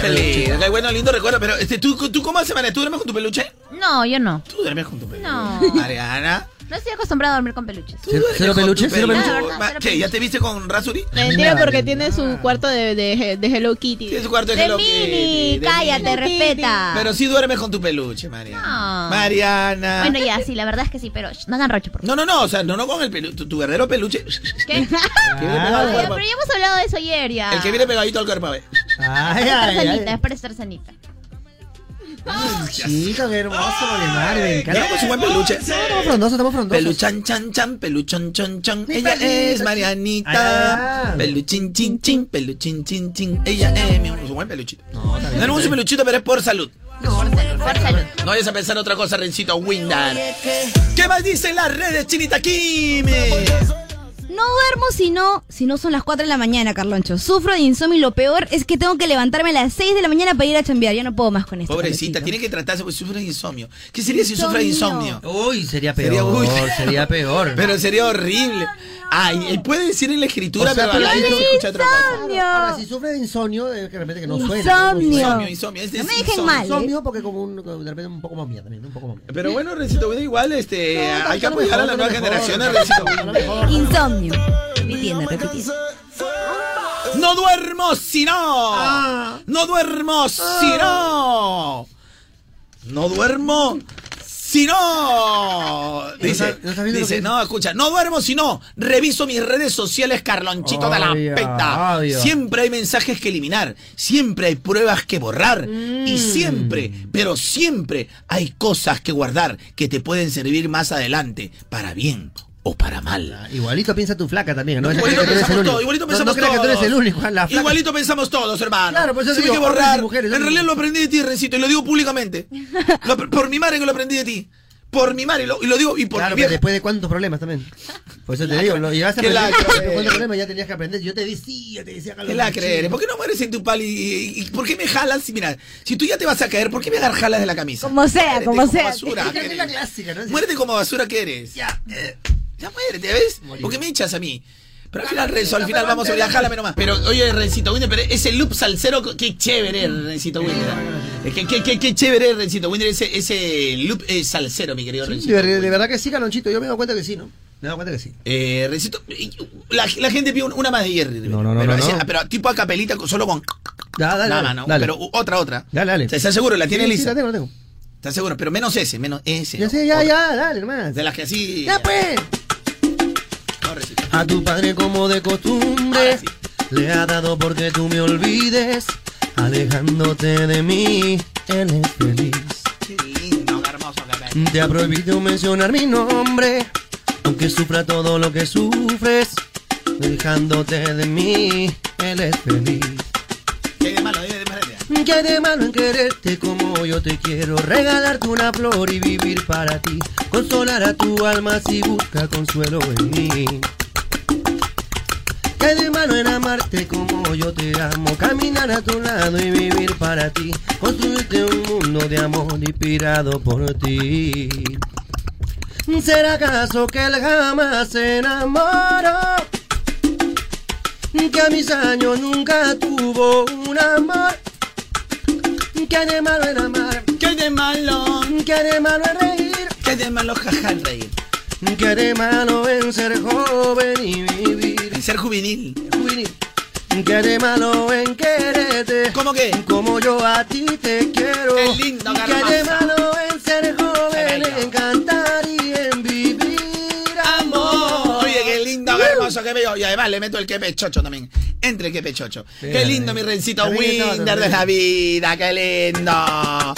Speaker 3: Qué lindo, qué bueno, lindo recuerdo. Pero, este, ¿tú, ¿tú cómo haces, Mariana? ¿Tú duermes con tu peluche?
Speaker 5: No, yo no.
Speaker 3: Tú duermes con tu peluche.
Speaker 5: No.
Speaker 3: Mariana.
Speaker 5: No estoy acostumbrada a dormir con peluches.
Speaker 3: ¿Tú duermes
Speaker 1: cero
Speaker 3: con tu
Speaker 1: peluche, cero
Speaker 3: peluche?
Speaker 1: peluche.
Speaker 3: Ma- ¿Qué? ¿Ya te viste con Razuri?
Speaker 24: Mentira, porque tiene su cuarto de, de- de Hello Kitty.
Speaker 3: Tiene su cuarto de Hello Kitty, de Minnie.
Speaker 5: respeta.
Speaker 3: Pero sí duermes con tu peluche, Mariana. Mariana.
Speaker 5: Ah. Bueno, ya, sí, la verdad es que sí, pero sh, no hagan roche, por
Speaker 3: No, no, no, o sea, no, no con el peluche, tu, tu verdadero peluche.
Speaker 5: favor.
Speaker 3: *laughs*
Speaker 5: ¿Qué?
Speaker 3: Que viene pegado al
Speaker 5: Oye,
Speaker 3: cuerpo.
Speaker 5: pero ya hemos hablado de eso ayer, ya.
Speaker 3: El que viene pegadito al cuerpo, a ver.
Speaker 5: Es
Speaker 1: Ay,
Speaker 5: para
Speaker 1: ay,
Speaker 5: estar
Speaker 1: ay.
Speaker 5: sanita, es para estar sanita.
Speaker 1: Chico, qué hermoso, Valdemar, me encanta.
Speaker 3: Tenemos un buen pues, peluche.
Speaker 1: Estamos frondosos, estamos frondosos.
Speaker 3: Peluchan, chan, chan, peluchon, chon, chon. Ella
Speaker 1: peluche.
Speaker 3: es
Speaker 1: Ay,
Speaker 3: Marianita.
Speaker 1: ay.
Speaker 3: Peluchin, chin, chin, peluchin, chin, cin. Ella es mi un buen peluchito. No, tenemos un peluchito, pero es por salud. No vayas a pensar otra cosa, Rencito Windar. ¿Qué más dicen las redes, Chinita Kim?
Speaker 12: No duermo si no, si no son las 4 de la mañana, Carloncho. Sufro de insomnio y lo peor es que tengo que levantarme a las 6 de la mañana para ir a chambear. Ya no puedo más con esto.
Speaker 3: Pobrecita, tiene que tratarse porque sufre de insomnio. ¿Qué sería si sufre de insomnio?
Speaker 1: Uy, sería peor.
Speaker 3: Sería-
Speaker 1: Sería,
Speaker 3: uy.
Speaker 1: peor.
Speaker 3: *laughs* Pero sería horrible. Ay, él puede decir en la escritura,
Speaker 1: O sea,
Speaker 3: pero a la
Speaker 1: pero
Speaker 3: vez
Speaker 1: si-
Speaker 3: se escucha otra cosa.
Speaker 1: Ahora, si sufre de insomnio, eh, que de repente que no suena.
Speaker 12: Insomnio.
Speaker 3: Insomnio, insomnio, es-
Speaker 1: No
Speaker 3: es
Speaker 1: me
Speaker 3: insomnio.
Speaker 1: dejen mal. ¿eh? Insomnio
Speaker 3: Insomnio,
Speaker 1: porque como un, como de repente un poco más mía también, un poco más mía.
Speaker 3: Pero bueno, Rencito Winder, igual este,
Speaker 1: No,
Speaker 3: hay que
Speaker 1: no, no,
Speaker 3: apoyar a
Speaker 1: no,
Speaker 3: la
Speaker 1: no,
Speaker 3: nueva
Speaker 1: no,
Speaker 3: generación
Speaker 1: no,
Speaker 3: de
Speaker 1: no,
Speaker 3: Rencito
Speaker 1: no,
Speaker 3: Winder.
Speaker 12: Insomnio. Repitiendo, repitiendo.
Speaker 3: No duermo si no. No duermo si no. No duermo si no. Dice, dice, no, escucha, no duermo si no. Reviso mis redes sociales, Carlonchito de la
Speaker 7: Ay,
Speaker 3: peta.
Speaker 7: ay.
Speaker 3: Siempre hay mensajes que eliminar, siempre hay pruebas que borrar y siempre, pero siempre hay cosas que guardar que te pueden servir más adelante, para bien o para mal.
Speaker 15: Ah, Igualito piensa tu flaca también, ¿no?
Speaker 3: Igualito
Speaker 15: No creas que tú eres el
Speaker 3: pensamos
Speaker 15: único.
Speaker 3: todos, igualito
Speaker 15: No-
Speaker 3: pensamos
Speaker 15: no creas que tú eres
Speaker 3: todos.
Speaker 15: el único. la flaca-
Speaker 3: Igualito pensamos todos, hermano.
Speaker 15: Claro, pues yo
Speaker 3: Si
Speaker 15: digo,
Speaker 3: hay que
Speaker 15: hombres y
Speaker 3: borrar.
Speaker 15: mujeres,
Speaker 3: en
Speaker 15: ¿no?
Speaker 3: realidad lo aprendí de ti, Rencito, y lo digo
Speaker 15: *laughs*
Speaker 3: públicamente. Lo apr- por mi madre que lo aprendí de ti. Por mi madre, y lo, y lo digo, y por
Speaker 15: Claro,
Speaker 3: mi
Speaker 15: pero
Speaker 3: vieja.
Speaker 15: después de cuántos problemas también. Por eso te digo, lo llegaste a
Speaker 3: Qué
Speaker 15: aprender,
Speaker 3: lacra,
Speaker 15: *laughs* pero
Speaker 3: eh.
Speaker 15: cuántos problemas ya tenías que aprender. Yo te decía, te decía
Speaker 3: ¿Qué la creer? ¿Por qué no mueres en tu pali? ¿Y, y por qué me jalas? Si, Mira, si tú ya te vas a caer, ¿por qué me agarras jalas de la camisa?
Speaker 15: Como sea,
Speaker 3: Muérete
Speaker 15: como sea. *laughs*
Speaker 3: basura, ¿qué
Speaker 15: Es
Speaker 3: eres?
Speaker 15: la clásica, ¿no?
Speaker 3: Muérete como basura que eres. Ya, eh, ya muérete, ¿ves? Porque me echas a mí. Pero al final, Renzo, al final vamos a viajar a nomás. Pero oye, Rencito Winder, pero ese loop salsero, qué chévere,
Speaker 15: Mm.
Speaker 3: Rencito Winder. Eh, Qué, qué, qué, qué chévere, Rencito Winder, ese, ese loop eh, salsero, mi querido
Speaker 15: De,
Speaker 3: Rencito.
Speaker 15: ver- de verdad que sí, Calonchito. Yo me doy cuenta que sí, ¿no? Me doy cuenta que sí.
Speaker 3: Eh, Rencito, eh, la, la gente pide un- una más de Jerry. No,
Speaker 15: no,
Speaker 3: pero,
Speaker 15: no,
Speaker 3: así-
Speaker 15: no. Ah,
Speaker 3: ah, pero tipo a capelita, solo con...
Speaker 15: dale,
Speaker 3: Nada
Speaker 15: dale,
Speaker 3: más, ¿no?
Speaker 15: dale.
Speaker 3: Pero u- otra, otra.
Speaker 15: Dale, dale.
Speaker 3: ¿Estás seguro? ¿La tiene
Speaker 15: Sí, sí,
Speaker 3: lista?
Speaker 15: la tengo, la tengo.
Speaker 3: ¿Estás seguro? Pero menos ese, menos ese.
Speaker 15: Ya sé, ya, ya, dale, hermano.
Speaker 3: De las que así...
Speaker 15: ¡Ya pues! A tu padre como de costumbre le ha dado porque tú me olvides, alejándote de mí, él es feliz. Te ha prohibido mencionar mi nombre, aunque sufra todo lo que sufres, alejándote de mí, él es feliz.
Speaker 3: ¿Qué hay de malo? Dime de malo.
Speaker 15: ¿Qué hay de malo en quererte como yo te quiero? Regalarte una flor y vivir para ti. Consolar a tu alma si busca consuelo en mí. ¿Qué hay de malo en amarte como yo te amo? Caminar a tu lado y vivir para ti. Construirte un mundo de amor inspirado por ti. ¿Será acaso que él jamás se enamoró? Que a mis años nunca tuvo un amor. Que hay de malo en amar.
Speaker 3: Que hay de malo.
Speaker 15: Que hay de malo en reír.
Speaker 3: Que hay de malo jaja en reír.
Speaker 15: Que hay de malo en ser joven y vivir.
Speaker 3: En ser juvenil.
Speaker 15: Juvenil. Que hay de malo en quererte.
Speaker 3: ¿Cómo qué?
Speaker 15: Como yo a ti te quiero.
Speaker 3: Qué lindo,
Speaker 15: que hay de
Speaker 3: Garbanzo.
Speaker 15: malo en ser joven,
Speaker 3: Qué bello.
Speaker 15: en cantar y en vivir amor.
Speaker 3: Oye, qué Uh. lindo, qué hermoso, qué bello. Y además le meto el que pechocho también. Entre el que pechocho. qué lindo, mi rencito
Speaker 7: También está,
Speaker 3: Winder de
Speaker 7: también.
Speaker 3: la vida, qué lindo.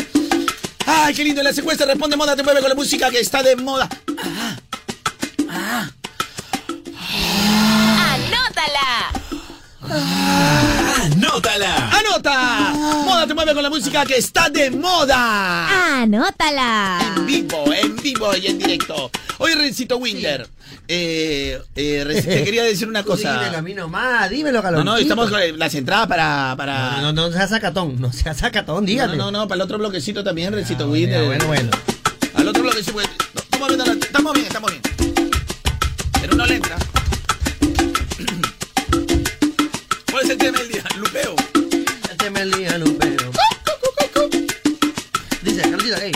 Speaker 3: Ay, qué lindo. En la secuencia responde moda, te mueve con la música que está de moda.
Speaker 5: ¡Anótala!
Speaker 3: ¡Anótala! Ah. ¡Anota! Moda te mueve con la música que está de moda.
Speaker 5: ¡Anótala!
Speaker 3: En vivo, en vivo y en directo. Oye, Rencito Winder. eh, eh, Renci- te quería decir una cosa.
Speaker 15: Dímelo a mí nomás, dímelo,
Speaker 3: No,
Speaker 15: Calonchito.
Speaker 3: no,
Speaker 15: *laughs*
Speaker 3: estamos con las entradas para. para...
Speaker 15: No, no, no seas sacatón, no seas sacatón, dígame.
Speaker 3: No, no, no, para el otro bloquecito también, Rencito Winder.
Speaker 15: bueno, bueno.
Speaker 3: Al otro bloquecito. pues, no, toma, vete adelante. Estamos bien, estamos bien. Pero no le entra. *clears throat* ¿Cuál es el tema del día? Lupeo.
Speaker 15: El tema del día, Lupeo. Dice, Carlita, hey.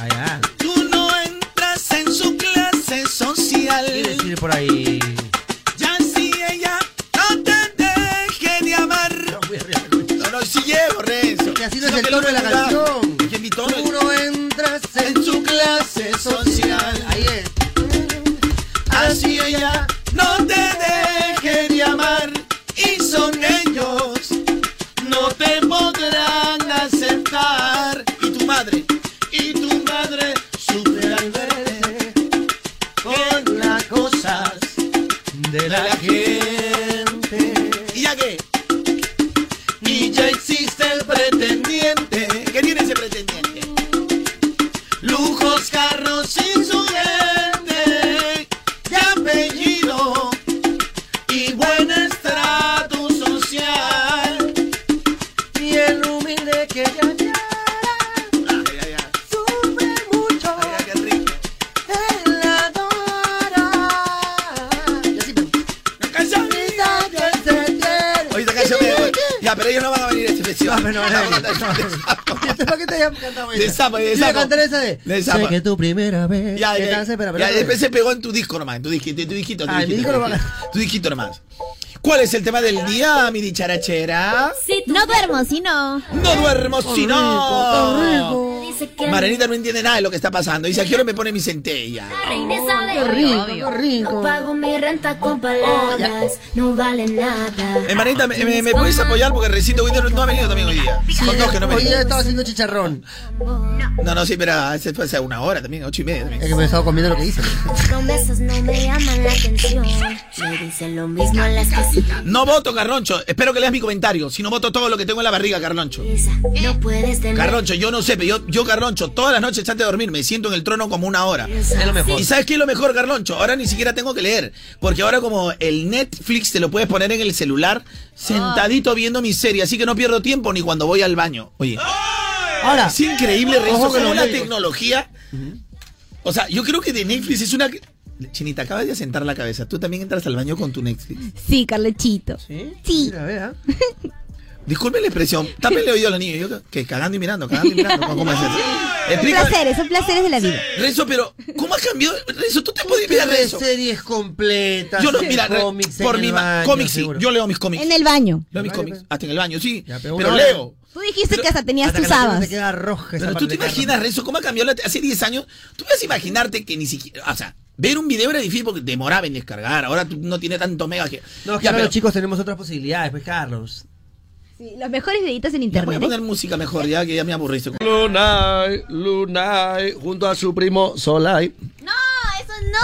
Speaker 15: Allá.
Speaker 3: Tú no entras en su clase social.
Speaker 15: ¿Qué decir por ahí?
Speaker 3: Ya si ella no te deje de amar. No, no, si llevo, Renzo.
Speaker 15: Que así no
Speaker 3: Sino
Speaker 15: es el
Speaker 3: que
Speaker 15: tono de la
Speaker 3: lo cuidado.
Speaker 15: canción.
Speaker 3: Es que mi tono es-
Speaker 15: Tú no entras en su clase social. Ahí es.
Speaker 3: Así ella no te deje de amar y son ellos no te podrán aceptar y tu madre y tu madre sufre al verte con las cosas de la gente y ya que y ya existe el pretendiente ¿qué tiene ese pretendiente? lujos carros y su gente de apellido y buen estrato social.
Speaker 15: Y el humilde que ya sufre mucho. Él adora. Y así, pero-
Speaker 3: Ya, pero ellos no van a venir a este festival.
Speaker 1: No, no,
Speaker 3: *laughs*
Speaker 1: no, no, ¿Para qué te hayan cantado
Speaker 3: De sapo, de
Speaker 1: Yo iba a
Speaker 3: sapo.
Speaker 1: cantar esa de.
Speaker 3: De sapo.
Speaker 1: Sé que tu primera vez.
Speaker 3: Ya,
Speaker 1: que
Speaker 3: ya,
Speaker 1: canse, pero-
Speaker 3: ya,
Speaker 1: pero-
Speaker 3: después se pegó en tu disco nomás, en tu disquito, en tu disquito, en tu
Speaker 1: Ah, en mi
Speaker 3: disquito,
Speaker 1: disco
Speaker 3: en tu disquito. Tu disquito nomás. ¿Cuál es el tema del día, mi dicharachera?
Speaker 5: No duermo, si no.
Speaker 3: ¿Ah? No duermo si no.
Speaker 21: Dice que
Speaker 3: Marenita no entiende nada de lo que está pasando. Dice, ¿a qué hora me pone mi centella?
Speaker 21: regresa de
Speaker 3: Qué rico,
Speaker 21: Obvio. No pago mi renta con palabras, no vale nada.
Speaker 3: Oh, Eh, Marenita, ¿me, me, me puedes apoyar? Porque Recito Winter no ha venido también hoy día. Son dos que no
Speaker 1: Hoy yo
Speaker 3: venían.
Speaker 1: estaba haciendo chicharrón.
Speaker 3: No, no, sí, pero ese fue hace una hora también, ocho y media también.
Speaker 1: Es que me estaba comiendo lo que hice.
Speaker 21: Tus promesas no me llaman la atención.
Speaker 5: Eh.
Speaker 21: Me dicen lo mismo las que sí.
Speaker 3: No voto, Carloncho. Espero que leas mi comentario. Si no voto todo lo que tengo en la barriga, Carloncho.
Speaker 21: No puedes tener.
Speaker 3: Carloncho, yo no sé, pero yo, yo Carloncho, todas las noches antes de dormir me siento en el trono como una hora.
Speaker 21: Es lo mejor.
Speaker 3: ¿Y sabes qué es lo mejor, Carloncho? Ahora ni siquiera tengo que leer, porque ahora como el Netflix te lo puedes poner en el celular, sentadito viendo mi serie, así que no pierdo tiempo ni cuando voy al baño. Oye.
Speaker 1: Ahora.
Speaker 3: Es increíble,
Speaker 1: Ojo
Speaker 3: Renzo,
Speaker 1: que
Speaker 3: cómo
Speaker 1: los
Speaker 3: la
Speaker 1: médicos.
Speaker 3: tecnología... O sea, yo creo que de Netflix es una... Chinita, acabas de asentar la cabeza. ¿Tú también entras al baño con tu Netflix?
Speaker 12: Sí, Carlechito.
Speaker 1: ¿Sí?
Speaker 12: Sí.
Speaker 3: Disculpe la expresión, tápele el oído al niño. Yo que cagando y mirando, cagando y mirando. ¿Cómo es
Speaker 1: *laughs*
Speaker 3: eso?
Speaker 12: Son
Speaker 3: Explícame.
Speaker 12: placeres, son placeres de la vida.
Speaker 3: Renzo, pero ¿cómo ha cambiado? Renzo, tú te puedes
Speaker 1: Tiene
Speaker 3: mirar Renzo.
Speaker 1: series completas.
Speaker 3: Yo no, mira, Re-
Speaker 1: cómics en
Speaker 3: por
Speaker 1: el
Speaker 3: mi ma-
Speaker 1: baño,
Speaker 3: cómics sí,
Speaker 1: seguro.
Speaker 3: yo leo mis cómics.
Speaker 12: En el baño.
Speaker 3: Leo mis cómics, hasta en el baño, sí. pero
Speaker 1: una hora.
Speaker 3: leo.
Speaker 12: Tú dijiste que hasta tenías
Speaker 1: hasta
Speaker 12: tus
Speaker 1: que la gente
Speaker 12: habas.
Speaker 1: te queda roja
Speaker 3: Pero
Speaker 1: esa
Speaker 3: tú te
Speaker 1: parte de Carlos.
Speaker 3: imaginas, Renzo, cómo ha cambiado la te- hace 10 años. Tú vas a imaginarte que ni siquiera, o sea, ver un video era difícil porque demoraba en descargar. Ahora tú no tiene tanto mega que
Speaker 1: No, es que
Speaker 3: Ya,
Speaker 1: ahora
Speaker 3: pero-
Speaker 1: los chicos tenemos otras posibilidades, pues, Carlos.
Speaker 12: Sí, los mejores deditos en
Speaker 3: Voy a
Speaker 12: internet. ¿eh?
Speaker 3: poner música mejor, ya que ya me aburriste.
Speaker 15: Lunay, Lunay, junto a su primo Solay.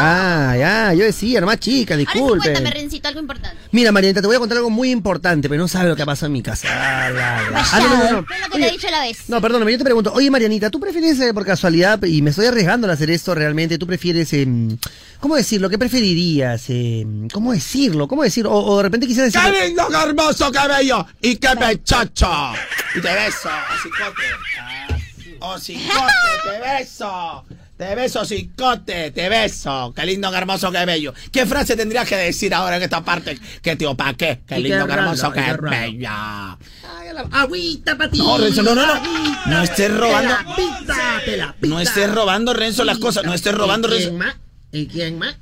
Speaker 1: Ah, ya, yo decía, nomás chica,
Speaker 5: Ahora sí,
Speaker 1: disculpe.
Speaker 5: cuéntame, Rencito, algo importante.
Speaker 1: Mira, Marianita, te voy a contar algo muy importante, pero no sabes lo que ha pasado en mi casa. Ah, no, no, no.
Speaker 5: Fue lo que te he dicho la vez.
Speaker 1: No, perdóname, yo te pregunto, oye Marianita, ¿tú prefieres eh, por casualidad, y me estoy arriesgando al hacer esto realmente, tú prefieres, em, ¿cómo decirlo? ¿Qué preferirías? em, ¿Cómo decirlo? ¿Cómo decirlo? O, o de repente quisieras decir...
Speaker 3: ¡Qué lindo, qué hermoso cabello! ¡Y qué pechacho! Y te beso, cicote. ¡Oh, *laughs* cicote, te beso! Te beso, cicote, te beso. Qué lindo, qué hermoso, qué bello. ¿Qué frase tendrías que decir ahora en esta parte? Que te opaqué. Qué
Speaker 1: Y qué
Speaker 3: lindo, qué
Speaker 1: raro,
Speaker 3: hermoso,
Speaker 1: y
Speaker 3: qué
Speaker 1: qué raro.
Speaker 3: bello.
Speaker 1: Agüita para ti.
Speaker 3: No, Renzo, no, no, no. No estés robando.
Speaker 1: Te la pizza, te la
Speaker 3: No estés robando, Renzo, las cosas. No estés robando,
Speaker 1: ¿Y quién
Speaker 3: Renzo.
Speaker 1: más? ¿Y quién más?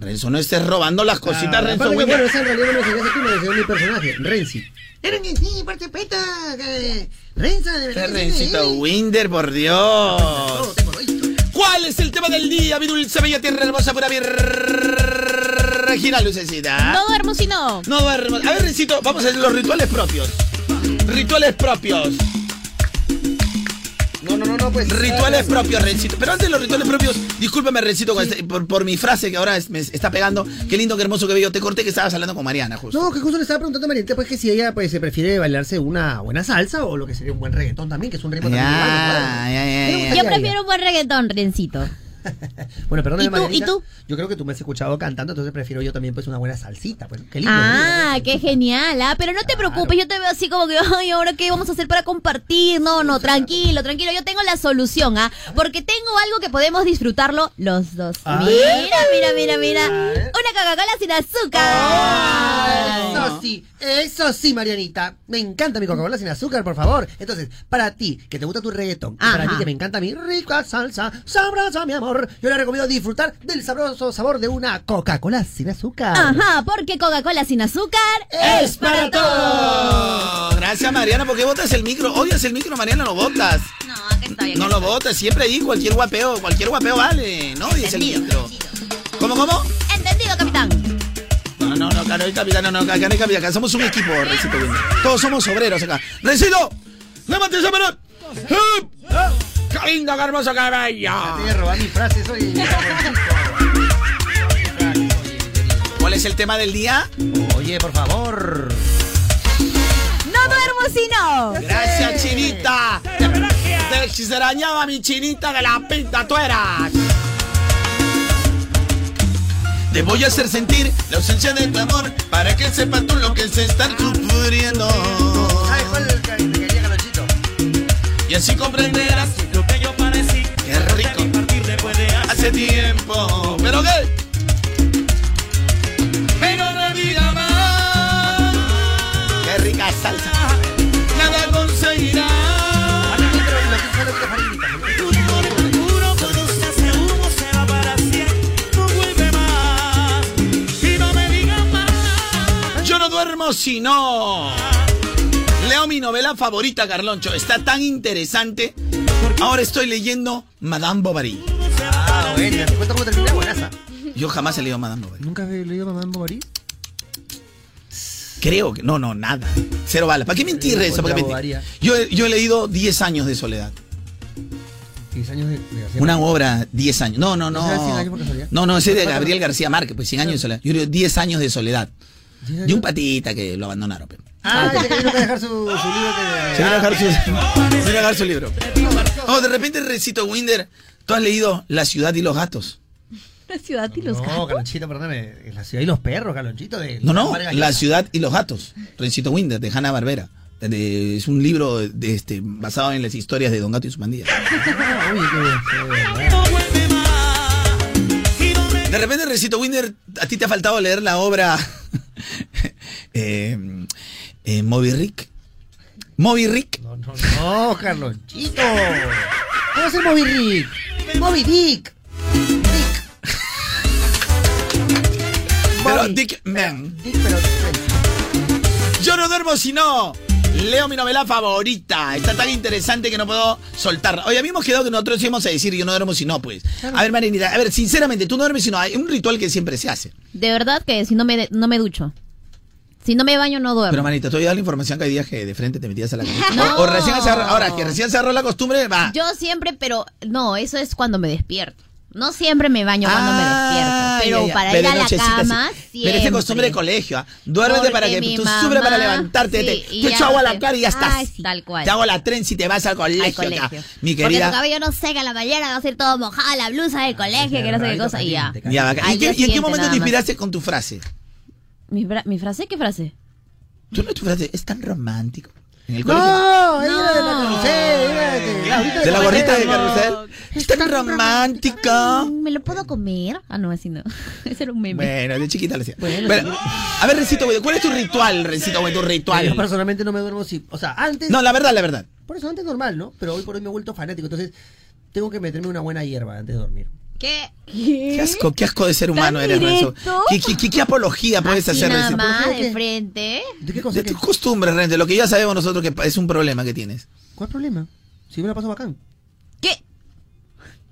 Speaker 3: Renzo, no estés robando las cositas,
Speaker 1: Aparte
Speaker 3: Renzo.
Speaker 1: que,
Speaker 3: Wilmer.
Speaker 1: bueno, esa en realidad no se hace tú, no se mi personaje, Renzi. Eran en sí, parte peta. Renza, de
Speaker 3: Este Rencito Winder, por Dios. ¿Cuál es el tema del día, mi dulce bella tierra hermosa pura mi Regina Lucecita?
Speaker 5: No duermo si no.
Speaker 3: No duermo. A ver, Rencito, vamos a hacer los rituales propios. Rituales propios.
Speaker 1: No, no, no, no, pues.
Speaker 3: Rituales propios, Rencito. Pero antes de los rituales propios, discúlpame, Rencito, con este- por, por mi frase que ahora es- me está pegando. Qué lindo, qué hermoso, qué bello. Te corté que estabas hablando con Mariana, justo.
Speaker 1: No, que justo le estaba preguntando a Marianita, pues que si ella pues, se prefiere bailarse una buena salsa o lo que sería un buen reggaetón también, que es un ritmo también. igual, igual. ¿Qué le gustaría
Speaker 5: Yo
Speaker 1: a ella?
Speaker 5: prefiero un buen reggaetón, Rencito.
Speaker 1: Bueno, perdóname,
Speaker 5: ¿Y tú?
Speaker 1: Marianita,
Speaker 5: ¿Y tú?
Speaker 1: Yo creo que tú me has escuchado cantando, entonces prefiero yo también pues una buena salsita. Pues, qué lindo.
Speaker 5: Ah, qué genial, ah, pero no te preocupes, yo te veo así como que, ay, ahora qué vamos a hacer para compartir, no, no, tranquilo, tranquilo, yo tengo la solución, ah, porque tengo algo que podemos disfrutarlo los dos.
Speaker 1: Ah.
Speaker 5: Mira, mira, mira, mira, una Coca-Cola sin azúcar.
Speaker 1: Eso sí, eso sí, Marianita. Me encanta mi Coca-Cola sin azúcar, por favor. Entonces, para ti, que te gusta tu reggaetón, y para
Speaker 5: Ajá.
Speaker 1: mí, que me encanta mi rica salsa, sabrosa, mi amor, yo le recomiendo disfrutar del sabroso sabor de una Coca-Cola sin azúcar.
Speaker 5: Ajá, porque Coca-Cola sin azúcar
Speaker 1: Es para
Speaker 3: todos. Gracias, Mariana, porque botas el micro. Odias el micro, Mariana, lo botas. No, No lo botas, siempre ahí, cualquier guapeo, cualquier guapeo vale. No odies el micro. ¿Cómo, cómo?
Speaker 5: Entendido, capitán.
Speaker 12: *laughs*
Speaker 3: No, no, no, acá no hay capitán, no, no, acá no hay capitán, acá somos un equipo, Recito Winner. Todos somos obreros acá. ¡Recito! ¡Levante esa mano! ¡Hup! ¡Qué lindo, qué hermoso cabello!
Speaker 1: Te robar mis frases
Speaker 5: *laughs*
Speaker 1: hoy.
Speaker 3: ¿Cuál es el tema del día?
Speaker 1: Oye, por favor.
Speaker 5: No duermo si no.
Speaker 3: Gracias, chinita. Te, te extrañaba mi chinita de la pinta, tú eras. Te voy a hacer sentir la ausencia de tu amor para que sepas tú lo que se está sufriendo.
Speaker 1: ¿Sabes cuál es el que te quería, Carlonchito?
Speaker 3: Y así comprenderás lo que yo parecí. Qué rico. Hace tiempo. ¿Pero qué? Pero no diga más. Qué rica salsa.
Speaker 15: *laughs*
Speaker 3: Veremos si no. Leo mi novela favorita, Carloncho. Está tan interesante. Ahora estoy leyendo Madame Bovary.
Speaker 1: Ah, bueno, te cuento cómo termina, buenaza.
Speaker 3: Yo jamás he leído Madame Bovary.
Speaker 1: ¿Nunca has leído Madame Bovary?
Speaker 3: Creo que. No, no, nada. Cero balas. ¿Para qué mentir eso? ¿Para qué mentir? Yo, he- yo he leído 10 años de soledad.
Speaker 1: 10 años de, de García
Speaker 3: Una
Speaker 1: Márquez.
Speaker 3: obra, 10 años. No, no,
Speaker 1: ¿No será 100 años
Speaker 3: no.
Speaker 1: por casualidad?
Speaker 3: No, no, ese es de Gabriel García Márquez, pues 100 años de soledad. Yo leo 10 años de soledad. De un patita que lo abandonaron. pues. pe.
Speaker 1: Ah, dice que vino a dejar su, su libro que...
Speaker 3: Se viene a dejar su, se viene a dejar su libro. Oh, de repente recito Winder. ¿Tú has leído La ciudad y los gatos?
Speaker 12: La ciudad y los
Speaker 1: No, Calonchito, perdóname. es La ciudad y los perros, Calonchito. De
Speaker 3: No, no,
Speaker 1: Vargas
Speaker 3: La
Speaker 1: Llosa.
Speaker 3: ciudad y los gatos. Recito Winder, de Hanna Barbera. es un libro de este, basado en las historias de Don Gato y su pandilla.
Speaker 1: Ah, oye, qué-
Speaker 3: De repente, Recito Winder, a ti te ha faltado leer la obra eh, eh, Moby Rick. Moby Rick.
Speaker 1: No, Carlonchito. ¿Cómo se Moby Rick? Moby Dick.
Speaker 3: Pero Dick Man. Yo no duermo si no. Leo mi novela favorita. Está tan interesante que no puedo soltarla. Oye, habíamos quedado que nosotros íbamos a decir yo no duermo si no, pues. A ver, Marinita, a ver, sinceramente, tú no duermes si no. Hay un ritual que siempre se hace.
Speaker 5: De verdad que si no me, de- no me ducho. Si no me baño, no duermo.
Speaker 3: Pero, Manita, te voy a dar la información que hay días que de frente
Speaker 5: *laughs*
Speaker 3: te metías a la cama.
Speaker 5: No.
Speaker 3: O recién se arro- ahora, que recién se agarró la costumbre, va.
Speaker 5: Yo siempre, pero no, eso es cuando me despierto. No siempre me baño cuando me despierto, pero
Speaker 3: Ah, ya, ya.
Speaker 5: para
Speaker 3: Pero
Speaker 5: ir a la
Speaker 3: nochecita,
Speaker 5: cama
Speaker 3: sí. Pero esta
Speaker 5: siempre.
Speaker 3: costumbre de colegio, ¿ah? duérmete
Speaker 5: Porque
Speaker 3: para que
Speaker 5: mi
Speaker 3: tú
Speaker 5: mamá-
Speaker 3: sufres para levantarte,
Speaker 5: sí,
Speaker 3: te,
Speaker 5: y
Speaker 3: te
Speaker 5: ya
Speaker 3: echo agua a
Speaker 5: te-
Speaker 3: la cara y ya estás.
Speaker 5: Ay, tal cual.
Speaker 3: Te hago la tren si te vas al colegio,
Speaker 5: al colegio.
Speaker 3: acá. mi
Speaker 5: Porque tu
Speaker 3: querida. Ah,
Speaker 5: cabello no seca, la mañana va a ser todo mojada, la blusa del colegio, que no sé qué cosa, y ya.
Speaker 3: Ya, bacán.
Speaker 5: Al
Speaker 3: ¿Y, qué-
Speaker 5: día
Speaker 3: y en qué
Speaker 5: siguiente
Speaker 3: momento
Speaker 5: nada
Speaker 3: te
Speaker 5: más.
Speaker 3: inspiraste con tu frase?
Speaker 5: ¿Mi, fra- mi frase? ¿Qué frase?
Speaker 3: Tú no tu frase, es tan romántico. En el colegio.
Speaker 1: No, ella era de Carrusel, era de Laurita
Speaker 3: De la gorrita de
Speaker 1: Carrusel.
Speaker 3: carrusel. Es tan romántico.
Speaker 5: ¿Me lo puedo comer? Ah, no, así no. *laughs* Ese era un meme.
Speaker 3: Bueno, de chiquita le decía. Bueno, a ver, Recito, güey, ¿cuál es tu ritual, Recito, güey, tu
Speaker 1: Yo
Speaker 3: ritual?
Speaker 1: personalmente no me duermo si... O sea, antes...
Speaker 3: No, la verdad, la verdad.
Speaker 1: Por eso antes normal, ¿no? Pero hoy por hoy me he vuelto fanático, entonces tengo que meterme una buena hierba antes de dormir.
Speaker 5: ¿Qué?
Speaker 3: Qué asco, qué asco de ser humano
Speaker 1: ¿Tan
Speaker 3: eres, Renzo.
Speaker 1: directo?
Speaker 3: ¿Qué, qué, qué- qué apología puedes
Speaker 5: Así
Speaker 3: hacer,
Speaker 5: nada
Speaker 3: Renzo?
Speaker 5: más, de frente.
Speaker 3: De tus costumbres, Renzo, lo que ya sabemos nosotros que es un problema que tienes.
Speaker 1: ¿Cuál problema? Si me la paso bacán.
Speaker 5: ¿Qué?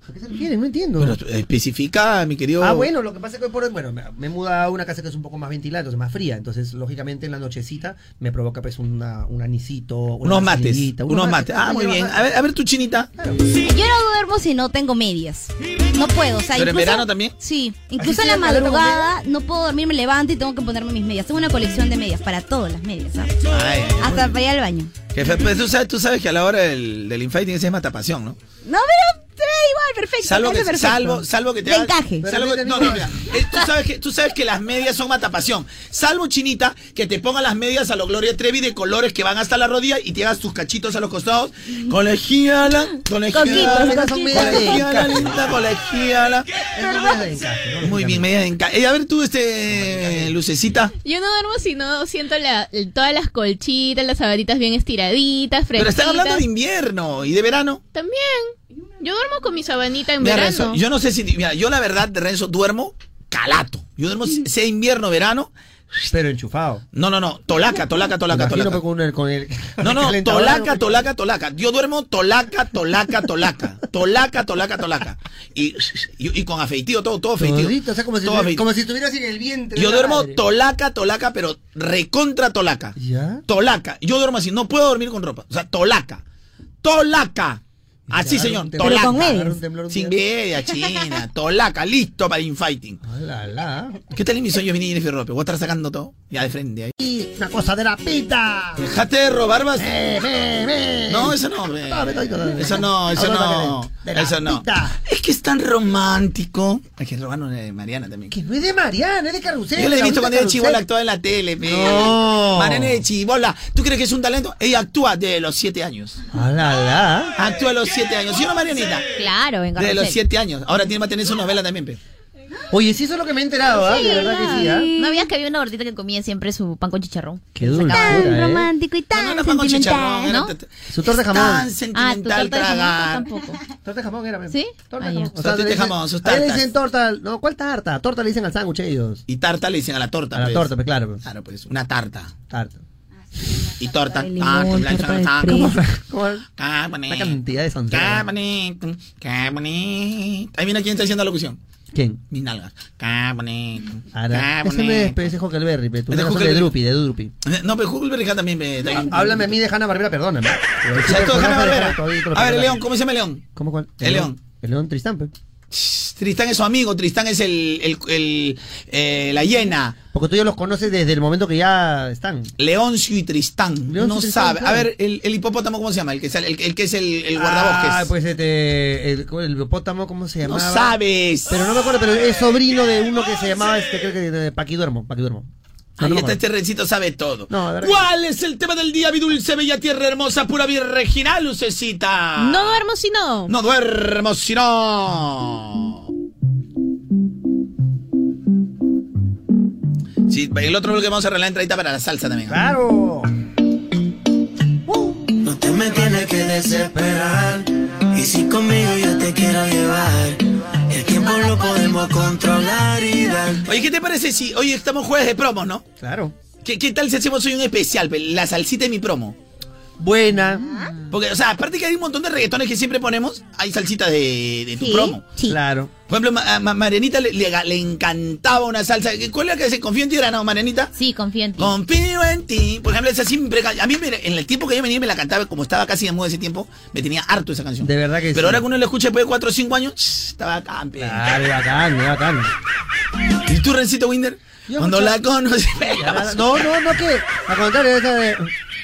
Speaker 1: ¿A qué se refieren? No entiendo.
Speaker 3: Pero eh, especifica, mi querido.
Speaker 1: Ah, bueno, lo que pasa es que hoy por hoy, bueno, me, me he mudado a una casa que es un poco más ventilada, entonces más fría. Entonces, lógicamente, en la nochecita me provoca pues una, un anisito, una
Speaker 3: Unos mates,
Speaker 1: manzanillita,
Speaker 3: unos mates. Ah, muy bien. A ver, a ver tu chinita.
Speaker 12: ¿eh? Yo no duermo si no tengo medias. No puedo, o sea,
Speaker 3: ¿Pero en
Speaker 12: incluso-
Speaker 3: verano también?
Speaker 12: Sí, incluso en
Speaker 1: sea
Speaker 12: la
Speaker 1: maleta con
Speaker 12: madrugada no puedo dormir, me levanto y tengo que ponerme mis medias. Tengo una colección de medias para todas las medias, ¿ah?
Speaker 3: Ay, ay,
Speaker 12: Hasta para ir al baño.
Speaker 3: Que fe- pues, tú, sabes, tú sabes que a la hora del, del infight tienes que ser matapasión, ¿no?
Speaker 12: No, pero eh, igual, perfecto.
Speaker 3: Salvo
Speaker 12: sale
Speaker 3: que,
Speaker 12: perfecto.
Speaker 3: salvo, salvo que te
Speaker 12: De
Speaker 3: hagas-
Speaker 12: encaje.
Speaker 3: salvo que- no, no, mira, eh, tú, sabes que, tú sabes que las medias son matapasión. Salvo, Chinita, que te pongan las medias a los Gloria Trevi de colores que van hasta la rodilla y te hagas tus cachitos a los costados. Colegiala, colegiala,
Speaker 1: Coquitos, coquitos.
Speaker 3: colegiala, linda, colegiala. Muy bien, medias de encaje. Eh, a ver tú, este, lucecita.
Speaker 10: Yo no duermo si no siento la- todas las colchitas, las sabatitas bien estiraditas, fresquitas.
Speaker 3: Pero están hablando de invierno y de verano.
Speaker 10: También. Yo duermo con mi sabanita en
Speaker 3: Mira,
Speaker 10: verano.
Speaker 3: Renzo, yo no sé si. Mira, yo la verdad, Renzo, duermo calato. Yo duermo, sea invierno, verano.
Speaker 1: Pero enchufado.
Speaker 3: No, no, no. Tolaca, tolaca, tolaca,
Speaker 1: Imagino
Speaker 3: tolaca.
Speaker 1: pues, con el, con el-
Speaker 3: No, no,
Speaker 1: calentador,
Speaker 3: tolaca, tolaca, tolaca. Yo duermo tolaca, tolaca, tolaca. Tolaca, tolaca, tolaca. Y, y, y con afeitido, todo, todo afeitido.
Speaker 1: Todito, o sea, como si,
Speaker 3: Todo
Speaker 1: tuviera-
Speaker 3: afeitido.
Speaker 1: como si estuvieras en el vientre.
Speaker 3: Yo
Speaker 1: de la
Speaker 3: duermo
Speaker 1: madre.
Speaker 3: tolaca, tolaca, pero recontra tolaca.
Speaker 1: ¿Ya?
Speaker 3: Tolaca. Yo duermo así, no puedo dormir con ropa. O sea, tolaca. Tolaca. Así,
Speaker 1: Ya,
Speaker 3: señor.
Speaker 1: un temblor.
Speaker 3: Tolaca.
Speaker 1: Pero con medias. Un temblor, un
Speaker 3: Sin
Speaker 1: temblor.
Speaker 3: media, china. Tolaca, listo para infighting. ¿Qué tal en mis sueños, Vini Jennifer López? Voy a estar sacando todo. Ya de frente ahí.
Speaker 1: Y una cosa de la pita.
Speaker 3: Dejate de robar, vas.
Speaker 1: Eh, ve, ve.
Speaker 3: No, eso no, ve.
Speaker 1: No, ve, doy, doy, doy.
Speaker 3: Eso no, eso
Speaker 1: Ahora
Speaker 3: no.
Speaker 1: de la
Speaker 3: Eso no.
Speaker 1: pita.
Speaker 3: Es que es tan romántico. Es que robaron de Mariana también.
Speaker 1: No es de Mariana, es de Carrusel.
Speaker 3: Yo la he visto cuando era
Speaker 1: Laurita
Speaker 3: chivola
Speaker 1: Carrusel.
Speaker 3: actuaba en la tele, pe.
Speaker 1: No.
Speaker 3: Mariana de chivola. ¿Tú crees que es un talento? Ella actúa desde los 7 años.
Speaker 1: Ala, ala.
Speaker 3: Actúa a los 7 años. ¿Sí o no, Marianita?
Speaker 5: Claro, en
Speaker 3: Desde los
Speaker 5: carrusel.
Speaker 3: 7 años. Ahora tiene va a tener su novela también, pe.
Speaker 1: Oye, sí, eso es lo que me he enterado, ¿ah? De verdad que sí, ¿ah?
Speaker 5: No había que había una gordita que comía siempre su pan con chicharrón.
Speaker 1: Qué dulce.
Speaker 5: Tan romántico y tan sentimental,
Speaker 1: chicharrón,
Speaker 5: ¿no?
Speaker 1: Su torta de jamón.
Speaker 5: Tan sentimental
Speaker 1: Ah, tu torta de jamón
Speaker 5: tragar.
Speaker 10: pues,
Speaker 1: tampoco. Torta de jamón era. ¿Sí? Torta de
Speaker 3: ya.
Speaker 1: jamón.
Speaker 3: Tortita de
Speaker 1: le dicen-
Speaker 3: jamón, sus
Speaker 1: ahí le
Speaker 3: tartas.
Speaker 1: dicen torta. No, ¿cuál tarta? Torta le dicen al sándwich ellos.
Speaker 3: Y tarta le dicen a la torta.
Speaker 1: A la torta, pues, claro. pues.
Speaker 3: Claro, pues, una tarta.
Speaker 1: Tarta.
Speaker 3: Y torta.
Speaker 1: de limón,
Speaker 3: Ah,
Speaker 1: torta de
Speaker 3: ah,
Speaker 1: fresco.
Speaker 3: Qué bonito.
Speaker 1: La cantidad de
Speaker 3: Qué
Speaker 1: sonceras.
Speaker 3: bonito. Qué bonito. Ahí viene quién está haciendo la locución.
Speaker 1: ¿Quién?
Speaker 3: Mis nalgas. Qué bonito.
Speaker 1: Ahora,
Speaker 3: Qué
Speaker 1: ese no es
Speaker 3: bonito.
Speaker 1: pe, ese es Huckleberry, pe. Tú
Speaker 3: Ah, eh. Es de
Speaker 1: eres de
Speaker 3: Huckleberry.
Speaker 1: Drupi, de Drupi.
Speaker 3: No, pero Huckleberry Hound también me... también-
Speaker 1: Ah, Háblame a mí de Hanna Barbera, perdóname. Pero
Speaker 3: Ya, tú,
Speaker 1: siempre-
Speaker 3: Hanna Barbera.
Speaker 1: todavía con los
Speaker 3: A ver, el
Speaker 1: personajes.
Speaker 3: León, ¿cómo se llama el León?
Speaker 1: ¿Cómo cuál?
Speaker 3: El León.
Speaker 1: El León Tristán, pe.
Speaker 3: Tristán es su amigo, Tristán es el, el, el- eh, la hiena.
Speaker 1: Porque tú ya los conoces desde el momento que ya están.
Speaker 3: Leoncio y Tristán.
Speaker 1: Leoncio
Speaker 3: no
Speaker 1: y Tristán,
Speaker 3: sabe. A
Speaker 1: claro.
Speaker 3: ver, el, el hipopótamo, ¿cómo se llama? El que, sale- el, el que es el, el guardabosques.
Speaker 1: Ah, pues este, el, el hipopótamo, ¿cómo se llamaba?
Speaker 3: sabes.
Speaker 1: Pero no me acuerdo, pero es sobrino de uno que se llamaba, este, creo que de Paquiduermo, Paquiduermo. No,
Speaker 3: Ahí
Speaker 1: no me
Speaker 3: está,
Speaker 1: acuerdo.
Speaker 3: este rencito sabe todo.
Speaker 1: No, de verdad que-
Speaker 3: ¿Cuál es el tema del día, mi dulce, bella tierra hermosa, pura virginal, lucecita?
Speaker 5: No duermo si no.
Speaker 3: No duermo, si no. Sí, el otro bloque vamos a arreglar la entradita para la salsa también.
Speaker 1: ¡Claro!
Speaker 25: Tú me tienes que desesperar. Y si conmigo yo te quiero llevar, el tiempo lo podemos controlar y dar.
Speaker 3: Oye, ¿qué te parece si hoy estamos jueves de promos, no?
Speaker 1: Claro.
Speaker 3: ¿Qué, qué tal si hacemos hoy un especial? pe? La salsita de mi promo.
Speaker 1: Buena.
Speaker 3: Porque, o sea, aparte que hay un montón de reggaetones que siempre ponemos, hay salsita de, de tu
Speaker 1: Sí,
Speaker 3: promo.
Speaker 1: Claro.
Speaker 3: Por ejemplo, Ma- a Ma- Marianita le, le- le encantaba una salsa. ¿Cuál era la que se confía en ti? ¿Era no, Marianita?
Speaker 5: Sí, confío en ti.
Speaker 3: Confío en ti. Por ejemplo, esa siempre. ca- A mí, me- en el tiempo que yo venía, me la cantaba, como estaba casi de moda ese tiempo, me tenía harto esa canción.
Speaker 1: De verdad que sí.
Speaker 3: Pero ahora que uno la escucha después de 4 o 5 años, ch, estaba campe.
Speaker 1: Claro, es bacán, es bacán.
Speaker 3: ¿Y tú, Rencito Winder?
Speaker 1: Yo
Speaker 3: Cuando
Speaker 1: escucho-
Speaker 3: la conocí. *laughs*
Speaker 1: No, no, no, que. Al contrario, esa de.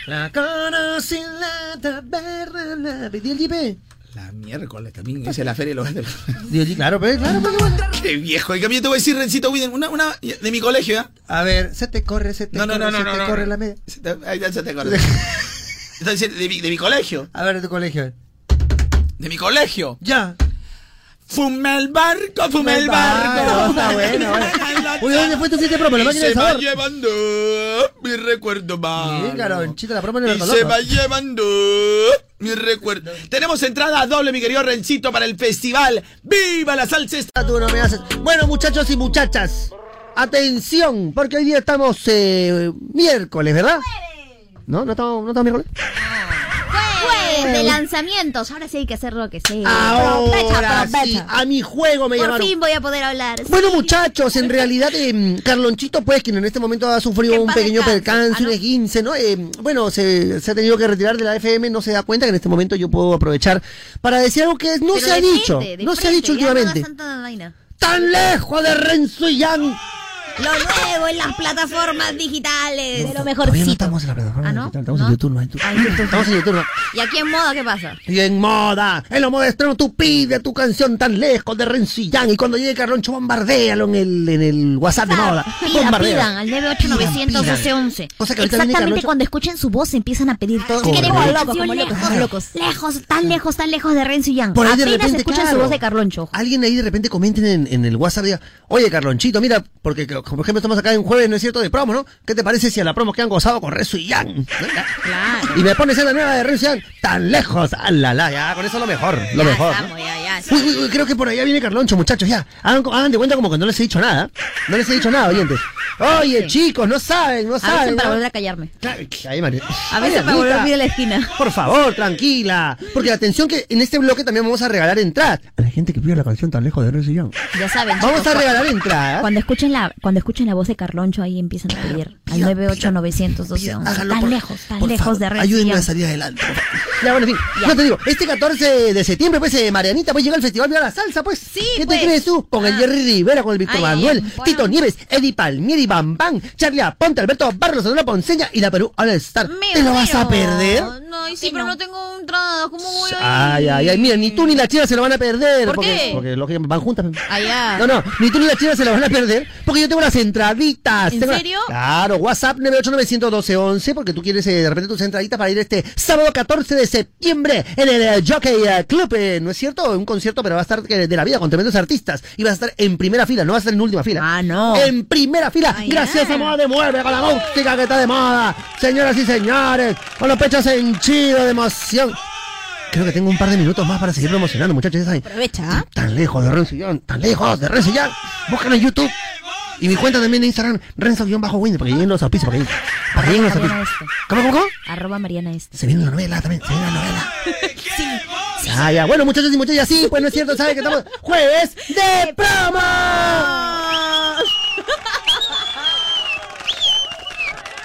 Speaker 1: La conocí en la taberna. ¿Pedí el jipe?
Speaker 3: La miércoles también, esa es la feria de los
Speaker 1: *laughs* Claro, pero claro, pues, pero
Speaker 3: Qué viejo. Y que a mí te voy a decir, Rencito Winder, una, una de mi colegio, ¿ah?
Speaker 1: A ver, se te corre, se te
Speaker 3: No, no,
Speaker 1: corre,
Speaker 3: no, no,
Speaker 1: se
Speaker 3: no,
Speaker 1: te
Speaker 3: no.
Speaker 1: corre la media.
Speaker 3: Se te- Ahí ya se te
Speaker 1: *laughs*
Speaker 3: acordó. Entonces, de mi, de mi colegio.
Speaker 1: A ver, de tu colegio.
Speaker 3: De mi colegio.
Speaker 1: Ya.
Speaker 3: Fumé el barco, fumé el barco.
Speaker 1: Está
Speaker 3: *laughs*
Speaker 1: bueno, bueno. Uy, este ¿dónde fue tu fiesta de promo? La
Speaker 3: Y
Speaker 1: máquina
Speaker 3: se
Speaker 1: de
Speaker 3: va
Speaker 1: sabor.
Speaker 3: llevando mi recuerdo malo.
Speaker 1: Bien, Garonchito, la promo en el
Speaker 3: Y se
Speaker 1: Bartolomé.
Speaker 3: va llevando mi recuerdo. Tenemos entrada doble, mi querido Rencito, para el festival. ¡Viva la salsa!
Speaker 1: Ah, tú no me haces. Bueno, muchachos y muchachas, atención, porque hoy día estamos eh, miércoles, ¿verdad? No, no estamos, no estamos miércoles.
Speaker 5: Jueves de lanzamientos. Ahora sí hay que hacer lo que sea.
Speaker 1: Ahora sí, a mi juego me
Speaker 5: Por
Speaker 1: llamaron.
Speaker 5: fin voy a poder hablar.
Speaker 1: Bueno, muchachos, en realidad, eh, Carlonchito, pues, quien en este momento ha sufrido un pequeño percance, un esguince, ¿no? Eh, bueno, se, se ha tenido que retirar de la FM, no se da cuenta que en este momento yo puedo aprovechar para decir algo que no
Speaker 5: Pero
Speaker 1: se ha
Speaker 5: de
Speaker 1: dicho,
Speaker 5: frente, de
Speaker 1: no se ha
Speaker 5: frente,
Speaker 1: dicho
Speaker 5: ya no hagas
Speaker 1: últimamente.
Speaker 5: tanta vaina.
Speaker 1: ¡Tan lejos de Renzo y Yang!
Speaker 5: Lo nuevo en las plataformas digitales. De lo
Speaker 1: Todavía no
Speaker 5: mejorcito.
Speaker 1: estamos en la plataforma
Speaker 5: Ah, ¿no?
Speaker 1: digital, estamos en YouTube, no en YouTube. Estamos en YouTube, ¿no?
Speaker 5: ¿Y aquí en moda qué pasa?
Speaker 1: Y en moda, en lo moda estreno, tú pide tu canción tan lejos de Renzo y Yang. Y cuando llegue Carloncho, bombardéalo en el, en el WhatsApp de moda.
Speaker 5: Pidan,
Speaker 1: Bombardea.
Speaker 5: pidan al 98911
Speaker 1: Cosa que ahorita viene
Speaker 5: Exactamente
Speaker 1: Carloncho.
Speaker 5: cuando escuchen su voz empiezan a pedir todo.
Speaker 1: Correcto.
Speaker 5: Queremos
Speaker 1: Como
Speaker 5: canción
Speaker 1: locos,
Speaker 5: lejos,
Speaker 1: como
Speaker 5: lejos, lejos, tan lejos, tan lejos de Renzo y Yang.
Speaker 1: Por ahí de
Speaker 5: Apenas
Speaker 1: repente,
Speaker 5: escuchan
Speaker 1: claro,
Speaker 5: su voz de Carloncho.
Speaker 1: Alguien ahí de repente comenten en, en el WhatsApp diga, oye Carlonchito, mira, porque por ejemplo estamos acá en jueves, ¿no es cierto? De promo, ¿no? ¿Qué te parece si a la promo que han gozado con Renzo y Yang?
Speaker 5: Claro.
Speaker 1: Y me pones en la nueva de Renzo y Yang, tan lejos. Ah, la, la, ya, con eso lo mejor, lo mejor. ¿no? Uy, uy, uy, creo que por allá viene Carloncho, muchachos, ya. Hagan, hagan de cuenta como que no les he dicho nada. No les he dicho nada, oyentes. Oye, chicos, no saben, no
Speaker 5: A veces
Speaker 1: saben.
Speaker 5: para
Speaker 1: ¿no?
Speaker 5: volver a callarme.
Speaker 1: Ahí, María.
Speaker 5: A veces
Speaker 1: Ay,
Speaker 5: para volver a
Speaker 1: Anita.
Speaker 5: ir a la esquina.
Speaker 1: Por favor, tranquila. Porque atención que en este bloque también vamos a regalar entradas. A la gente que pide la canción tan lejos de Renzo y Yang.
Speaker 5: Ya saben.
Speaker 1: Vamos
Speaker 5: chicos,
Speaker 1: a regalar
Speaker 5: cuando-
Speaker 1: entradas.
Speaker 5: Cuando escuchen la, cuando escuchen la voz de Carloncho ahí empiezan a pedir al 98912
Speaker 1: háganlo
Speaker 5: Tan
Speaker 1: por-
Speaker 5: lejos, tan
Speaker 1: por
Speaker 5: lejos
Speaker 1: favor,
Speaker 5: de Renzo. y
Speaker 1: ayúdenme
Speaker 5: Yang.
Speaker 1: a salir adelante.
Speaker 5: *laughs*
Speaker 1: por favor. Ya, bueno, en fin. No te digo, este 14 de septiembre, pues, eh, Marianita, pues llega el Festival Viva la Salsa, pues. Sí, ¿Qué
Speaker 5: pues.
Speaker 1: te crees tú? Con el Jerry Rivera, con el Víctor
Speaker 5: Ay,
Speaker 1: Manuel,
Speaker 5: bueno.
Speaker 1: Tito Nieves, Eddie Palmieri, Bam Bam, Charlie Aponte, Alberto Barros, Sonora Ponceña y la Perú All Star.
Speaker 5: Me
Speaker 1: ¿Te lo vas a
Speaker 5: muero.
Speaker 1: perder?
Speaker 5: No, y sí, pero no tengo entrada. ¿Cómo voy a ir?
Speaker 1: Ay, ay, ay, mira, ni tú ni la china se lo van a perder.
Speaker 5: ¿Por
Speaker 1: porque,
Speaker 5: qué?
Speaker 1: Porque lógicamente van juntas.
Speaker 5: Allá.
Speaker 1: No, no, ni tú ni la china se la van a perder porque yo tengo las entraditas.
Speaker 5: ¿En
Speaker 1: Tengo la-
Speaker 5: serio?
Speaker 1: Claro, WhatsApp 9891211 porque tú quieres eh, de repente tus entraditas para ir este sábado 14 de septiembre en el eh, Jockey eh, Club, eh, ¿no es cierto? Un concierto, pero va a estar eh, de la vida con tremendos artistas. Y va a estar en primera fila, no va a estar en última fila. Ah, no. En primera fila, gracias a Moda de Mueve, con la música que está de moda. Señoras y señores, con los pechos henchidos de emoción. Creo que tengo un par de minutos más para seguir promocionando, muchachos. ya saben,
Speaker 12: Aprovecha. ¿ah?
Speaker 1: tan lejos de Renzo tan lejos de Renzo Búscalo en YouTube. Y mi cuenta también de Instagram, Renzo-Windy, para que lleguen los auspicios, para que lleguen, para que lleguen los auspicios. ¿Cómo, cómo, cómo?
Speaker 5: Arroba Mariana este.
Speaker 1: Se viene una novela también, se viene una novela. Ah, ya. Bueno, muchachos y muchachas, sí, pues no es cierto, saben que estamos jueves de *laughs* promo.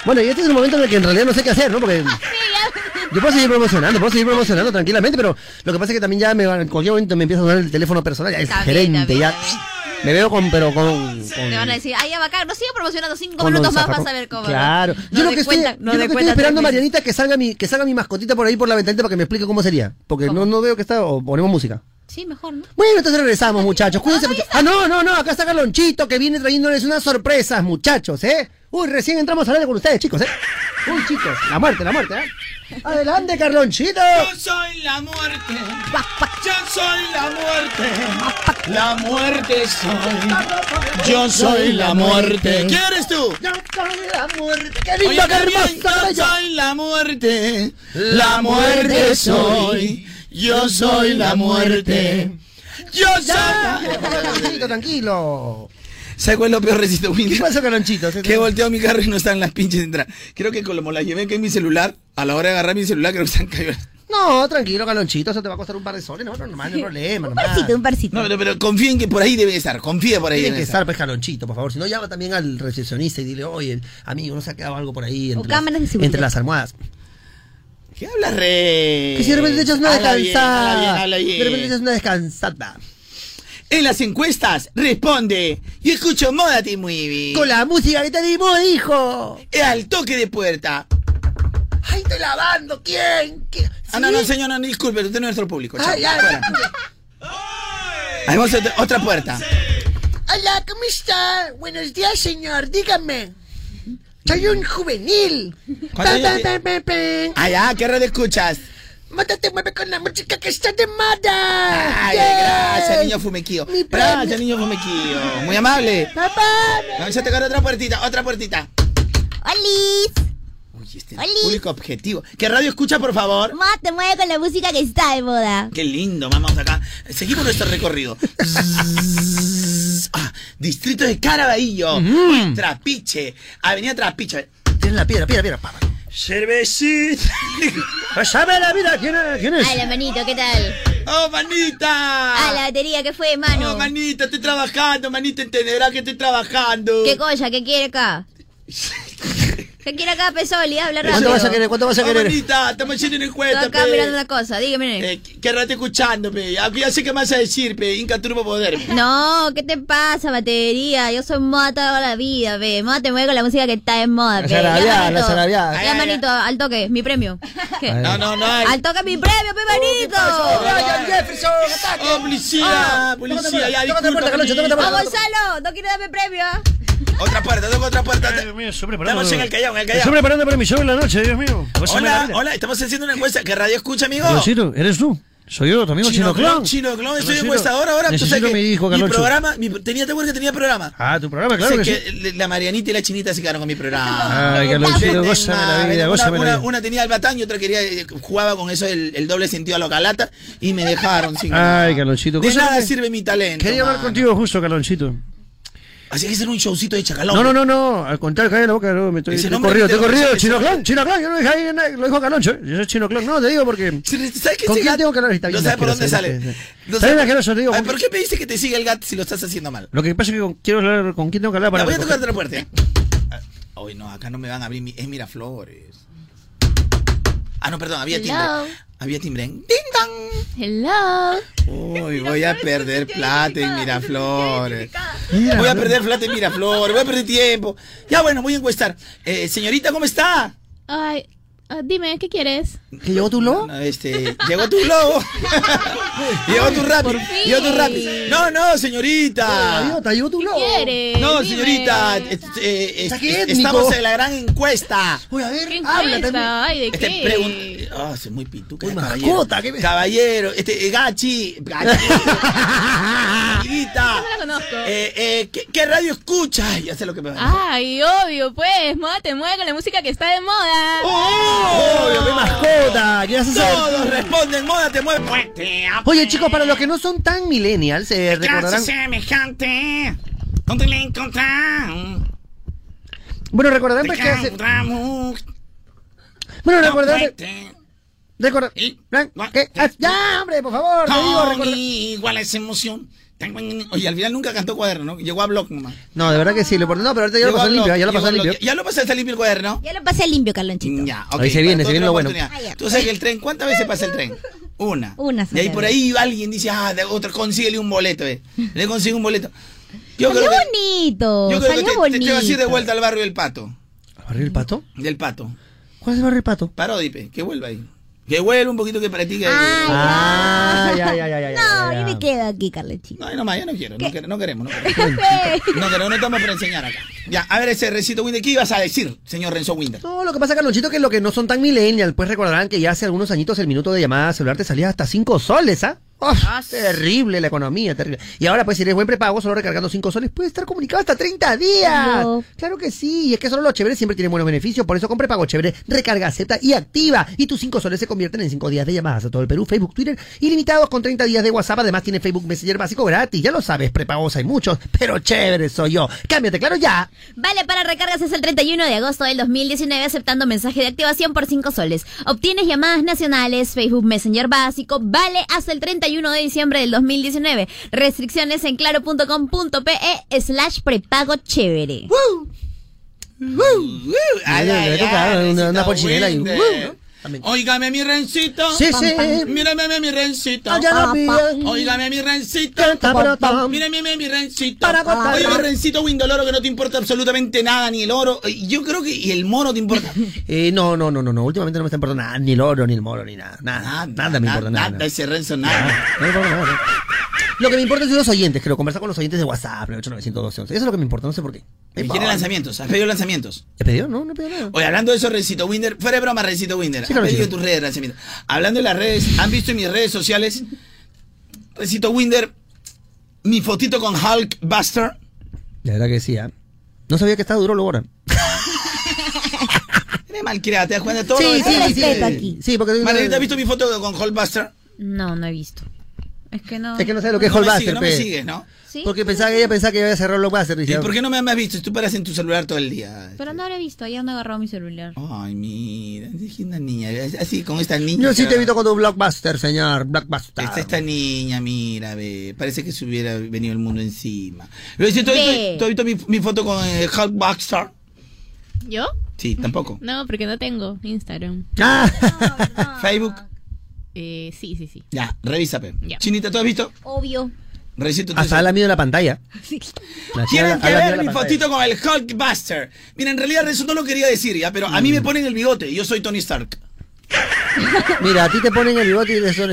Speaker 1: Bueno, y este es el momento en el que en realidad no sé qué hacer, ¿no? Porque yo puedo seguir promocionando, puedo seguir promocionando tranquilamente, pero lo que pasa es que también ya me, en cualquier momento me empieza a sonar el teléfono personal, ya es
Speaker 5: Está bien,
Speaker 1: gerente,
Speaker 5: está
Speaker 1: ya. Me veo con, pero con. con-
Speaker 5: Te van a decir, ay, ya bacán, no sigo promocionando cinco
Speaker 1: con
Speaker 5: minutos más,
Speaker 1: Don
Speaker 5: vas
Speaker 1: Zafaco.
Speaker 5: a ver cómo.
Speaker 1: Claro.
Speaker 5: No
Speaker 1: yo lo
Speaker 5: de
Speaker 1: que
Speaker 5: cuenta-
Speaker 1: estoy,
Speaker 5: no de
Speaker 1: yo lo que estoy
Speaker 5: cuenta
Speaker 1: esperando,
Speaker 5: tres veces.
Speaker 1: Marianita, que salga, mi, que salga mi mascotita por ahí por la ventanita para que me explique cómo sería. Porque no, no veo que está. O ponemos música.
Speaker 5: Sí, mejor, ¿no?
Speaker 1: Bueno, entonces regresamos, muchachos. Cuídense. mucho- Ah, no, no, no. Acá está Carlonchito que viene trayéndoles unas sorpresas, muchachos, ¿eh? Uy, recién entramos al aire con ustedes, chicos, ¿eh? Uy, chicos, la muerte, la muerte, ¿eh? Adelante, Carlonchito.
Speaker 15: Yo soy la muerte. Yo soy la muerte. La muerte soy. Yo soy la muerte. ¿Quién eres tú?
Speaker 1: Yo soy la muerte.
Speaker 15: ¡Qué lindo, qué hermoso! Yo soy la muerte. La muerte soy. Yo soy la muerte. Yo
Speaker 1: soy.
Speaker 3: *laughs*
Speaker 1: Carlonchito, tranquilo.
Speaker 3: ¿Sabes cuál es lo peor recito, Windy? ¿Qué
Speaker 1: pasó, Calonchito? Que
Speaker 3: he volteado mi carro y no están las pinches entradas. Creo que como las llevé que en mi celular, a la hora de agarrar mi celular, creo que están caídas.
Speaker 1: No, tranquilo, Carlonchito. Eso te va a costar un par de soles. No, no,
Speaker 5: *laughs*
Speaker 1: normal, no hay problema. normal.
Speaker 3: un parcito. No, pero, pero confía en que por ahí debe estar. Confía por ahí.
Speaker 1: Tiene
Speaker 3: debe
Speaker 1: que estar pues, pescalonchito, por favor. Si no, llama también al recepcionista y dile, oye, amigo, ¿no se ha quedado algo por ahí entre, las,
Speaker 3: cámaras de seguridad.
Speaker 1: entre las almohadas?
Speaker 3: ¿Qué hablas, re?
Speaker 1: Que si de repente echas una
Speaker 3: Eh, Habla bien,
Speaker 1: descansada.
Speaker 3: habla bien, habla bien.
Speaker 1: De repente echas una descansada.
Speaker 3: En las encuestas, responde. Yo escucho Moda Team Weeby.
Speaker 1: Con la música que te dimos, hijo.
Speaker 3: Al toque de puerta.
Speaker 1: ¡Ay, estoy lavando! ¿Quién? ¿Qué? Ah,
Speaker 3: Ah, no, no, señor, no, disculpe, usted no es nuestro público. Chao.
Speaker 1: Ay, ay,
Speaker 3: Fuera. Ahí vamos a otra- otra puerta.
Speaker 1: Hola, ¿cómo está? Buenos días, señor. Dígame. Soy un juvenil.
Speaker 3: ¿Cuántos años
Speaker 1: Pa, pa, pa, pa, pa.
Speaker 3: Ah, ya, ¿qué red escuchas?
Speaker 1: Mátate, mueve con la música que está de moda.
Speaker 3: Ay,
Speaker 1: Yes.
Speaker 3: gracias, niño fumequío.
Speaker 1: Mi
Speaker 3: Gracias, niño fumequío. Muy amable.
Speaker 1: Papá.
Speaker 3: Vamos a tocar otra puertita, otra puertita.
Speaker 26: ¡Olis!
Speaker 3: Este
Speaker 26: ¡Oli!
Speaker 3: público objetivo. ¿Qué radio escucha, por favor?
Speaker 26: Ma, te mueve con la música que está de moda.
Speaker 3: Qué lindo, vamos acá. Seguimos nuestro recorrido. Zzzz. Ah, distrito de Caraballo. Uy, Trapiche. Avenida Trapiche.
Speaker 1: Tienen Mm. la piedra, piedra, piedra. *laughs*
Speaker 3: Cervecita.
Speaker 1: Pásame la vida. ¿Quién es? ¿Quién
Speaker 26: Hola, manito, ¿qué tal?
Speaker 3: ¡Oh, manita!
Speaker 26: A la batería, ¿qué fue, mano?
Speaker 3: No, manita, estoy trabajando, manita, entenderá que estoy trabajando.
Speaker 26: ¿Qué cosa? ¿Qué quiere acá? ¿Qué quiere acá, Pesoli? Habla rápido.
Speaker 1: ¿Cuánto vas a querer? ¿Cuánto vas a
Speaker 3: Oh,
Speaker 1: querer?
Speaker 3: manita, estamos haciendo una encuesta,
Speaker 26: Estoy acá
Speaker 3: pe.
Speaker 26: mirando una cosa, dígame.
Speaker 3: Eh, qué rato escuchando, pe. Aunque ya sé qué me vas a decir, pe. Inca Turbo Poder.
Speaker 26: No, ¿qué te pasa, batería? Yo soy moda toda la vida, ve. Moda te mueve con la música que está de moda,
Speaker 1: La
Speaker 26: ve.
Speaker 1: zarabiada, la
Speaker 26: manito.
Speaker 1: zarabiada. Ay,
Speaker 26: Ya,
Speaker 1: ay,
Speaker 26: manito, al toque, mi premio. ¿Qué?
Speaker 3: No, no, Oh, no.
Speaker 26: Al toque, mi premio, pe, manito.
Speaker 1: Brian Jefferson, ataque.
Speaker 3: Oh, policía,
Speaker 26: Ah,
Speaker 3: policía, ya,
Speaker 1: tócate
Speaker 3: disculpa,
Speaker 1: puerta, Caloncho, tócate
Speaker 26: ¡Ah,
Speaker 1: puerta.
Speaker 26: Gonzalo! No quiere darme premio, ¿ah?
Speaker 3: Otra puerta, toca otra puerta. Estamos
Speaker 17: preparando.
Speaker 3: en el Callao, en el
Speaker 17: Estoy
Speaker 3: Callao.
Speaker 17: preparando para mi show en la noche, Dios mío. Pues Pásame la
Speaker 3: Hola,
Speaker 17: vida.
Speaker 3: hola, estamos haciendo una encuesta. ¿Qué radio escucha, amigo?
Speaker 17: Carlonchito, ¿eres tú? Soy yo, tu amigo Chino, Clon.
Speaker 3: Chino Clon, soy
Speaker 17: Carlonchito,
Speaker 3: encuestador ahora. Tú sabes
Speaker 17: necesito
Speaker 3: que
Speaker 17: mi hijo,
Speaker 3: mi
Speaker 17: Carloncho.
Speaker 3: programa, mi, tenía, ¿te acuerdas que tenía programa?
Speaker 17: Ah, tu programa, claro
Speaker 3: Sé
Speaker 17: que sí.
Speaker 3: que le- la Marianita y la Chinita se quedaron con mi
Speaker 17: *laughs*
Speaker 3: programa.
Speaker 17: Ay, Carlonchito,
Speaker 3: Vete,
Speaker 17: gózame la
Speaker 3: madre.
Speaker 17: vida,
Speaker 3: Una-
Speaker 17: gózame la
Speaker 3: una,
Speaker 17: vida.
Speaker 3: una tenía el batán y otra quería, eh, jugaba con eso el, el doble sentido a lo calata y me dejaron sin
Speaker 17: *laughs* Ay, Carlonchito.
Speaker 3: De
Speaker 17: cosa
Speaker 3: nada
Speaker 17: que-
Speaker 3: sirve mi talento.
Speaker 17: Quería hablar
Speaker 3: man.
Speaker 17: contigo justo, Carlonchito.
Speaker 3: Así que ese era un showcito de chacalón.
Speaker 17: No, no, no, no. Al contrario, cae la boca, no, me estoy,
Speaker 3: Ese
Speaker 17: estoy
Speaker 3: nombre
Speaker 17: corrido,
Speaker 3: que te
Speaker 17: estoy
Speaker 3: lo
Speaker 17: corrido.
Speaker 3: pensé,
Speaker 17: Chino Clon, Chino Clon, yo no dije ahí, nada, lo dijo Caloncho. Yo soy Chino Clon, no, te digo porque.
Speaker 3: ¿Sabes qué
Speaker 17: ¿Con
Speaker 3: ese
Speaker 17: quién
Speaker 3: gato?
Speaker 17: tengo que hablar ahorita?
Speaker 3: No sabe por dónde sale. No
Speaker 17: ¿Sabes
Speaker 3: sabe-
Speaker 17: la que no se lo digo?
Speaker 3: Ay,
Speaker 17: con-
Speaker 3: ¿Por qué me dice que te siga el gato si lo estás haciendo mal?
Speaker 17: Lo que pasa es que con- quiero hablar con quién tengo que hablar para.
Speaker 3: Ya, voy a tocar
Speaker 17: recoger-
Speaker 3: otra puerta. Ah, Hoy no, acá no me van a abrir. mi- Es Miraflores. Ah, no, perdón, había timbre.
Speaker 10: Hello.
Speaker 3: Había timbre.
Speaker 10: Hello.
Speaker 3: Uy, voy a perder plata en Miraflores. Voy a perder plata en Miraflores. Voy a perder tiempo. Ya, bueno, voy a encuestar. Eh, señorita, ¿cómo está?
Speaker 10: Ay, Ah, dime, ¿qué quieres?
Speaker 3: ¿Que llegó tu globo? este, llegó tu *laughs* globo. llegó tu rap. Llegó tu rap. No, no, señorita.
Speaker 1: llegó tu globo.
Speaker 10: quieres?
Speaker 3: No,
Speaker 10: Dime.
Speaker 3: señorita. eh, eh, eh,
Speaker 1: Saque étnico.
Speaker 3: estamos en la gran encuesta.
Speaker 1: Uy, a ver,
Speaker 10: ¿Qué
Speaker 1: habla
Speaker 10: encuesta?
Speaker 1: también.
Speaker 10: Ay, ¿de
Speaker 3: Este,
Speaker 10: qué?
Speaker 3: pregun- Ah, se muy pituca.
Speaker 1: Uy,
Speaker 3: caballero.
Speaker 1: mascota, ¿qué me-
Speaker 3: Caballero, este, eh, Gachi. Gachi.
Speaker 1: *laughs*
Speaker 3: Amiguita.
Speaker 10: No la conozco.
Speaker 3: Eh, eh, ¿qué, qué radio escuchas? Ya sé lo que me va a
Speaker 1: Ah.
Speaker 3: decir.
Speaker 10: Ay, obvio, pues, móvete, mueve con la música que está de moda.
Speaker 3: ¡Oh!
Speaker 1: Obvio, mi mascota, ¿qué vas a hacer?
Speaker 3: Todos responden, moda te mueve. Puente,
Speaker 1: Oye, chicos, para los que no son tan millennials, se recordarán.
Speaker 15: semejante. ¿Dónde la encontramos?
Speaker 1: Bueno, recordarán pues, que hace. Bueno, recordarán. pues- Recordar. Blan- ¿qué? Ah, Ya, hombre, por favor, te digo, recordar.
Speaker 15: igual a esa emoción. Tengo en- Oye, al final nunca cantó cuaderno, ¿no? Llegó a block nomás.
Speaker 1: No, de verdad que sí, lo importante. No, pero ahorita ya lo
Speaker 15: Llegó
Speaker 1: pasó
Speaker 15: a
Speaker 1: limpio,
Speaker 15: block,
Speaker 1: ya lo
Speaker 15: llegó
Speaker 1: pasó
Speaker 15: a block.
Speaker 1: limpio.
Speaker 3: Ya lo pasaste limpio el cuaderno.
Speaker 26: Ya lo pasé limpio, Carlonchito. Ah,
Speaker 3: Ya, ok.
Speaker 1: Ahí se viene, se viene lo bueno.
Speaker 3: Entonces Tú sabes que el tren, ¿cuántas veces pasa el tren? Una.
Speaker 26: Una
Speaker 3: Y ahí
Speaker 26: sola
Speaker 3: por
Speaker 26: vez.
Speaker 3: ahí alguien dice, ah, de otro, consíguele un boleto, eh. Le consigue un boleto. Yo
Speaker 26: salió
Speaker 3: creo que,
Speaker 26: bonito.
Speaker 3: yo creo que
Speaker 26: salió
Speaker 3: te, te-
Speaker 26: bonito.
Speaker 3: te vas a ir de vuelta al barrio del pato.
Speaker 1: ¿Barrio del pato?
Speaker 3: Del pato.
Speaker 1: ¿Cuál es el barrio del pato?
Speaker 3: Paródipe, que vuelva ahí. Que vuelva un poquito que practique.
Speaker 1: Ah, ya, ya, ya, ya.
Speaker 26: No, yo me quedo aquí, Carlonchito.
Speaker 3: No, ¿eh? más, ya no quiero, no, quiero, no queremos,
Speaker 1: *laughs*
Speaker 3: no queremos. No queremos, no estamos para enseñar acá. Ya, a ver ese recito Winder, ¿qué ibas a decir, señor Renzo Winder?
Speaker 1: No, lo que pasa, Carlonchito, que lo que no son tan millennial, pues recordarán que ya hace algunos añitos el minuto de llamada celular te salía hasta 5 soles, ¿ah? Oh, terrible la economía, terrible. Y ahora, pues, si eres buen prepago, solo recargando 5 soles, puedes estar comunicado hasta 30 días.
Speaker 26: No.
Speaker 1: Claro que sí, y es que solo los chéveres siempre tienen buenos beneficios, por eso con prepago chévere, recarga, acepta y activa. Y tus 5 soles se convierten en 5 días de llamadas a todo el Perú, Facebook, Twitter, ilimitados con 30 días de WhatsApp. Además, tiene Facebook Messenger básico gratis. Ya lo sabes, prepagos hay muchos, pero chévere soy yo. Cámbiate, claro, ya.
Speaker 5: Vale, para recargas es el 31 de agosto del 2019 aceptando mensaje de activación por 5 soles. Obtienes llamadas nacionales, Facebook Messenger básico, vale hasta el 31 de diciembre del 2019. Restricciones en claro.com.pe slash prepago chévere.
Speaker 15: Ay, ay,
Speaker 1: Le
Speaker 15: ay,
Speaker 1: toca una, una
Speaker 15: Rencito
Speaker 1: pochinela y...
Speaker 15: Winder.
Speaker 1: ¡uh!
Speaker 15: Óigame mi rencito.
Speaker 1: Sí, sí.
Speaker 15: Mírame mi rencito.
Speaker 1: Ay, Ah, ya la vi.
Speaker 15: Óigame mi rencito.
Speaker 1: Canta, pero, tom.
Speaker 15: Mírame mi rencito.
Speaker 1: Para, para,
Speaker 15: Oye, mi
Speaker 1: para.
Speaker 15: rencito Windoloro que no te importa absolutamente nada, ni el oro. Eh, Yo creo que y el mono te importa.
Speaker 1: Eh, no, no, no, no, no. Últimamente no me está importando nada, ni el oro, ni el moro, ni nada. *laughs* Nada, nada, me importa nada.
Speaker 15: Nada, ese Renzo, nada.
Speaker 1: No me importa nada, no. Lo que me importa es los oyentes, creo, conversar con los oyentes de WhatsApp, 89211. Eso es lo que me importa, no sé por qué. Me
Speaker 3: Tiene
Speaker 1: importa.
Speaker 3: lanzamientos, has pedido lanzamientos.
Speaker 1: ¿He pedido? No, no he pedido nada.
Speaker 3: Oye, hablando de eso, Rencito Winder, fuera de broma, Rencito Winder,
Speaker 1: Sí,
Speaker 3: han
Speaker 1: claro,
Speaker 3: pedido
Speaker 1: sí.
Speaker 3: tus redes, Rencito. Hablando de las redes, ¿han visto en mis redes sociales? Rencito Winder, mi fotito con Hulk Buster.
Speaker 1: La verdad que sí, ¿ah? No sabía que estaba duro luego ahora.
Speaker 3: Eres malcriada, te das cuenta de todo.
Speaker 1: Sí,
Speaker 3: lo que-
Speaker 1: sí, sí, sí. Sí, porque...
Speaker 3: Margarita, ¿has visto mi foto con Hulk Buster?
Speaker 5: No, no he visto. Es que no.
Speaker 1: Es que no sabe lo que es
Speaker 3: No me
Speaker 1: Holbuster,
Speaker 3: sigues, no me
Speaker 1: pe.
Speaker 3: sigues, ¿no?
Speaker 5: ¿Sí?
Speaker 1: Porque pensaba que ella pensaba que iba a cerrar los Buster.
Speaker 3: ¿Y por qué no me has visto? Tú paras en tu celular todo el día.
Speaker 5: Pero no lo he visto, ya no he agarrado mi celular.
Speaker 3: Ay, mira, es una niña, así con esta niña.
Speaker 1: Yo sí te he visto con tu Blockbuster, señor. Blockbuster.
Speaker 3: Está esta niña, mira, ve. Eh, Parece que se hubiera venido el mundo encima. Pero si tú
Speaker 10: Ve.
Speaker 3: tú has visto mi, mi foto con eh, Hulk Buster.
Speaker 10: ¿Yo?
Speaker 3: Sí, tampoco.
Speaker 10: No, porque no tengo Instagram.
Speaker 1: Ah.
Speaker 3: Facebook.
Speaker 10: Eh, sí, sí, sí.
Speaker 3: Ya, revisa, pe.
Speaker 10: Ya.
Speaker 3: Chinita, ¿tú has visto?
Speaker 5: Obvio.
Speaker 3: Recito tú
Speaker 1: Hasta ha lamido la pantalla. La chica
Speaker 3: Tienen
Speaker 1: ha
Speaker 3: que
Speaker 1: lamido
Speaker 3: ver mi
Speaker 1: la pantalla.
Speaker 3: fotito con el Hulkbuster. Mira, en realidad eso no lo quería decir ya, pero a mí
Speaker 1: Mm.
Speaker 3: me ponen el bigote. Yo soy Tony Stark.
Speaker 1: Mira, a ti te ponen el *laughs* bigote y le son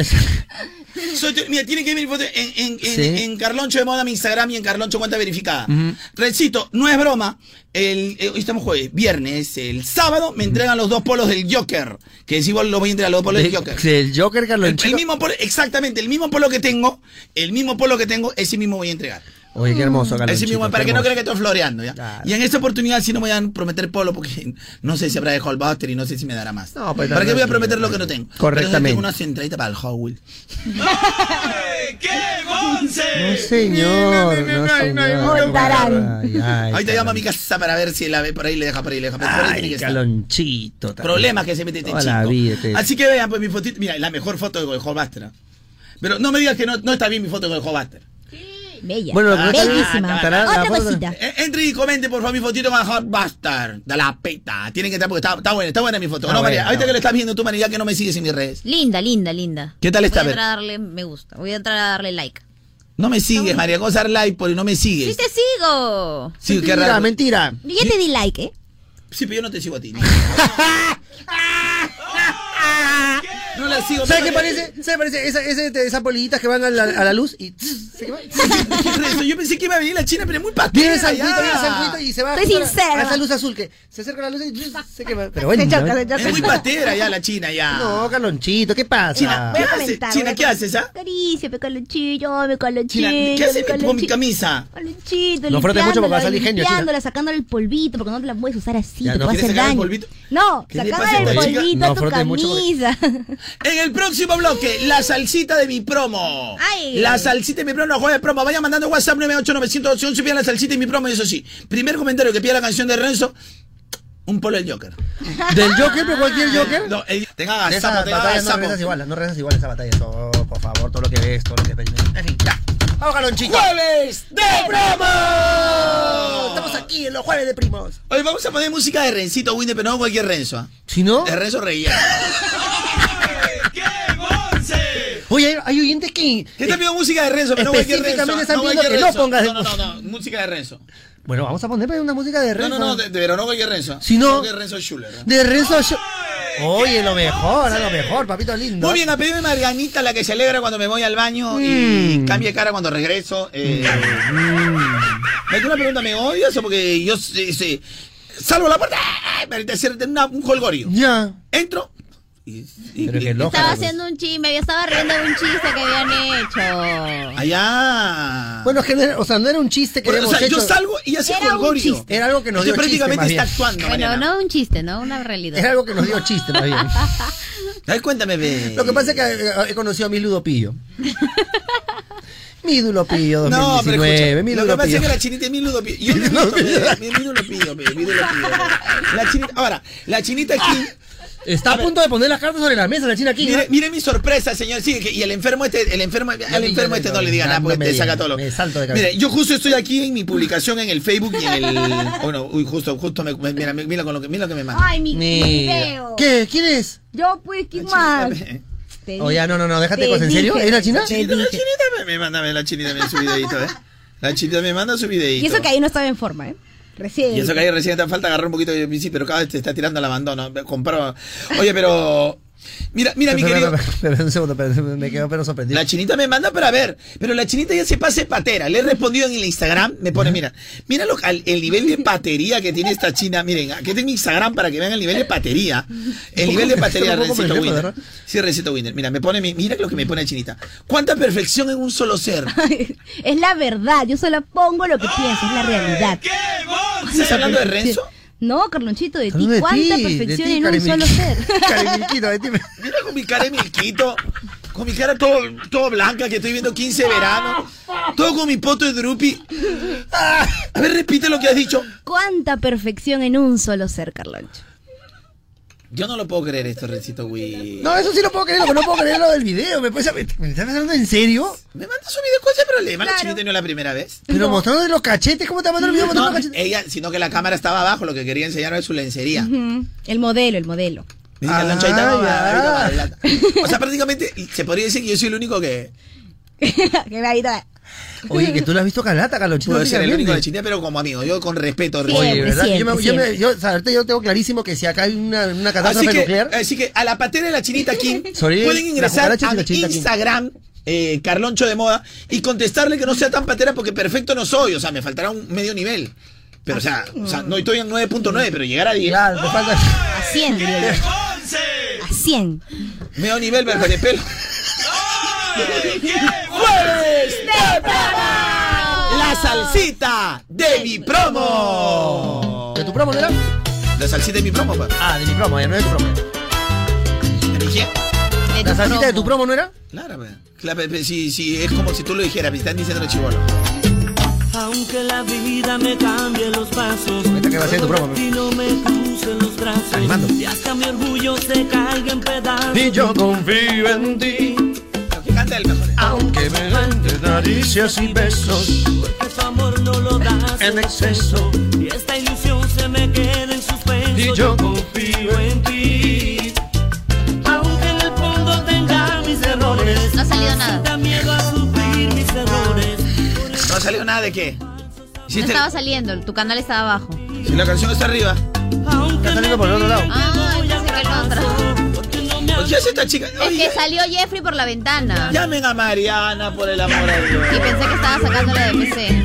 Speaker 3: Soy Tony- mira, tienen que ver mi foto en, en, en-
Speaker 1: Sí.
Speaker 3: en Carloncho de Moda, mi Instagram y en Carloncho Cuenta Verificada.
Speaker 1: Ujú.
Speaker 3: Recito, no es broma. El, eh, hoy estamos jueves, viernes, el sábado me entregan los dos polos del Joker. Que si vos lo voy a entregar los dos polos del Joker.
Speaker 1: El Joker, Carlos.
Speaker 3: El mismo polo- exactamente, el mismo polo que tengo, el mismo polo que tengo, ese mismo voy a entregar.
Speaker 1: Oye, qué hermoso, Carlos.
Speaker 3: Ese mismo,
Speaker 1: chico,
Speaker 3: para
Speaker 1: qué
Speaker 3: que no
Speaker 1: hermoso.
Speaker 3: crean que estoy floreando, ¿ya? Y en esta oportunidad sí no me voy a prometer polo porque no sé si habrá de Hallbuster y no sé si me dará más.
Speaker 1: No, pues,
Speaker 3: ¿Para qué voy a
Speaker 1: tranquilo,
Speaker 3: prometer lo que no tengo?
Speaker 1: Correctamente.
Speaker 3: Entonces tengo una centradita para el Howell.
Speaker 1: No, señor. No, señor. Ay, ay,
Speaker 3: Ahorita llamo a mi casa para ver si la ve por ahí, le deja por ahí, le deja por ahí. Por ahí tiene que
Speaker 1: Ay,
Speaker 3: estar.
Speaker 1: calonchito. también.
Speaker 3: Problemas que se mete este
Speaker 1: Toda la
Speaker 3: chico.
Speaker 1: vida, te-
Speaker 3: Así que vean, pues mi fotito, mira, la mejor foto de Hallbuster. ¿ah? Pero no me digas que no, no está bien mi foto con Hallbuster.
Speaker 5: Bella.
Speaker 1: Bueno, lo que pasa es que-
Speaker 5: Bellísima.
Speaker 1: estará la
Speaker 5: Otra
Speaker 1: foto-
Speaker 5: cosita.
Speaker 3: Eh, Entre y comente, por favor, mi fotito con Hot Bastard. De la peta. Tienen que estar porque está, está buena, está buena mi foto.
Speaker 1: Está
Speaker 3: no,
Speaker 1: buena,
Speaker 3: María,
Speaker 1: está
Speaker 3: ahorita que
Speaker 1: buena.
Speaker 3: lo estás viendo tú, María, que no me sigues en mis redes.
Speaker 5: Linda, linda, linda.
Speaker 3: ¿Qué tal está? A
Speaker 5: Voy a
Speaker 3: ver.
Speaker 5: entrar a darle me gusta. Voy a entrar a darle like.
Speaker 3: No me sigues, María, ¿cómo dar like por y no me
Speaker 5: ¡Sí
Speaker 3: sigues?
Speaker 5: te sigo!
Speaker 3: Sí, qué
Speaker 1: Mentira,
Speaker 3: raro.
Speaker 1: mentira.
Speaker 5: Yo ya te di like, ¿eh?
Speaker 3: Sí, pero yo no te sigo a ti. No la sigo.
Speaker 1: ¿Sabes
Speaker 3: no
Speaker 1: qué
Speaker 3: la-
Speaker 1: parece? ¿Sabes qué parece? Esa- esa- Esas polillitas que van a la, a la luz y...
Speaker 3: *laughs*
Speaker 1: se queman.
Speaker 3: Yo pensé que iba a venir la China, pero es muy patera.
Speaker 1: Viene el sanguito,
Speaker 3: ya.
Speaker 1: viene el sanguito y se va
Speaker 3: Estoy
Speaker 1: justo a la-
Speaker 3: sincera.
Speaker 1: a esa luz azul que se acerca a la luz y se quema. Pero
Speaker 3: Se
Speaker 1: bueno,
Speaker 3: choca,
Speaker 1: ¿no?
Speaker 3: se choca. Es muy patera ya la China, ya.
Speaker 1: No, Carlonchito, ¿qué pasa?
Speaker 3: China,
Speaker 26: Voy
Speaker 3: ¿qué
Speaker 26: a
Speaker 3: haces?
Speaker 26: comentar, voy
Speaker 3: China,
Speaker 26: a
Speaker 3: ¿qué
Speaker 12: *laughs*
Speaker 3: haces, ah?
Speaker 26: Caricia, me calonchillo, me
Speaker 3: China,
Speaker 26: calonchillo.
Speaker 3: ¿qué haces
Speaker 26: me
Speaker 3: con mi
Speaker 26: calonchillo.
Speaker 3: camisa?
Speaker 26: Calonchito,
Speaker 1: No frotes mucho porque va
Speaker 26: limpiándola,
Speaker 1: a salir genio, China.
Speaker 26: limpiándola, sacándole el polvito, porque no te la puedes usar así,
Speaker 1: Ya,
Speaker 26: te
Speaker 1: ¿no
Speaker 26: puede
Speaker 1: quieres
Speaker 26: hacer
Speaker 1: sacar el
Speaker 26: daño.
Speaker 1: polvito?
Speaker 26: No,
Speaker 3: ¿Qué le pasa a
Speaker 26: sacándole el
Speaker 3: esta chica?
Speaker 26: polvito
Speaker 3: No
Speaker 26: a tu
Speaker 3: frotes mucho porque-
Speaker 26: camisa.
Speaker 3: En el próximo bloque, la salsita de mi promo.
Speaker 26: Ay.
Speaker 3: La salsita de mi promo, jueves promo. Vaya mandando WhatsApp 98911 y pidan la salsita de mi promo. Y eso sí, primer comentario que pida la canción de Renzo, un polo del Joker.
Speaker 1: ¿Del Joker? ¿Pero cualquier Joker?
Speaker 3: No, el- tenga gazapo,
Speaker 1: De esa
Speaker 3: tenga
Speaker 1: batalla no
Speaker 3: gazapo.
Speaker 1: regresas igual, no regresas igual a esa batalla. Todo, por favor, todo lo que ves, todo lo que ves. En fin, ya. Vamos, Carlonchito.
Speaker 3: ¡Jueves de promo!
Speaker 1: Estamos aquí en los jueves de primos.
Speaker 3: Hoy vamos a poner música de Rencito Winnie, pero no cualquier Renzo. ¿ah?
Speaker 1: Si no...
Speaker 3: De Renzo Reguía.
Speaker 1: Oye, hay- hay oyentes que...
Speaker 3: ¿Qué te pido música de Renzo? Pero no cualquier Renzo.
Speaker 1: Específicamente están
Speaker 3: no
Speaker 1: pidiendo
Speaker 3: cualquier
Speaker 1: que no
Speaker 3: Renzo.
Speaker 1: pongas-
Speaker 3: No, no, no, no, música de Renzo.
Speaker 1: Bueno, vamos a poner una música de Renzo.
Speaker 3: No, no, no, de, de- pero no cualquier Renzo.
Speaker 1: Si no-
Speaker 3: Sino que Renzo Schuller. ¿no?
Speaker 1: De Renzo... Scho- Oye, lo mejor, a lo mejor, papito lindo.
Speaker 3: Muy bien, a pedido de Marganita, la que se alegra cuando me voy al baño
Speaker 1: Mm.
Speaker 3: y cambia de cara cuando regreso. eh, Me hace una pregunta, ¿me odias o porque yo sí, sí, salgo a la puerta ¡ah! para hacer una- un holgorio?
Speaker 1: Ya.
Speaker 3: Entro y... Pero
Speaker 5: Estaba
Speaker 1: pues.
Speaker 5: haciendo un chisme, yo estaba riendo de un chiste que habían hecho.
Speaker 3: Allá.
Speaker 1: Bueno, es que no era- o sea, no era un chiste que
Speaker 3: Bueno, o
Speaker 1: hemos
Speaker 3: sea, yo
Speaker 1: hecho.
Speaker 3: salgo y hace
Speaker 1: Era un
Speaker 3: holgorio.
Speaker 1: chiste. Era algo que nos
Speaker 3: Usted
Speaker 1: dio chiste,
Speaker 3: prácticamente
Speaker 1: más bien.
Speaker 3: está actuando,
Speaker 5: Bueno,
Speaker 3: Mariana.
Speaker 5: no un chiste, ¿no? Una realidad.
Speaker 1: Era algo que nos dio chiste,
Speaker 5: *laughs*
Speaker 1: más bien.
Speaker 3: Ay, cuéntame, ve.
Speaker 1: Lo que pasa es que eh, he conocido a mi Ludopillo. mi Ludopillo
Speaker 3: No, pero
Speaker 1: 2019,
Speaker 3: escucha,
Speaker 1: mi
Speaker 3: lo que pasa es
Speaker 1: Ludopillo.
Speaker 3: que la chinita es mi ludo
Speaker 1: *laughs*
Speaker 3: Yo le he visto, pe, mi mi ludo pillo, pe, mi ludo pillo, pe. La chinita, ahora, la chinita aquí.
Speaker 1: Está a punto de poner las cartas sobre la mesa la china aquí.
Speaker 3: Mire, mire mi sorpresa, señor. Sí, que- y el enfermo este, el enfermo, al enfermo este no le diga nada porque te saca todo lo.
Speaker 1: Me salto de cabeza.
Speaker 3: Mire, yo justo estoy aquí en mi publicación en el Facebook y en el. *laughs* Bueno, uy, justo, justo me, me- mira, mira con lo que, mira lo que me manda.
Speaker 26: Ay, mi video.
Speaker 1: ¿Qué? ¿Quién es?
Speaker 26: Yo, pues, ¿quién más? Te
Speaker 1: Oye,
Speaker 26: dije.
Speaker 1: Oh, no, no, no, déjate
Speaker 26: Te
Speaker 1: cosas. ¿En serio?
Speaker 26: dije,
Speaker 1: ¿Es la china?
Speaker 3: La chinita, la chinita me, me manda, la chinita me su videito, ¿eh? La chinita me manda su videito.
Speaker 12: Y eso que ahí no estaba en forma, ¿eh? Recién.
Speaker 3: Y eso que ahí recién te falta agarrar un poquito de bici, pero cada vez te está tirando al abandono. Comparo. Oye, pero. Mira, mira, mi
Speaker 1: Espera,
Speaker 3: querido.
Speaker 1: espera, espera, espera, un segundo, espera, me quedo pero sorprendido.
Speaker 3: La chinita me manda para ver, pero la chinita ya se pase patera. Le he respondido en el Instagram, me pone, mira, mira lo, al- el nivel de patería que tiene esta china. Miren, aquí tengo mi Instagram para que vean el nivel de patería. El nivel de patería,
Speaker 1: Un poco
Speaker 3: Rencito
Speaker 1: pendejo,
Speaker 3: Winner.
Speaker 1: ¿verdad?
Speaker 3: Sí, Rencito Winner. Mira, me pone, mi- mira lo que me pone la chinita. ¿Cuánta perfección en un solo ser?
Speaker 26: *laughs* Es la verdad, yo solo pongo
Speaker 3: *gasps*
Speaker 26: lo que pienso, es la realidad.
Speaker 3: ¿Estás hablando de Renzo?
Speaker 26: No, Carlonchito, de ti.
Speaker 1: Hablando de
Speaker 26: ¿Cuánta
Speaker 1: ti, de
Speaker 26: perfección
Speaker 1: ti,
Speaker 26: en un
Speaker 1: Karim.
Speaker 26: solo ser?
Speaker 1: *laughs* Carimiquito, de ti me-
Speaker 3: Mira con mi cara de milquito, con mi cara todo, todo blanca, que estoy viendo 15 de verano, todo con mi poto de drupi. Ah, a ver, repite lo que has dicho.
Speaker 26: ¿Cuánta perfección en un solo ser, Carloncho?
Speaker 3: Yo no lo puedo creer esto, Rencito Wii.
Speaker 1: No, eso sí lo puedo creer, lo que no puedo creer es lo del video. ¿Me, puedes- ¿Me estás hablando en serio?
Speaker 3: Me manda su video, ¿cuál es el problema? La chinita no es la primera vez.
Speaker 1: Pero mostrándote los cachetes, ¿cómo te mandó el video mostrando
Speaker 3: No,
Speaker 1: los cachetes?
Speaker 3: ella, sino que la cámara estaba abajo, lo que quería enseñar es su lencería.
Speaker 26: Ujú, El modelo, el
Speaker 12: *laughs*
Speaker 26: modelo.
Speaker 3: Me dice, "Lancha, ahí
Speaker 1: Mm. Ah,
Speaker 3: está,
Speaker 1: ya.
Speaker 3: ahorita va, adelanta". O sea, prácticamente se podría decir que yo soy el único que
Speaker 26: Que va a ir a-
Speaker 1: Oye, que tú lo has visto calata, Carlonchito.
Speaker 3: puedo ser el único de
Speaker 1: prácticamente.
Speaker 3: chinita, pero como amigo, yo con respeto,
Speaker 1: Oye,
Speaker 3: respeto.
Speaker 1: ¿verdad? yo, me, yo, me- yo- o sea, ahorita yo tengo clarísimo que si acá hay una, una
Speaker 3: Así
Speaker 1: catástrofe
Speaker 3: que,
Speaker 1: nuclear,
Speaker 3: así que a la patera de la chinita Kim
Speaker 1: *laughs* Sorry,
Speaker 3: pueden
Speaker 1: la
Speaker 3: ingresar
Speaker 1: cucaracha
Speaker 3: a
Speaker 1: de
Speaker 3: mi
Speaker 1: la chinita Kim.
Speaker 3: Instagram, eh, Carloncho de Moda, y contestarle que no sea tan patera porque perfecto no soy. O sea, me faltará un medio nivel. Pero, o sea, o sea, no estoy en 9.9, pero llegar a ¡Ah! 10.
Speaker 1: Claro, te falta.
Speaker 26: A 100, diría yo. A 100.
Speaker 3: Medio nivel, verga de pelo. ¡Jueves de promo! La salsita de mi promo.
Speaker 1: ¿De tu promo no era?
Speaker 3: La salsita de mi promo, pa.
Speaker 1: Ah, de mi promo, ya no de tu promo.
Speaker 3: ¿Te dije?
Speaker 1: ¿La salsita de tu promo no era?
Speaker 3: Claro, pa. Claro, pe- pe- si, si es como si tú lo dijeras, me están diciendo chivolo.
Speaker 7: Aunque la vida me cambie los pasos,
Speaker 1: Esta que va a ser tu promo,
Speaker 7: y no me crucen los brazos,
Speaker 1: Animando.
Speaker 7: y hasta mi orgullo se caiga en pedazos.
Speaker 1: Y yo confío en ti,
Speaker 3: Canta el mejor.
Speaker 1: aunque me entre caricias y besos
Speaker 7: Que tu amor no lo das,
Speaker 1: en exceso.
Speaker 7: y esta ilusión se me queda en suspenso.
Speaker 1: Y yo
Speaker 7: confío en ti, aunque en el fondo tenga mis errores.
Speaker 5: No ha salido nada.
Speaker 7: Da miedo a sufrir mis errores.
Speaker 3: No salió nada de qué.
Speaker 5: No
Speaker 3: Hiciste-
Speaker 5: estaba saliendo, tu canal estaba abajo.
Speaker 3: Si la canción está arriba.
Speaker 1: Está saliendo por el otro lado.
Speaker 26: Ah, pensé que era otra.
Speaker 3: ¿Por qué hace Pues esta chica?
Speaker 26: Es que salió Jeffrey por la ventana.
Speaker 3: Llamen a Mariana, por el amor de Dios.
Speaker 26: Y pensé que estaba sacándola de PC.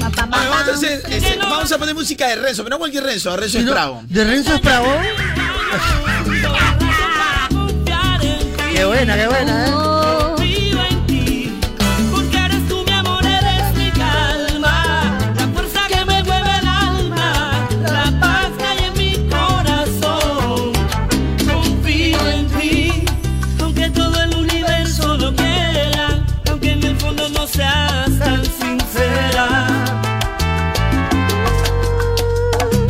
Speaker 26: Pa, pa, pa,
Speaker 3: Ahora,
Speaker 26: pa.
Speaker 1: Ah,
Speaker 3: vamos, a hacer, este, vamos a poner música de Renzo, pero no cualquier Renzo, a Renzo
Speaker 1: Si no-
Speaker 3: Espravo.
Speaker 1: ¿De Renzo Espravo? Qué buena, qué buena, ¿eh?
Speaker 7: Confío en ti, porque eres tú mi amor, eres mi calma, la fuerza que me mueve el alma, la paz que hay en mi corazón. Confío en ti, aunque todo el universo lo quiera, aunque en el fondo no seas tan sincera.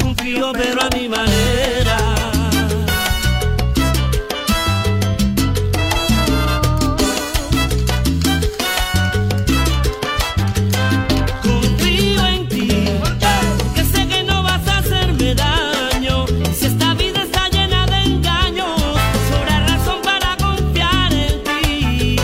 Speaker 7: Confío pero a mi manera. Confío en ti, que sé que no vas a hacerme daño. Si esta vida está llena de engaños, sobra razón para confiar en ti.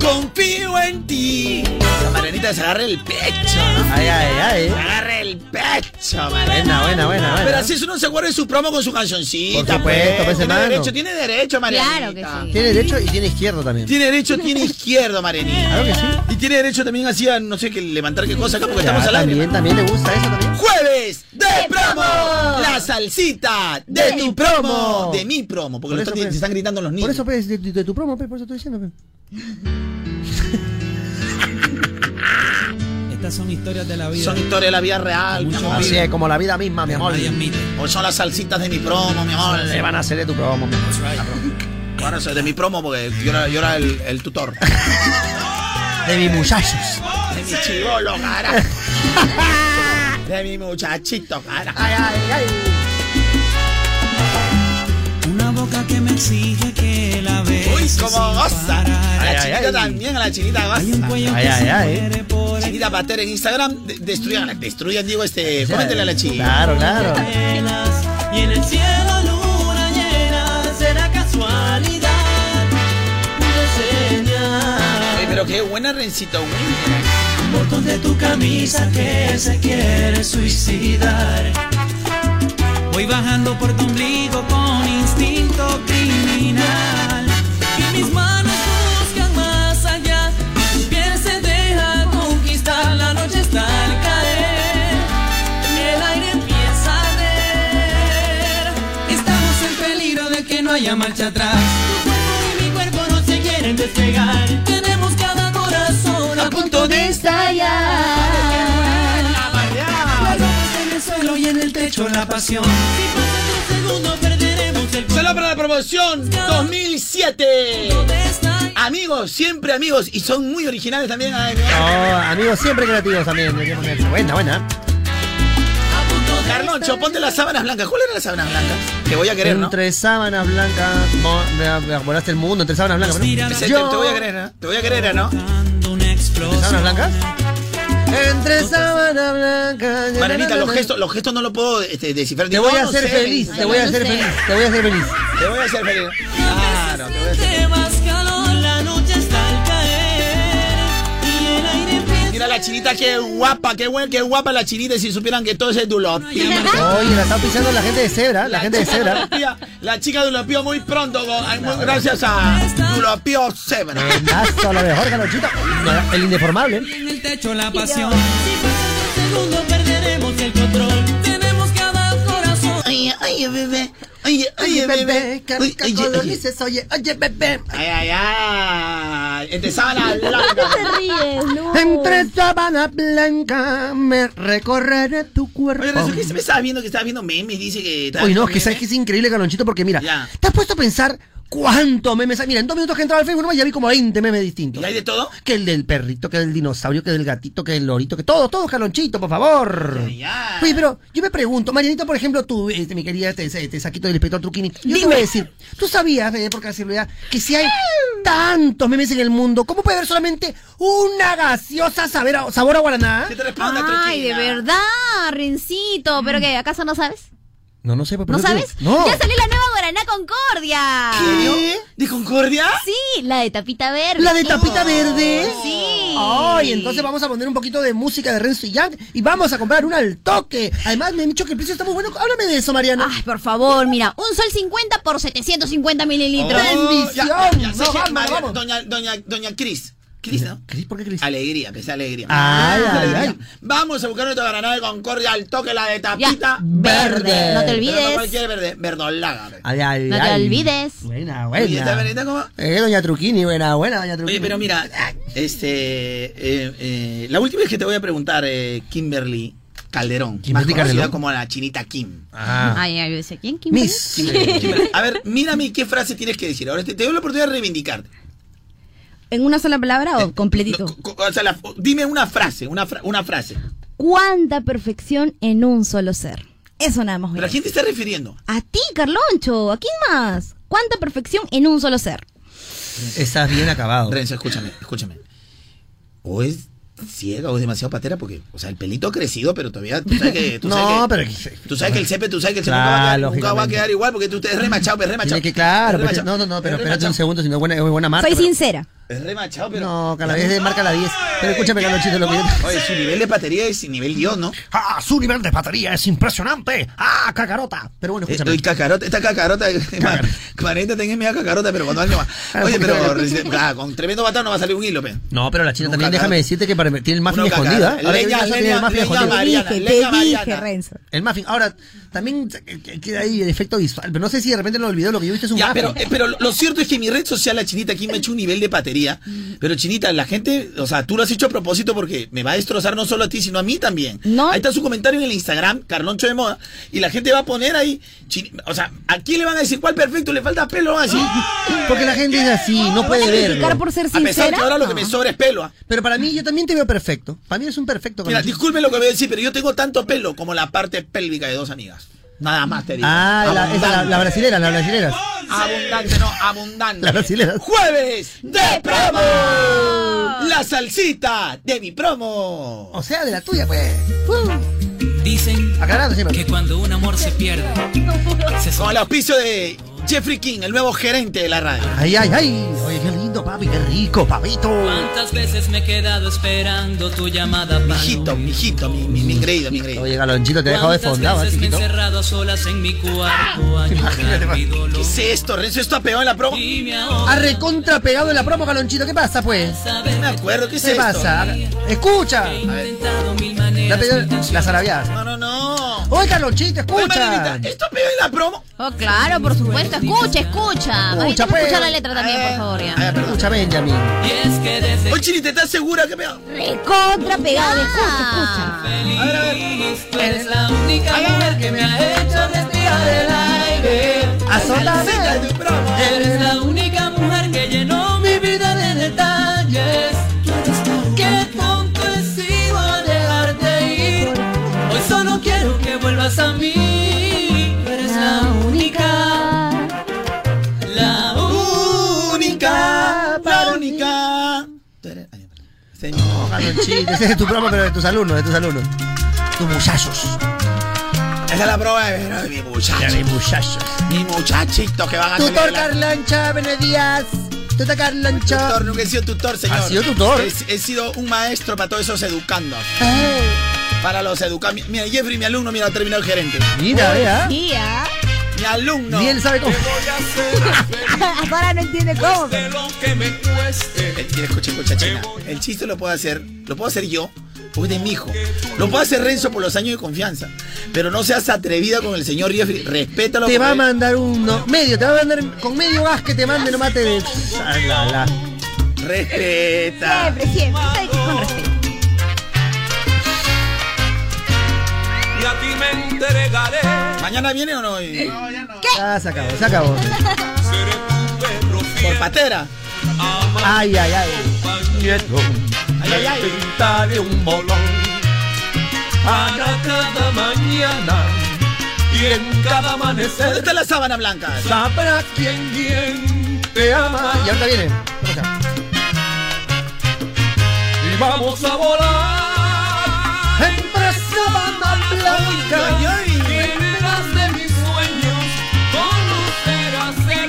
Speaker 3: Confío en ti. La Marianita se agarra el pecho, ¿no?
Speaker 1: Ay, ay, ay.
Speaker 3: Se agarra el pecho, Mariana.
Speaker 1: Buena, buena, buena, buena.
Speaker 3: Pero así eso no se guarda en su promo con su cancioncita.
Speaker 1: Por supuesto, pues,
Speaker 3: tiene
Speaker 1: hermano.
Speaker 3: derecho, tiene derecho, Marianita.
Speaker 26: Claro que sí.
Speaker 1: Tiene derecho y tiene izquierdo también.
Speaker 3: Tiene derecho, tiene izquierdo, Marianita. Claro que sí. Y tiene derecho también así a, no sé, que levantar qué cosa acá porque
Speaker 1: Ya,
Speaker 3: estamos al aire.
Speaker 1: También, también le gusta eso también.
Speaker 3: Jueves de promo. La salsita de,
Speaker 1: De
Speaker 3: mi
Speaker 1: tu
Speaker 3: promo.
Speaker 1: promo.
Speaker 3: De mi promo, porque
Speaker 1: Por
Speaker 3: lo
Speaker 1: eso,
Speaker 3: están-
Speaker 1: pues.
Speaker 3: te están gritando los niños.
Speaker 1: Por eso, pues, de, de- de tu promo, pues, por eso estoy diciendo, pues.
Speaker 13: Estas son historias de la vida.
Speaker 3: Son historias de la vida real, mi amor.
Speaker 1: Así es, como la vida misma, mi amor.
Speaker 3: Hoy son las salsitas de mi promo, mi amor.
Speaker 1: Se van a hacer de tu promo, mi amor.
Speaker 3: Bueno, eso es de mi promo porque yo era, yo era el, el
Speaker 1: *laughs*
Speaker 3: tutor.
Speaker 1: De mis muchachos.
Speaker 3: De mi chivolo, cara. De mi muchachito, cara.
Speaker 7: Una boca que me exige que la beses.
Speaker 3: Uy, cómo goza. A
Speaker 7: Ay,
Speaker 3: la
Speaker 7: ay,
Speaker 3: chinita
Speaker 7: ay.
Speaker 3: también, a la chinita goza.
Speaker 7: Ay, ay, ay.
Speaker 3: Chinita Pater en Instagram, de- destruyan, destruyan, digo, este, coméntele a la chica.
Speaker 1: Claro, claro.
Speaker 7: Y en el cielo luna llena será casualidad. Una señal.
Speaker 3: Oye, pero qué buena rencito, güey.
Speaker 7: Un botón de tu camisa que se quiere suicidar. Voy bajando por tu ombligo con instinto criminal. Y mis manos buscan más allá. Tu piel se deja conquistar. La noche está al caer. Y el aire empieza a arder. Estamos en peligro de que no haya marcha atrás. Tu cuerpo y mi cuerpo no se quieren despegar. Tenemos cada corazón a punto de estallar. La luz en el suelo y en el techo la pasión. Si pasan dos segundos perderemos el
Speaker 3: Solo para la promoción 2007. Amigos, siempre amigos. Y son muy originales también. ay, mi amor.
Speaker 1: Oh, amigos siempre creativos también. deberíamos ser. Buena, buena.
Speaker 3: Carloncho, ponte las sábanas blancas. ¿Cuál era las sábanas blancas? Te voy a querer, ¿no?
Speaker 1: Entre sábanas blancas. mo- me- Me volaste el mundo, entre sábanas blancas. ¿no?
Speaker 3: Ese, te- Te, voy a querer, ¿no? Te voy a querer, ¿no?
Speaker 1: ¿Entre sábanas blancas? Entre sábanas blancas.
Speaker 3: Maranita, los gestos, los gestos no los puedo este, descifrar.
Speaker 1: Te
Speaker 3: Digo,
Speaker 1: voy a
Speaker 3: no
Speaker 1: hacer
Speaker 3: sé.
Speaker 1: feliz, te voy a hacer feliz, te voy a hacer feliz.
Speaker 3: Te voy a hacer feliz. Claro, te voy a hacer
Speaker 7: Te más calor, la noche está al caer. Y el aire empieza
Speaker 3: Mira la chinita, qué guapa, qué buena, qué guapa la chinita. Si supieran que todo ese es Dulopío.
Speaker 1: *laughs* Oye, la está pisando la gente de cebra, la gente
Speaker 3: *laughs*
Speaker 1: de cebra.
Speaker 3: Dulopía, La chica Dulopío muy pronto, con- ay, muy- gracias a Dulopío Zebra.
Speaker 1: Hasta lo mejor, Carlonchito. No, El indeformable.
Speaker 7: en el techo la pasión. Si pasan dos segundos perderemos el control. Tenemos cada corazón.
Speaker 3: Ay, ay, bebé. Ay, ay,
Speaker 1: Eh,
Speaker 3: bebé. Ay, ay, ay.
Speaker 1: oye, oye, bebé.
Speaker 3: Ay, ay, ay. Entre sábana blanca.
Speaker 1: ríes, no? Entre sábanas blancas me recorreré tu cuerpo.
Speaker 3: Oye, Renzo, ¿qué me estabas viendo? Que estabas viendo memes, dice que... estabas
Speaker 1: Uy, no,
Speaker 3: viendo
Speaker 1: es que sabes
Speaker 3: memes.
Speaker 1: que es increíble, Calonchito, porque mira, ¿te has puesto a pensar cuántos memes hay? Mira, en dos minutos que he entrado al Facebook nomás ya vi como 20 memes distintos.
Speaker 3: ¿Y hay de todo?
Speaker 1: Que el del perrito, que el del dinosaurio, que el del gatito, que el lorito, que todo, todo, Calonchito, por favor. Oye, pero yo me pregunto, Marianita, por ejemplo, tú, este, mi querida, te, te saquito del inspector Truquini, yo te voy a decir, ¿tú sabías, eh, por casualidad, que si hay tantos memes en el mundo, ¿cómo puede haber solamente una gaseosa saber a- sabor a guaraná?
Speaker 26: Ay, de verdad, Rincito. ¿Pero qué? ¿Acaso no sabes?
Speaker 1: No, no sé,
Speaker 26: ¿No sabes?
Speaker 1: No.
Speaker 26: Ya salió la nueva Guaraná Concordia.
Speaker 3: ¿Qué? ¿De Concordia?
Speaker 26: Sí, la de tapita verde. Oh.
Speaker 1: ¿La de tapita verde?
Speaker 26: Sí.
Speaker 1: Ay, entonces vamos a poner un poquito de música de Renzo y Yang y vamos a comprar una al toque. Además, me han dicho que el precio está muy bueno. Háblame de eso, Mariana.
Speaker 26: Ay, por favor, mira, un sol 50 por 750 mililitros.
Speaker 3: Oh, ya, ya, ya, sé
Speaker 1: No,
Speaker 3: que-
Speaker 1: vamos,
Speaker 3: María,
Speaker 1: vamos.
Speaker 3: Doña, doña, doña Cris. Cris, ¿no?
Speaker 1: Cris, ¿por qué Cris?
Speaker 3: Alegría, que sea alegría.
Speaker 1: Ay, ay,
Speaker 3: Alegría.
Speaker 1: ay.
Speaker 3: Vamos a buscar nuestro granada de Concordia al toque, la de tapita.
Speaker 1: verde. No te
Speaker 3: Pero
Speaker 26: olvides.
Speaker 3: no cualquier verde, verdolaga. ve.
Speaker 1: Ay, ay,
Speaker 26: No te
Speaker 1: Ah, ay.
Speaker 26: olvides.
Speaker 1: Buena,
Speaker 3: Oye, ¿está
Speaker 1: buena.
Speaker 3: verdita cómo?
Speaker 1: Eh, doña Truquini, buena, buena, doña Truquini.
Speaker 3: Oye, pero mira, este, eh, eh, la última vez que te voy a preguntar, eh, Kimberly Calderón.
Speaker 1: Kimberly
Speaker 3: más conocida
Speaker 1: Calderón. Ah.
Speaker 3: como la chinita Kim.
Speaker 26: Ay, ay, yo decía, ¿quién? ¿Quién?
Speaker 1: Miss.
Speaker 3: Kimberly, Kimberly. A ver, mírame qué frase tienes que decir. Ahora te, te doy la oportunidad de reivindicarte.
Speaker 12: ¿En una sola palabra o completito?
Speaker 3: Co- O sea, la- dime una frase, una, fra- una frase.
Speaker 12: ¿Cuánta perfección en un solo ser? Eso nada más. voy a
Speaker 3: ¿Pero a quién te estás refiriendo?
Speaker 12: A ti, Carloncho. ¿A quién más? ¿Cuánta perfección en un solo ser? *laughs*
Speaker 1: Estás bien acabado.
Speaker 3: Renzo, escúchame, escúchame. O es ciega o es demasiado patera porque, o sea, el pelito ha crecido, pero todavía tú sabes
Speaker 1: *laughs*
Speaker 3: que... Tú sabes
Speaker 1: No,
Speaker 3: que,
Speaker 1: pero
Speaker 3: Tú sabes que el cepe, tú sabes que el cepe
Speaker 1: Claro,
Speaker 3: nunca, va a quedar, nunca va a
Speaker 1: lógicamente.
Speaker 3: quedar igual porque tú te es remachado, es remachado.
Speaker 1: Tiene que, claro,
Speaker 3: Es
Speaker 1: pero-
Speaker 3: remachado.
Speaker 1: no, no, no, pero
Speaker 3: Es
Speaker 1: espérate
Speaker 3: remachado.
Speaker 1: un segundo, si no es buena, es buena marca.
Speaker 12: Soy
Speaker 1: pero-
Speaker 12: sincera.
Speaker 3: Es remachado, pero...
Speaker 1: No, cada vez de marca la 10. Pero escúchame, Carlonchito, lo que yo
Speaker 3: Oye, su nivel de batería es nivel Dios, ¿no?
Speaker 17: ¡Ah, su nivel de batería es impresionante! ¡Ah, cacarota!
Speaker 1: Pero bueno, escúchame.
Speaker 3: Estoy Eh, cacarota, esta cacarota, *laughs* 40 tenga miedo a cacarota, pero cuando
Speaker 1: *laughs*
Speaker 3: alguien va.
Speaker 1: Ah,
Speaker 3: Oye,
Speaker 1: un
Speaker 3: pero
Speaker 1: poquito
Speaker 3: reci- ah, con tremendo batón no va a salir un hilo, pe.
Speaker 1: No, pero la China
Speaker 3: Un
Speaker 1: también,
Speaker 3: cacarota.
Speaker 1: déjame decirte que para- tiene el muffin
Speaker 3: Uno cacarota.
Speaker 1: escondida. Ahora
Speaker 3: Leña,
Speaker 1: ya tiene
Speaker 3: leña,
Speaker 1: el muffin
Speaker 3: leña,
Speaker 1: escondido.
Speaker 3: Mariana,
Speaker 12: te
Speaker 3: leña,
Speaker 12: dije,
Speaker 3: Mariana.
Speaker 12: Renzo.
Speaker 1: El muffin. Ahora, también eh, que- queda ahí el efecto visual, pero no sé si de repente lo olvidó, lo que yo he visto es un
Speaker 3: Ya,
Speaker 1: muffin.
Speaker 3: pero, eh, pero lo- lo cierto es que mi red social, la chinita, aquí me ha hecho un nivel de *laughs* patería. Pero chinita, la gente, o sea, tú lo has hecho a propósito porque me va a destrozar no solo a ti, sino a mí también.
Speaker 12: No.
Speaker 3: Ahí está su comentario en el Instagram, Carloncho de Moda, y la gente va a poner ahí, chin- o sea, ¿a quién le van a decir cuál perfecto le falta pelo? Van a *gasps* decir,
Speaker 1: Porque la gente es así, no puede verlo.
Speaker 3: a pesar que ahora lo que me sobra es pelo. ah.
Speaker 1: Pero para mí, yo también te veo perfecto. Para mí es un perfecto.
Speaker 3: Mira,
Speaker 1: Carlonchito.
Speaker 3: disculpe lo que voy a decir, pero yo tengo tanto pelo como la parte pélvica de dos amigas. Nada más te digo.
Speaker 1: Ah, la, esa, la, la brasilera, la brasilera.
Speaker 3: Abundante, no, abundante.
Speaker 1: La brasilera.
Speaker 3: Jueves de promo. La salsita de mi promo.
Speaker 1: O sea, de la tuya, pues.
Speaker 7: Uh. Dicen
Speaker 1: Aclarando siempre.
Speaker 7: que cuando un amor se pierde,
Speaker 3: *laughs*
Speaker 7: se
Speaker 3: Con el auspicio de Jeffrey King, el nuevo gerente de la radio.
Speaker 1: Ay, ay, ay. Oye, qué lindo, papi, qué rico, papito.
Speaker 7: ¿Cuántas veces me he quedado esperando tu llamada,
Speaker 3: Mijito, mijito, mi, mi, mi engreído, mi engreído.
Speaker 1: Oye, Galonchito, te he dejado de fondado, ¿eh,
Speaker 7: veces me he
Speaker 1: chiquito.
Speaker 7: encerrado a solas en mi cuarto a llorar mi dolor?
Speaker 3: ¿Qué es esto, Renzo? ¿Esto ha pegado en la promo?
Speaker 7: Dime
Speaker 1: Ha
Speaker 7: ahora,
Speaker 1: recontra pegado en la promo, Galonchito. ¿Qué pasa, pues?
Speaker 3: No me acuerdo, ¿qué es
Speaker 1: ¿Qué
Speaker 3: esto? Ah,
Speaker 1: pasa? Escucha.
Speaker 7: he intentado mil maneras.
Speaker 1: La pegó- las arabiadas.
Speaker 3: No, no, no.
Speaker 1: Oye, Carlonchito,
Speaker 3: Oye,
Speaker 1: escucha.
Speaker 3: Marinita, ¿esto ha pegado en la promo?
Speaker 26: Oh, claro, por supuesto. Escucha, escucha. Más bien,
Speaker 1: Escucha,
Speaker 26: vamos a
Speaker 1: pues.
Speaker 26: escuchar la letra también, por favor, ya.
Speaker 3: Ay, perdón.
Speaker 1: Escucha, Benjamin.
Speaker 7: Y es que desde
Speaker 3: Oye, Chirita, ¿estás segura que ha pegado?
Speaker 26: Recontra pegado, escucha,
Speaker 3: A ver, a ver.
Speaker 7: feliz, tú eres la única mujer que me ha hecho respirar el aire.
Speaker 1: Azótame.
Speaker 3: Salsita de mi promo.
Speaker 7: Eres la única mujer que llenó mi vida de detalles. Qué tonto he sido al dejarte ir. Hoy solo quiero que vuelvas a mí. Tú eres la única. La
Speaker 3: única, la única. Ah, Tú eres- ay, Señor.
Speaker 1: Carlonchito, *laughs* ese es tu promo, pero de tus alumnos, de tus alumnos. Tus muchachos.
Speaker 3: Esa es la prueba de de mi muchacho.
Speaker 1: De muchachos.
Speaker 3: Mi muchachito que van a salir
Speaker 1: Tutor
Speaker 3: a la-
Speaker 1: Carlancha, buenos días. Tutor Carlancha.
Speaker 3: Tutor, nunca he sido tutor, señor.
Speaker 1: ¿Has sido tutor?
Speaker 3: He, he sido un maestro para todos esos educandos. Para los educandos. Mira, Jeffrey, mi alumno, mira, ha terminado el gerente.
Speaker 1: Mira, vea.
Speaker 26: escucha. Ya.
Speaker 3: Mi alumno.
Speaker 1: Ni él sabe cómo.
Speaker 12: Ahora no entiende cómo.
Speaker 3: Eh, mira, escucha, escucha, China. El chiste lo puedo hacer, lo puedo hacer yo, porque es de mi hijo. Lo puedo hacer Renzo por los años de confianza. Pero no seas atrevida con el señor Jeffrey. Respétalo.
Speaker 1: Te va a
Speaker 3: porque-
Speaker 1: mandar un no- medio, te va a mandar con medio gas que te mande, no mate de. Ah, la, la.
Speaker 3: Respeta.
Speaker 12: Siempre, siempre. Sabes que con respeto.
Speaker 11: Y a ti me entregaré.
Speaker 3: ¿Mañana viene o no? Eh,
Speaker 1: Ah, se acabó, se acabó.
Speaker 3: Por patera.
Speaker 1: Ay, ay, ay.
Speaker 3: Ay, ay, ay.
Speaker 11: Pintaré un bolón para cada mañana y en cada
Speaker 3: ¿Dónde
Speaker 11: amanecer
Speaker 3: está la sábana blanca?
Speaker 11: sabrá quién bien te ama.
Speaker 1: Y ahorita viene. Escucha.
Speaker 11: Y vamos a volar.
Speaker 1: Entre sábana blanca.
Speaker 11: Llenas de mis sueños con luces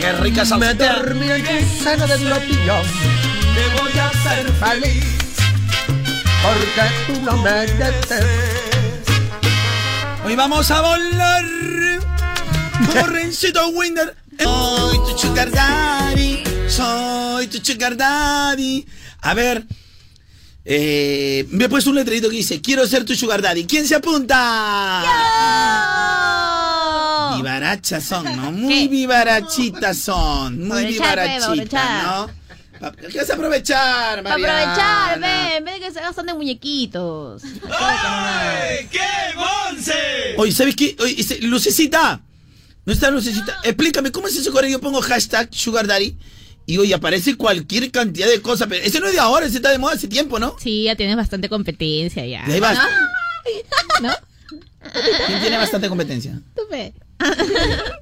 Speaker 3: qué rica
Speaker 1: Me
Speaker 3: salsita.
Speaker 1: dormí en tu seno de glotillo.
Speaker 23: Te voy a hacer
Speaker 1: feliz. Porque tú no mereces.
Speaker 3: Hoy vamos a volar como Rencito Winder. Soy tu sugar daddy, soy tu sugar daddy. A ver, eh, me he puesto un letrerito que dice, quiero ser tu sugar daddy. ¿Quién se apunta? Vivarachas son, ¿no? Muy vivarachitas son, muy
Speaker 5: Aprovechar, pe,
Speaker 3: vivarachitas, ¿no? Pa- ¿Qué vas a aprovechar,
Speaker 5: Para
Speaker 3: Mariana?
Speaker 5: aprovechar, ve, en vez de que se gastan de muñequitos.
Speaker 3: ¡Qué bonce! Oye, ¿sabes qué? Oye, este, Lucecita. ¿No está Lucecita? Explícame, ¿cómo es eso que ahora yo pongo hashtag Sugar Daddy? Y hoy aparece cualquier cantidad de cosas. Pero ese no es de ahora, ese está de moda hace tiempo, ¿no?
Speaker 10: Sí, ya tienes bastante competencia ya.
Speaker 3: Y ahí vas.
Speaker 26: *laughs*
Speaker 10: ¿No?
Speaker 3: ¿Quién tiene bastante competencia?
Speaker 10: Tú ve.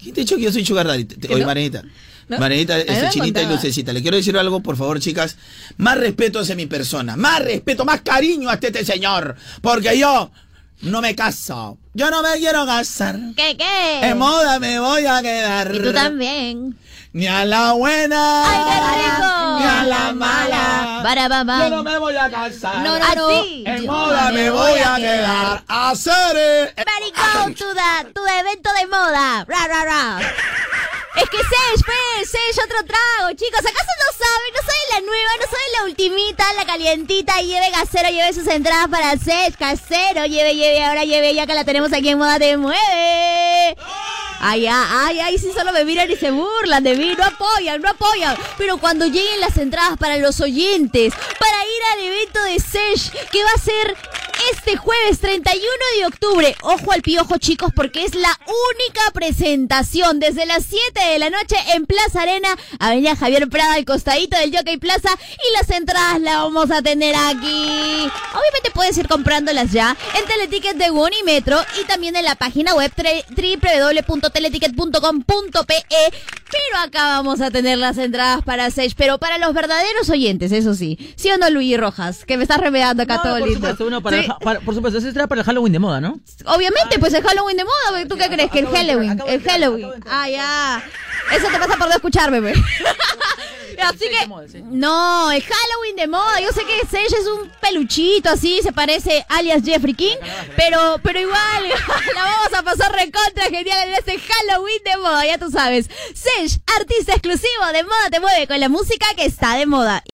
Speaker 3: ¿Quién te ha dicho que yo soy Sugar Daddy? Te- te- Oye,
Speaker 10: no?
Speaker 3: Marianita.
Speaker 10: ¿No?
Speaker 3: Marianita,
Speaker 10: A
Speaker 3: este,
Speaker 10: mí me
Speaker 3: Chinita y
Speaker 10: contaba.
Speaker 3: Lucecita. Le quiero decir algo, por favor, chicas. Más respeto hacia mi persona. Más respeto, más cariño hasta este señor. Porque yo no me caso. Yo no me quiero casar.
Speaker 5: ¿Qué, qué?
Speaker 3: En moda me voy a quedar.
Speaker 5: Eh. Y tú también.
Speaker 3: Ni a la buena. Ni a la mala.
Speaker 5: Para, para,
Speaker 3: Yo no me voy a casar.
Speaker 5: No, no, no.
Speaker 3: Así. En moda me voy a quedar. A hacer. eh.
Speaker 5: Maricón, tu, da, tu evento de moda. Ra, ra, ra. Es que Sesh, pues, Sesh, otro trago, chicos. ¿Acaso no saben? ¿No saben la nueva? ¿No saben la ultimita, la calientita? Lleve casero, lleve sus entradas para Sesh, casero. Lleve, lleve, ahora lleve, ya que la tenemos aquí en Moda Te Mueve. Ay, ay, ay, ay, si solo me miran y se burlan de mí, no apoyan, no apoyan. Pero cuando lleguen las entradas para los oyentes, para ir al evento de Sesh, que va a ser este jueves 31 de octubre, ojo al piojo chicos, porque es la única presentación desde las 7 de la noche en Plaza Arena, Avenida Javier Prada, al costadito del Jockey Plaza, y las entradas las vamos a tener aquí. Obviamente puedes ir comprándolas ya en Teleticket de Metro y también en la página web tre- www.teleticket.com.pe. Pero acá vamos a tener las entradas para Sage, pero para los verdaderos oyentes, eso sí. ¿Sí o no, Luis Rojas? Que me estás remedando acá
Speaker 13: No,
Speaker 5: todo
Speaker 13: por
Speaker 5: lindo.
Speaker 13: supuesto, uno para,
Speaker 5: Sí,
Speaker 13: el ja- para- por supuesto, ese será para el Halloween de moda, ¿no?
Speaker 5: Obviamente, pues es Halloween de moda, güey. ¿tú qué crees? Que el Halloween, el Halloween. Ah, ya. Eso te pasa por no escucharme, güey. *laughs* Así que, no, el Halloween de moda. Yo sé que Sage es un peluchito así, se parece alias Jeffrey King, pero, pero igual *laughs* la vamos a pasar recontra genial en este Halloween de moda, ya tú sabes. Sage, artista exclusivo de Moda Te Mueve con la música que está de moda.